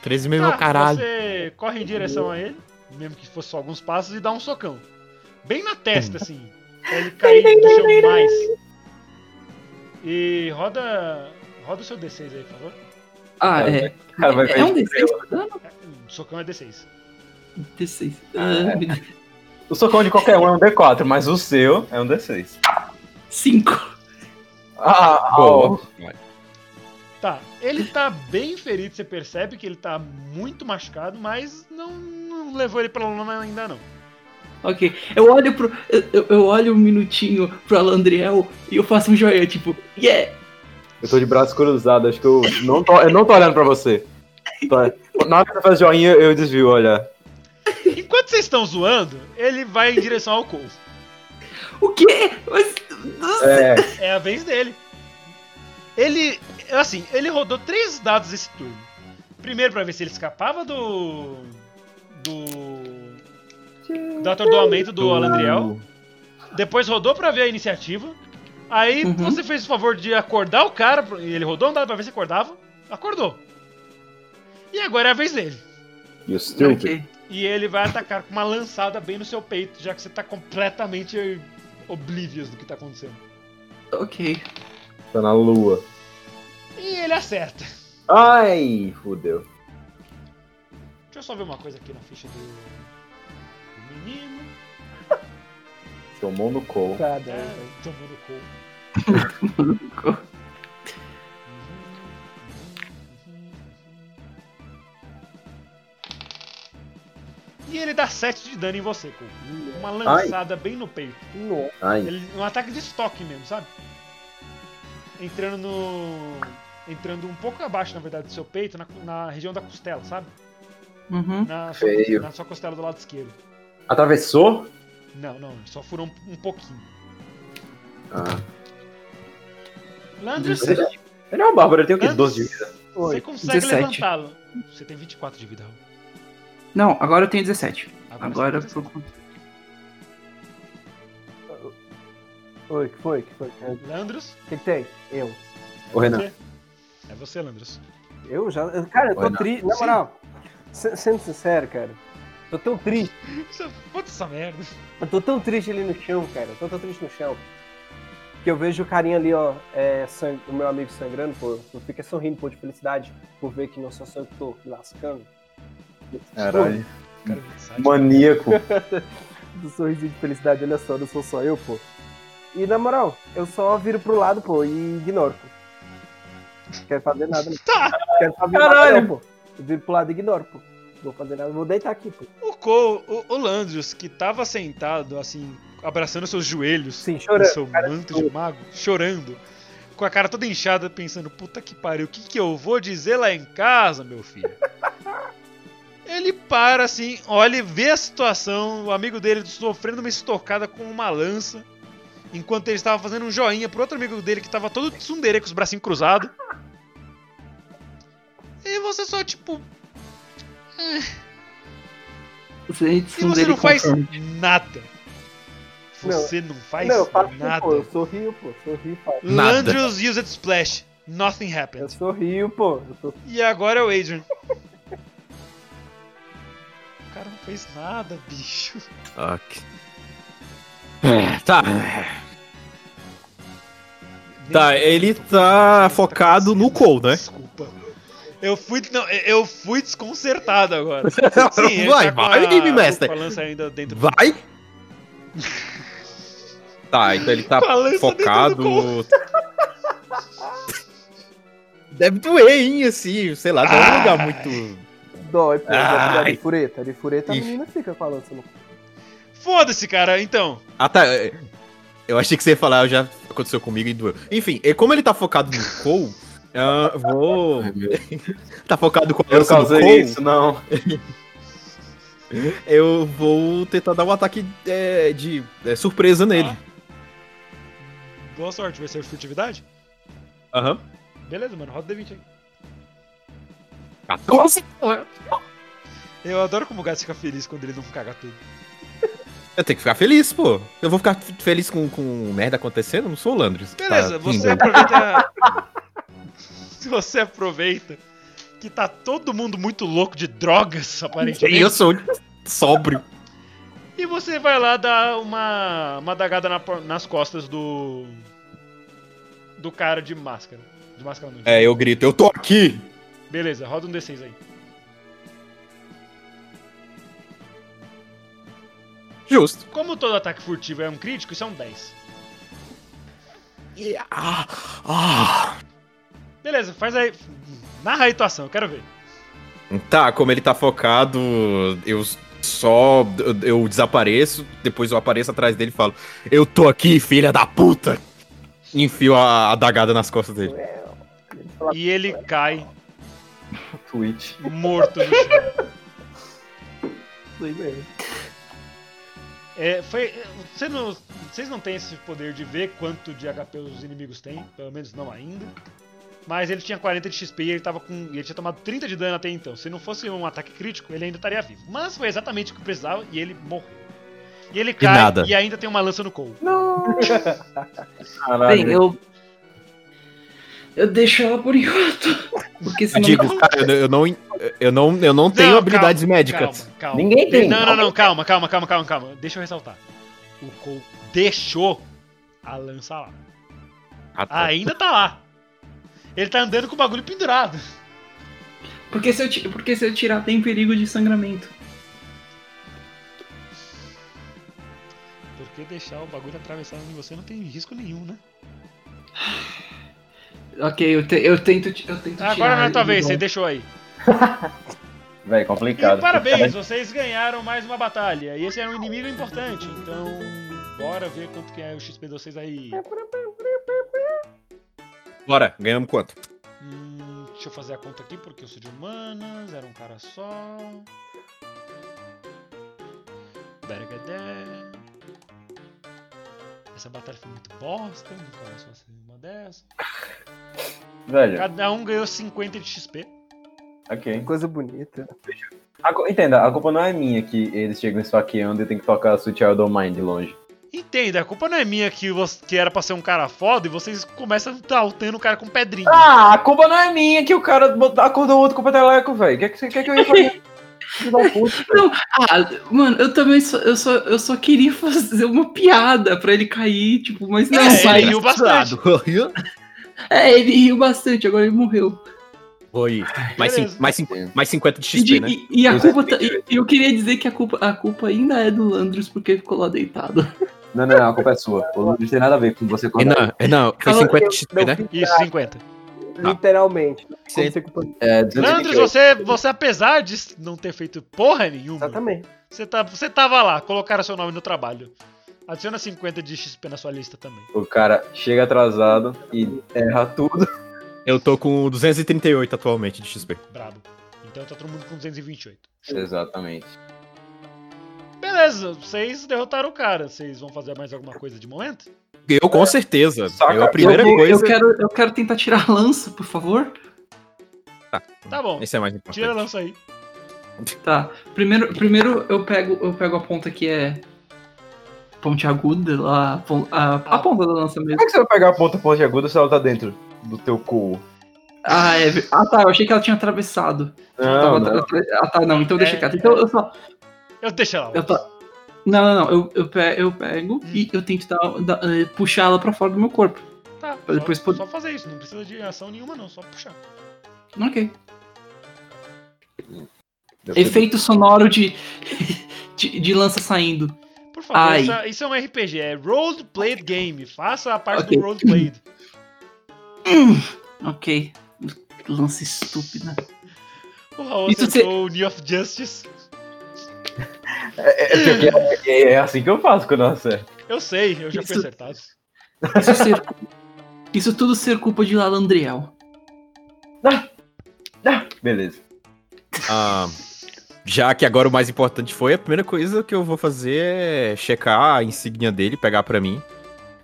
[SPEAKER 4] 13 mesmo é
[SPEAKER 5] Ah,
[SPEAKER 4] o
[SPEAKER 2] Tá,
[SPEAKER 4] caralho.
[SPEAKER 2] Você corre em direção a ele, mesmo que fosse só alguns passos, e dá um socão. Bem na testa, assim. Pra ele cair no chão mais. E roda. Roda o seu D6 aí, por favor.
[SPEAKER 3] Ah,
[SPEAKER 5] Cara,
[SPEAKER 3] é.
[SPEAKER 5] cara vai
[SPEAKER 3] é um
[SPEAKER 5] ver
[SPEAKER 3] D6
[SPEAKER 5] estrela.
[SPEAKER 3] por dano?
[SPEAKER 2] Socão é D6.
[SPEAKER 3] D6.
[SPEAKER 5] Ah,
[SPEAKER 3] Ah, me dá
[SPEAKER 5] O socão de qualquer um é um D4, mas o seu é um D6.
[SPEAKER 3] 5.
[SPEAKER 5] Ah,
[SPEAKER 12] Boa.
[SPEAKER 5] au.
[SPEAKER 2] Tá, ele tá bem ferido, você percebe que ele tá muito machucado, mas não, não levou ele pra lona ainda não.
[SPEAKER 3] Ok. Eu olho pro. Eu, eu- eu olho um minutinho pro Alandriel e eu faço um joinha, tipo, yeah!
[SPEAKER 5] Eu tô de braços cruzados, acho que eu não tô, eu não tô olhando pra você. Tô- Na hora que você faz joinha, eu desvio, olha.
[SPEAKER 2] Enquanto vocês estão zoando, ele vai em direção ao Cole.
[SPEAKER 3] O quê? Mas. Nossa.
[SPEAKER 5] É,
[SPEAKER 2] É a vez dele. Ele, assim, ele rodou três dados esse turno. Primeiro pra ver se ele escapava do do do atordoamento do Alandriel. Depois rodou pra ver a iniciativa. Aí
[SPEAKER 3] Uhum.
[SPEAKER 2] você fez o favor de acordar o cara, e ele rodou um dado pra ver se acordava. Acordou. E agora é a vez dele.
[SPEAKER 5] you stupid.
[SPEAKER 3] Ok.
[SPEAKER 2] E ele vai atacar com uma lançada bem no seu peito, já que você tá completamente oblivious do que tá acontecendo.
[SPEAKER 3] Ok.
[SPEAKER 5] Tá na lua.
[SPEAKER 2] E ele acerta.
[SPEAKER 5] Ai, fudeu.
[SPEAKER 2] Deixa eu só ver uma coisa aqui na ficha do, do menino. né?
[SPEAKER 5] Tomou no colo.
[SPEAKER 6] Cada,
[SPEAKER 2] É, tomou no cu. E ele dá 7 de dano em você, Cole. Uma lançada bem no peito.
[SPEAKER 6] Nossa.
[SPEAKER 5] Ai,
[SPEAKER 2] Ele- um ataque de estoque mesmo, sabe? Entrando no. Entrando um pouco abaixo, na verdade, do seu peito, na, na região da costela, sabe?
[SPEAKER 3] Uhum.
[SPEAKER 2] Na sua,
[SPEAKER 5] Feio.
[SPEAKER 2] na sua costela do lado esquerdo.
[SPEAKER 5] atravessou?
[SPEAKER 2] Não, não, ele só furou um, um pouquinho.
[SPEAKER 5] Ah.
[SPEAKER 2] Landry, você,
[SPEAKER 5] Ele é uma bárbara, ele tem o quê? 12 de vida.
[SPEAKER 2] você consegue
[SPEAKER 3] 17.
[SPEAKER 2] levantá-lo. Você tem 24 de vida, Raul.
[SPEAKER 3] Não, agora eu tenho 17. Agora
[SPEAKER 2] Agora
[SPEAKER 3] eu
[SPEAKER 2] você
[SPEAKER 3] tô
[SPEAKER 2] tem
[SPEAKER 3] com.
[SPEAKER 6] Oi, que foi? Que foi? O
[SPEAKER 2] Landros,
[SPEAKER 6] que, que tem? Eu.
[SPEAKER 5] Ô, Renan.
[SPEAKER 2] é você, Landros.
[SPEAKER 6] Eu já. eu- Cara, eu
[SPEAKER 5] Oi,
[SPEAKER 6] tô
[SPEAKER 5] não.
[SPEAKER 6] triste. Na
[SPEAKER 2] Sim.
[SPEAKER 6] moral, se- sendo sincero, cara. Tô tão triste.
[SPEAKER 2] Isso- Puta essa merda.
[SPEAKER 6] Eu tô tão triste ali no chão, cara. Eu tô tão triste no chão. Que eu vejo o carinha ali, ó, é, sang- o meu amigo sangrando, pô. Eu fico sorrindo, pô, de felicidade por ver que não sou só eu que tô me lascando.
[SPEAKER 5] Caralho.
[SPEAKER 2] Cara,
[SPEAKER 5] Maníaco.
[SPEAKER 6] Do sorriso de felicidade, olha só, não sou só eu, pô. E na moral, eu só viro pro lado, pô, e ignoro, pô. Não quero fazer nada. Não.
[SPEAKER 2] Tá.
[SPEAKER 6] Quero fazer nada,
[SPEAKER 2] Caralho.
[SPEAKER 6] não, pô. Eu viro pro lado e ignoro, pô. Não vou fazer nada, vou deitar aqui, pô.
[SPEAKER 2] O Cole, o, o Landros, que tava sentado, assim, abraçando seus joelhos, Sim,
[SPEAKER 6] chorando,
[SPEAKER 2] seu manto de mago, chorando, com a cara toda inchada, pensando, puta que pariu, o que, que eu vou dizer lá em casa, meu filho? Ele para assim, olha e vê a situação, o amigo dele sofrendo uma estocada com uma lança, enquanto ele estava fazendo um joinha pro outro amigo dele que tava todo tsundere com os bracinhos cruzados. E você só, tipo. "Ah,
[SPEAKER 3] Gente,
[SPEAKER 2] E você não faz nada. Você não, faz
[SPEAKER 6] não, eu faço, um
[SPEAKER 2] nada.
[SPEAKER 6] pô, eu sorrio, pô, sorrio, falo.
[SPEAKER 2] Landros used splash. Nothing happened.
[SPEAKER 6] Eu sorrio, pô. Eu tô...
[SPEAKER 2] E agora é o Adrian. o cara não fez nada, bicho.
[SPEAKER 4] Ok. É, Tá. Tá, ele tá focado no Cole, né?
[SPEAKER 2] Eu fui, não, eu fui desconcertado agora. ele
[SPEAKER 4] Vai,
[SPEAKER 2] tá com
[SPEAKER 4] vai,
[SPEAKER 2] a-
[SPEAKER 4] Game Master.
[SPEAKER 2] com a lança ainda dentro do-
[SPEAKER 4] Vai! Tá, então ele tá
[SPEAKER 2] Com a lança
[SPEAKER 4] focado.
[SPEAKER 2] dentro
[SPEAKER 4] no- Deve doer, hein, assim, sei lá, deve
[SPEAKER 2] Ah.
[SPEAKER 4] um lugar muito.
[SPEAKER 6] Dói, pô.
[SPEAKER 4] Ai.
[SPEAKER 6] Ah, de fureta, de fureta, a
[SPEAKER 4] Ixi.
[SPEAKER 6] menina fica falando assim.
[SPEAKER 2] Foda-se, cara, então.
[SPEAKER 4] Ah, tá. é, Eu achei que você ia falar, já aconteceu comigo e doeu. Enfim, e como ele tá focado no Cole, ah, vou. tá focado com a
[SPEAKER 5] Eu
[SPEAKER 4] lança do
[SPEAKER 5] causei
[SPEAKER 4] Cole,
[SPEAKER 5] isso, não.
[SPEAKER 4] Eu vou tentar dar um ataque é, de é, surpresa nele.
[SPEAKER 2] Boa sorte, vai ser furtividade?
[SPEAKER 4] Aham.
[SPEAKER 2] Beleza, mano, roda o D20 aí.
[SPEAKER 4] 14?
[SPEAKER 2] Eu adoro como o gato fica feliz quando ele não caga tudo.
[SPEAKER 4] Eu tenho que ficar feliz, pô. Eu vou ficar f- feliz com, com merda acontecendo? Eu Não sou o Landris.
[SPEAKER 2] Beleza,
[SPEAKER 4] Tá,
[SPEAKER 2] você
[SPEAKER 4] hum.
[SPEAKER 2] aproveita. você aproveita que tá todo mundo muito louco de drogas, aparentemente.
[SPEAKER 4] Eu sou sóbrio.
[SPEAKER 2] E você vai lá dar uma, uma dagada na por- nas costas do. Do cara de máscara. De máscara não. de-
[SPEAKER 4] É, eu grito, eu tô aqui!
[SPEAKER 2] Beleza, roda um D6 aí.
[SPEAKER 4] Justo.
[SPEAKER 2] Como todo ataque furtivo é um crítico, isso é um 10.
[SPEAKER 4] Ah, ah.
[SPEAKER 2] Beleza, faz aí. Narra a atuação, eu quero ver.
[SPEAKER 4] Tá, como ele tá focado, eu só. Eu desapareço, depois eu apareço atrás dele e falo: Eu tô aqui, filha da puta! E Enfio a, a dagada nas costas dele.
[SPEAKER 2] E ele cai
[SPEAKER 5] Twitch.
[SPEAKER 2] morto no chão.
[SPEAKER 6] Isso aí mesmo.
[SPEAKER 2] É, foi, é, você não- vocês não têm esse poder de ver quanto de HP os inimigos têm, pelo menos não ainda. Mas ele tinha 40 de XP e ele, tava com, ele tinha tomado 30 de dano até então. Se não fosse um ataque crítico, ele ainda estaria vivo. Mas foi exatamente o que precisava e ele morreu. E ele cai
[SPEAKER 4] nada.
[SPEAKER 2] e ainda tem uma lança no colo.
[SPEAKER 6] Não!
[SPEAKER 5] Caralho.
[SPEAKER 3] Bem, eu. Eu deixo ela por enquanto. Porque
[SPEAKER 4] Eu
[SPEAKER 3] senão.
[SPEAKER 4] digo, cara, eu, eu não, eu não, eu não tenho habilidades médicas.
[SPEAKER 2] Calma, calma.
[SPEAKER 6] Ninguém tem.
[SPEAKER 2] Não, não, não, calma, calma, calma, calma, calma. Deixa eu ressaltar. O Cole deixou a lança lá.
[SPEAKER 4] Ah, tá.
[SPEAKER 2] Ainda tá lá. Ele tá andando com o bagulho pendurado.
[SPEAKER 3] Porque se, eu, ti- porque se eu tirar, tem perigo de sangramento.
[SPEAKER 2] Porque deixar o bagulho atravessado em você não tem risco nenhum, né?
[SPEAKER 3] Ok, eu, te- eu tento, ti- eu tento tirar.
[SPEAKER 2] Agora não é a tua
[SPEAKER 3] ele
[SPEAKER 2] vez,
[SPEAKER 3] do-
[SPEAKER 2] você deixou aí.
[SPEAKER 5] Véi,
[SPEAKER 2] E
[SPEAKER 5] complicado.
[SPEAKER 2] parabéns, vocês ganharam mais uma batalha. E esse era um inimigo importante, então bora ver quanto que é o XP de vocês aí.
[SPEAKER 4] Bora, ganhamos quanto?
[SPEAKER 2] Hum, deixa eu fazer a conta aqui, porque eu sou de humanas, era um cara só. Bergadé. Essa batalha foi muito bosta, não parece uma ser uma dessa.
[SPEAKER 5] Velho,
[SPEAKER 2] Cada um ganhou 50 de XP.
[SPEAKER 5] ok.
[SPEAKER 6] Coisa bonita.
[SPEAKER 5] A cu- entenda, a culpa não é minha que eles chegam esfaqueando e tem que tocar a Sweet Child O' Mine de longe.
[SPEAKER 2] Entenda, a culpa não é minha que, você, que era pra ser um cara foda e vocês começam taltando o cara com pedrinha.
[SPEAKER 5] Ah, a culpa não é minha que o cara bot- acordou o outro com o peteleco, velho. O que, é que, você- que é que eu ia fazer? Filho da puta, velho.
[SPEAKER 3] Não, ah, mano, eu também só, eu só, eu só queria fazer uma piada pra ele cair, tipo, mas não.
[SPEAKER 2] É,
[SPEAKER 3] sai-
[SPEAKER 2] ele riu bastante.
[SPEAKER 4] Dado.
[SPEAKER 3] É, ele riu bastante, agora ele morreu.
[SPEAKER 4] Vou ir. Mais, cin- mais, cin- mais 50 de
[SPEAKER 3] E, de-
[SPEAKER 4] XP, né?
[SPEAKER 3] e- e a culpa. tá- e- eu queria dizer que a culpa, a culpa ainda é do Landros porque ele ficou lá deitado.
[SPEAKER 5] Não, não, não, a culpa é sua. O Lula não tem nada a ver com você acordar.
[SPEAKER 4] Não, não, foi
[SPEAKER 5] Calma,
[SPEAKER 4] 50
[SPEAKER 5] eu-
[SPEAKER 4] de XP, né?
[SPEAKER 2] Isso, 50.
[SPEAKER 6] Literalmente.
[SPEAKER 5] É,
[SPEAKER 2] Leandro, você, você apesar de não ter feito porra nenhuma.
[SPEAKER 6] Exatamente.
[SPEAKER 2] Você, tá, você tava lá, colocaram seu nome no trabalho. Adiciona 50 de XP na sua lista também.
[SPEAKER 5] O cara chega atrasado e erra tudo.
[SPEAKER 4] Eu tô com 238 atualmente de XP.
[SPEAKER 2] Brabo. Então tá todo mundo com 228.
[SPEAKER 5] Exatamente.
[SPEAKER 2] Beleza, vocês derrotaram o cara. Vocês vão fazer mais alguma coisa de momento?
[SPEAKER 4] Eu com certeza. eu, a primeira
[SPEAKER 3] eu, vou-
[SPEAKER 4] coisa.
[SPEAKER 3] Eu quero, eu quero tentar tirar a lança, por favor.
[SPEAKER 2] Tá bom.
[SPEAKER 4] Esse é mais importante.
[SPEAKER 2] Tira a lança aí.
[SPEAKER 3] Tá. Primeiro, primeiro eu, pego, eu pego a ponta que é. Ponte aguda lá. A, pon- a- a ponta da lança mesmo.
[SPEAKER 5] Como é que você vai pegar a ponta ponte aguda se ela tá dentro do teu cu?
[SPEAKER 3] Ah, é. ver- Ah, tá. Eu achei que ela tinha atravessado.
[SPEAKER 5] Não, É,
[SPEAKER 3] Tava
[SPEAKER 5] não.
[SPEAKER 3] atra- Ah, tá. Não, então deixa quieto. Então eu só.
[SPEAKER 2] Eu deixo ela.
[SPEAKER 3] Eu tô- Não, não, não. Eu, eu, pe- eu pego
[SPEAKER 5] Hum.
[SPEAKER 3] e eu tento dar, dar- eh, puxar ela pra fora do meu corpo.
[SPEAKER 2] Tá.
[SPEAKER 3] Pra depois
[SPEAKER 2] só,
[SPEAKER 3] pod-
[SPEAKER 2] só fazer isso, não precisa de ação nenhuma, não, só puxar.
[SPEAKER 3] Ok. Efeito sonoro de, de, de lança saindo.
[SPEAKER 2] Por favor,
[SPEAKER 3] Ai.
[SPEAKER 2] essa- isso é um RPG, é Role Played Game. Faça a parte
[SPEAKER 3] Ok.
[SPEAKER 2] do Role Played.
[SPEAKER 3] Hum, ok. Lança estúpida.
[SPEAKER 2] O Raul
[SPEAKER 3] Isso
[SPEAKER 2] acertou o Knee of Justice.
[SPEAKER 5] É, é porque é- é assim que eu faço quando eu acerto.
[SPEAKER 2] Eu sei, eu já fui
[SPEAKER 3] Isso-
[SPEAKER 2] acertado.
[SPEAKER 3] Isso, ser- isso tudo ser culpa de Lalandriel.
[SPEAKER 5] Beleza.
[SPEAKER 4] Ah, já que agora o mais importante foi, a primeira coisa que eu vou fazer é checar a insígnia dele, pegar pra mim.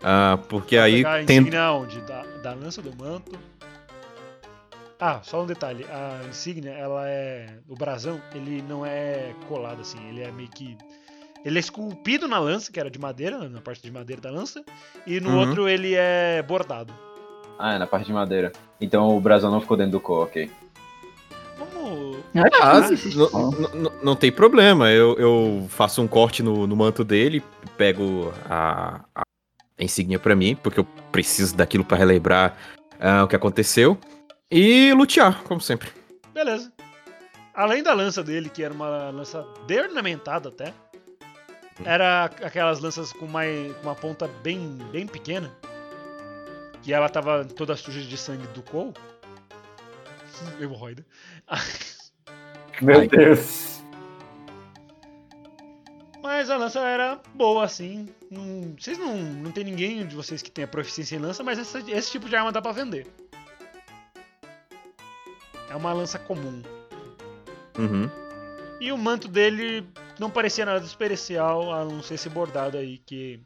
[SPEAKER 4] Ah, porque aí
[SPEAKER 2] Pegar a
[SPEAKER 4] tem.
[SPEAKER 2] insígnia onde? Da, da lança do manto. Ah, só um detalhe. A insígnia, ela é. O brasão, ele não é colado assim. Ele é meio que. Ele é esculpido na lança, que era de madeira, né, na parte de madeira da lança. E no
[SPEAKER 5] Uhum.
[SPEAKER 2] outro ele é bordado.
[SPEAKER 5] Ah, é na parte de madeira. Então o brasão não ficou dentro do cu, ok.
[SPEAKER 2] Vamos.
[SPEAKER 4] Ah, não, não- não- não tem problema. Eu, eu faço um corte no, no manto dele, pego a, a insígnia pra mim, porque eu preciso daquilo pra relembrar ah, o que aconteceu. E lutear, como sempre.
[SPEAKER 2] Beleza. Além da lança dele, que era uma lança bem ornamentada até, era aquelas lanças com uma, com uma ponta bem, bem pequena, que ela tava toda suja de sangue do Cole. Hemorroida.
[SPEAKER 5] Meu
[SPEAKER 4] Ai.
[SPEAKER 5] Deus.
[SPEAKER 2] Mas a lança era boa, assim. Não- vocês não, não tem ninguém de vocês que tenha proficiência em lança, mas essa- esse tipo de arma dá pra vender. É uma lança comum.
[SPEAKER 4] Uhum.
[SPEAKER 2] E o manto dele não parecia nada especial, a não ser esse bordado aí, que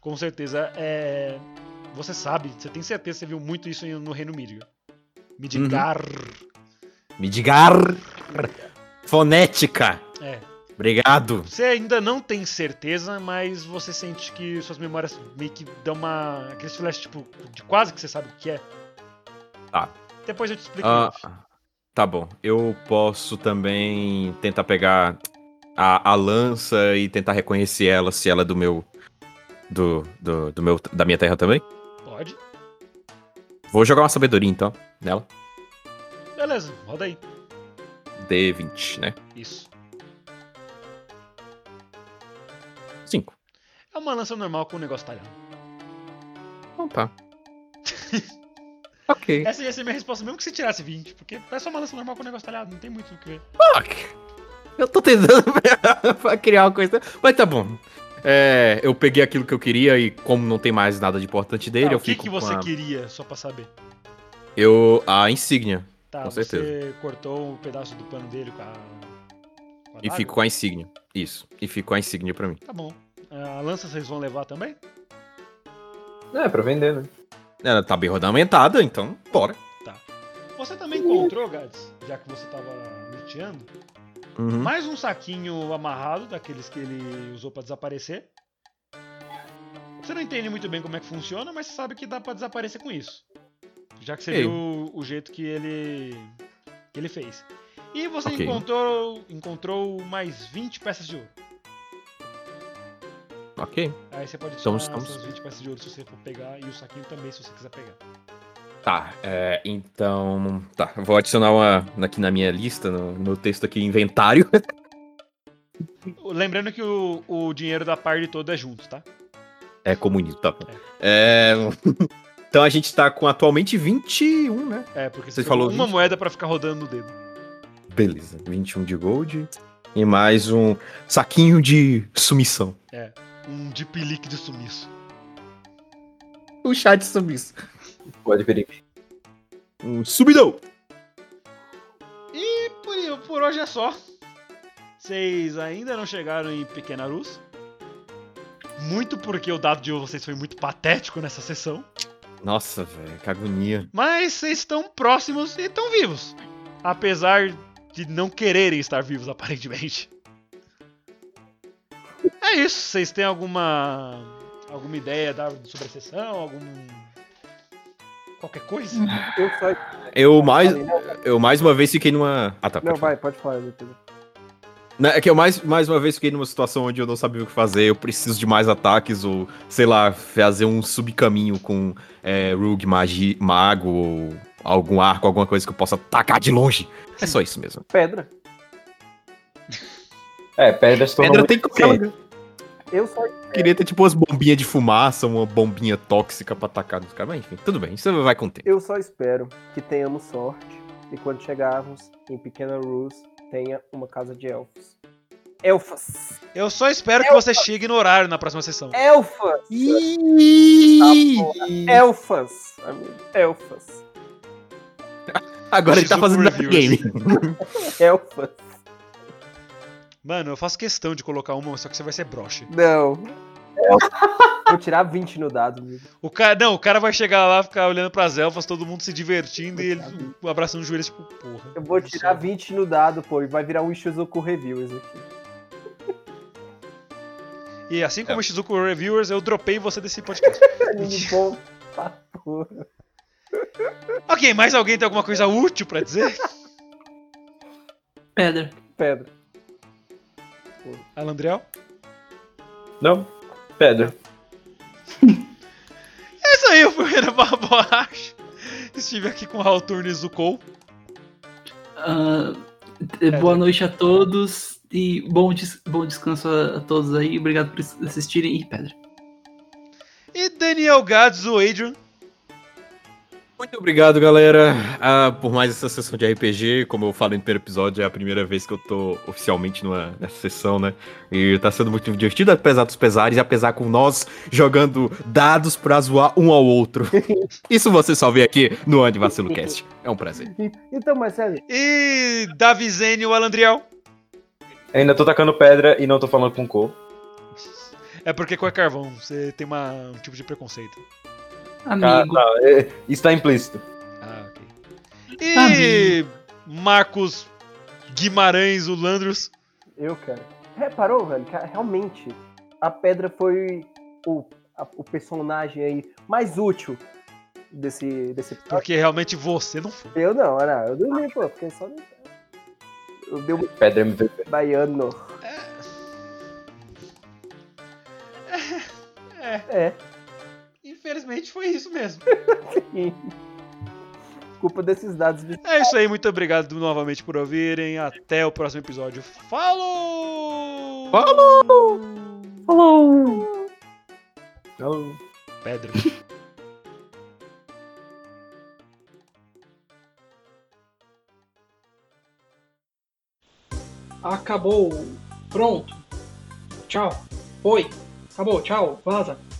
[SPEAKER 2] com certeza é. Você sabe, você tem certeza, você viu muito isso no Reino Mírio. Midgar.
[SPEAKER 4] Uhum. Midgar. Fonética.
[SPEAKER 2] É.
[SPEAKER 4] Obrigado.
[SPEAKER 2] Você ainda não tem certeza, mas você sente que suas memórias meio que dão uma. aqueles flash, tipo, de quase que você sabe o que é.
[SPEAKER 4] Tá.
[SPEAKER 2] Depois eu te explico.
[SPEAKER 4] Ah, tá bom. Eu posso também tentar pegar a, a lança e tentar reconhecer ela, se ela é do meu. Do, do, do meu da minha terra também.
[SPEAKER 2] Pode?
[SPEAKER 4] Vou jogar uma sabedoria então nela.
[SPEAKER 2] Beleza, roda aí.
[SPEAKER 4] D20, né?
[SPEAKER 2] Isso.
[SPEAKER 4] 5.
[SPEAKER 2] É uma lança normal com o negócio talhado.
[SPEAKER 4] Então tá. ok.
[SPEAKER 2] Essa ia ser minha resposta, mesmo que você tirasse 20, porque é só uma lança normal com o negócio talhado, não tem muito o que ver.
[SPEAKER 4] Fuck! Eu tô tentando pra criar uma coisa. Mas tá bom. É, eu peguei aquilo que eu queria e como não tem mais nada de importante dele,
[SPEAKER 2] Tá,
[SPEAKER 4] eu
[SPEAKER 2] o que,
[SPEAKER 4] fico
[SPEAKER 2] que
[SPEAKER 4] com
[SPEAKER 2] você
[SPEAKER 4] a-
[SPEAKER 2] queria, só pra saber?
[SPEAKER 4] Eu. A insígnia.
[SPEAKER 2] Tá,
[SPEAKER 4] com
[SPEAKER 2] você
[SPEAKER 4] certeza.
[SPEAKER 2] cortou um pedaço do pano dele com a. com a
[SPEAKER 4] E
[SPEAKER 2] daga?
[SPEAKER 4] fico com a insígnia. Isso. E fico com a insígnia pra mim.
[SPEAKER 2] Tá bom. A lança vocês vão levar também?
[SPEAKER 5] É, pra vender, né?
[SPEAKER 4] Ela tá bem rodamentada, então bora.
[SPEAKER 2] Você também encontrou, Gads, já que você tava luteando,
[SPEAKER 4] Uhum.
[SPEAKER 2] mais um saquinho amarrado daqueles que ele usou pra desaparecer. Você não entende muito bem como é que funciona, mas você sabe que dá pra desaparecer com isso. Já que você
[SPEAKER 4] Ei.
[SPEAKER 2] viu o jeito que ele que ele fez. E você
[SPEAKER 4] Ok.
[SPEAKER 2] encontrou encontrou mais 20 peças de ouro.
[SPEAKER 4] Ok.
[SPEAKER 2] Aí você pode
[SPEAKER 4] Então
[SPEAKER 2] tirar
[SPEAKER 4] estamos-
[SPEAKER 2] essas 20 peças de ouro se você for pegar e o saquinho também se você quiser pegar.
[SPEAKER 4] Tá, é, então. Tá, vou adicionar uma aqui na minha lista, no meu texto aqui, inventário.
[SPEAKER 2] Lembrando que o, o dinheiro da parte toda é junto, tá?
[SPEAKER 4] É comunismo, tá? É. então a gente tá com atualmente 21, né?
[SPEAKER 2] É, porque você falou uma 20... moeda para ficar rodando no dedo.
[SPEAKER 4] Beleza, 21 de gold. E mais um saquinho de sumição.
[SPEAKER 2] É, um de pilique de sumiço.
[SPEAKER 4] Um chá de sumiço.
[SPEAKER 5] Pode perique.
[SPEAKER 4] Um subidão!
[SPEAKER 2] E por, por hoje é só. Vocês ainda não chegaram em Pequena Luz. Muito porque o dado de vocês foi muito patético nessa sessão.
[SPEAKER 4] Nossa, velho, que agonia.
[SPEAKER 2] Mas vocês estão próximos e estão vivos apesar de não quererem estar vivos, aparentemente. É isso. Vocês têm alguma alguma ideia da, sobre a sessão? Algum qualquer coisa?
[SPEAKER 4] Eu, só... eu mais eu mais uma vez fiquei numa ah, tá,
[SPEAKER 6] não vai pode falar Pedro.
[SPEAKER 4] É que eu mais, mais uma vez fiquei numa situação onde eu não sabia o que fazer, eu preciso de mais ataques, ou, sei lá, fazer um subcaminho com é, Rogue Magi, Mago, ou algum arco, alguma coisa que eu possa atacar de longe. É só isso mesmo.
[SPEAKER 6] Pedra.
[SPEAKER 5] É, pedra se
[SPEAKER 4] Pedra tem que ser.
[SPEAKER 6] Eu só.
[SPEAKER 4] Queria ter tipo umas bombinhas de fumaça, uma bombinha tóxica pra atacar nos caras, mas enfim, tudo bem, isso vai com o tempo.
[SPEAKER 6] Eu só espero que tenhamos sorte e quando chegarmos em Pequena Rose tenha uma casa de elfos. Elfas!
[SPEAKER 2] Eu só espero Elfas. que você chegue no horário na próxima sessão.
[SPEAKER 6] Elfas!
[SPEAKER 4] Iiii.
[SPEAKER 6] Ah, Elfas! Amigo. Elfas!
[SPEAKER 4] Agora ele tá fazendo game.
[SPEAKER 6] Elfas.
[SPEAKER 2] Mano, eu faço questão de colocar uma, só que você vai ser broche.
[SPEAKER 6] Não. Vou tirar 20 no dado. Amigo.
[SPEAKER 2] O cara, não, o cara vai chegar lá, ficar olhando pras elfas, todo mundo se divertindo e ele abraçando os joelhos, tipo, porra. é
[SPEAKER 6] Eu vou tirar 20 no dado, pô, e vai virar um Shizuku Reviewers aqui.
[SPEAKER 2] E assim como é. o Shizuku Reviewers, eu dropei você desse podcast.
[SPEAKER 6] Bom, porra.
[SPEAKER 2] Ok, mais alguém tem alguma coisa útil para dizer?
[SPEAKER 3] Pedra.
[SPEAKER 6] Pedra.
[SPEAKER 2] Alandriel?
[SPEAKER 5] Não. Pedra.
[SPEAKER 2] é isso aí, eu fui Renan Barboacho. Estive aqui com o Raul Turno e Zucou.
[SPEAKER 3] Uh, boa noite a todos e bom, des bom descanso a todos aí. Obrigado por assistirem e Pedra.
[SPEAKER 2] E Daniel Gads, o Adrian.
[SPEAKER 4] Muito obrigado, galera, ah, por mais essa sessão de RPG. Como eu falei no primeiro episódio, é a primeira vez que eu tô oficialmente numa, nessa sessão, né? E tá sendo muito divertido, apesar dos pesares, e apesar com nós jogando dados pra zoar um ao outro. Isso você só vê aqui no Andy Vacilo Cast. É um prazer.
[SPEAKER 6] Então, Marcelo.
[SPEAKER 2] E Davi Zene, o Alandriel.
[SPEAKER 5] Eu ainda tô tacando pedra e não tô falando com o Co.
[SPEAKER 2] É porque Co é carvão, você tem uma, um tipo de preconceito.
[SPEAKER 3] Amigo.
[SPEAKER 5] Ah, tá. Está implícito.
[SPEAKER 2] Ah, ok. E Amigo. Marcos Guimarães, o Landros.
[SPEAKER 6] Eu, cara. Reparou, velho? Cara, realmente, a pedra foi o, a, o personagem aí mais útil desse, desse
[SPEAKER 2] Porque realmente você não foi.
[SPEAKER 6] Eu não, não. Eu dormi, pô. Fiquei só no... Eu dei um...
[SPEAKER 5] Pedra MVP.
[SPEAKER 6] Baiano.
[SPEAKER 2] É. É.
[SPEAKER 6] é. é
[SPEAKER 2] infelizmente foi isso mesmo.
[SPEAKER 6] Sim. Culpa desses dados.
[SPEAKER 2] É isso aí, muito obrigado novamente por ouvirem. Até o próximo episódio. Falou!
[SPEAKER 4] Falou!
[SPEAKER 3] Falou!
[SPEAKER 6] Falou!
[SPEAKER 2] Pedro.
[SPEAKER 3] Acabou. Pronto. Tchau. Foi. Acabou. Tchau. Vaza.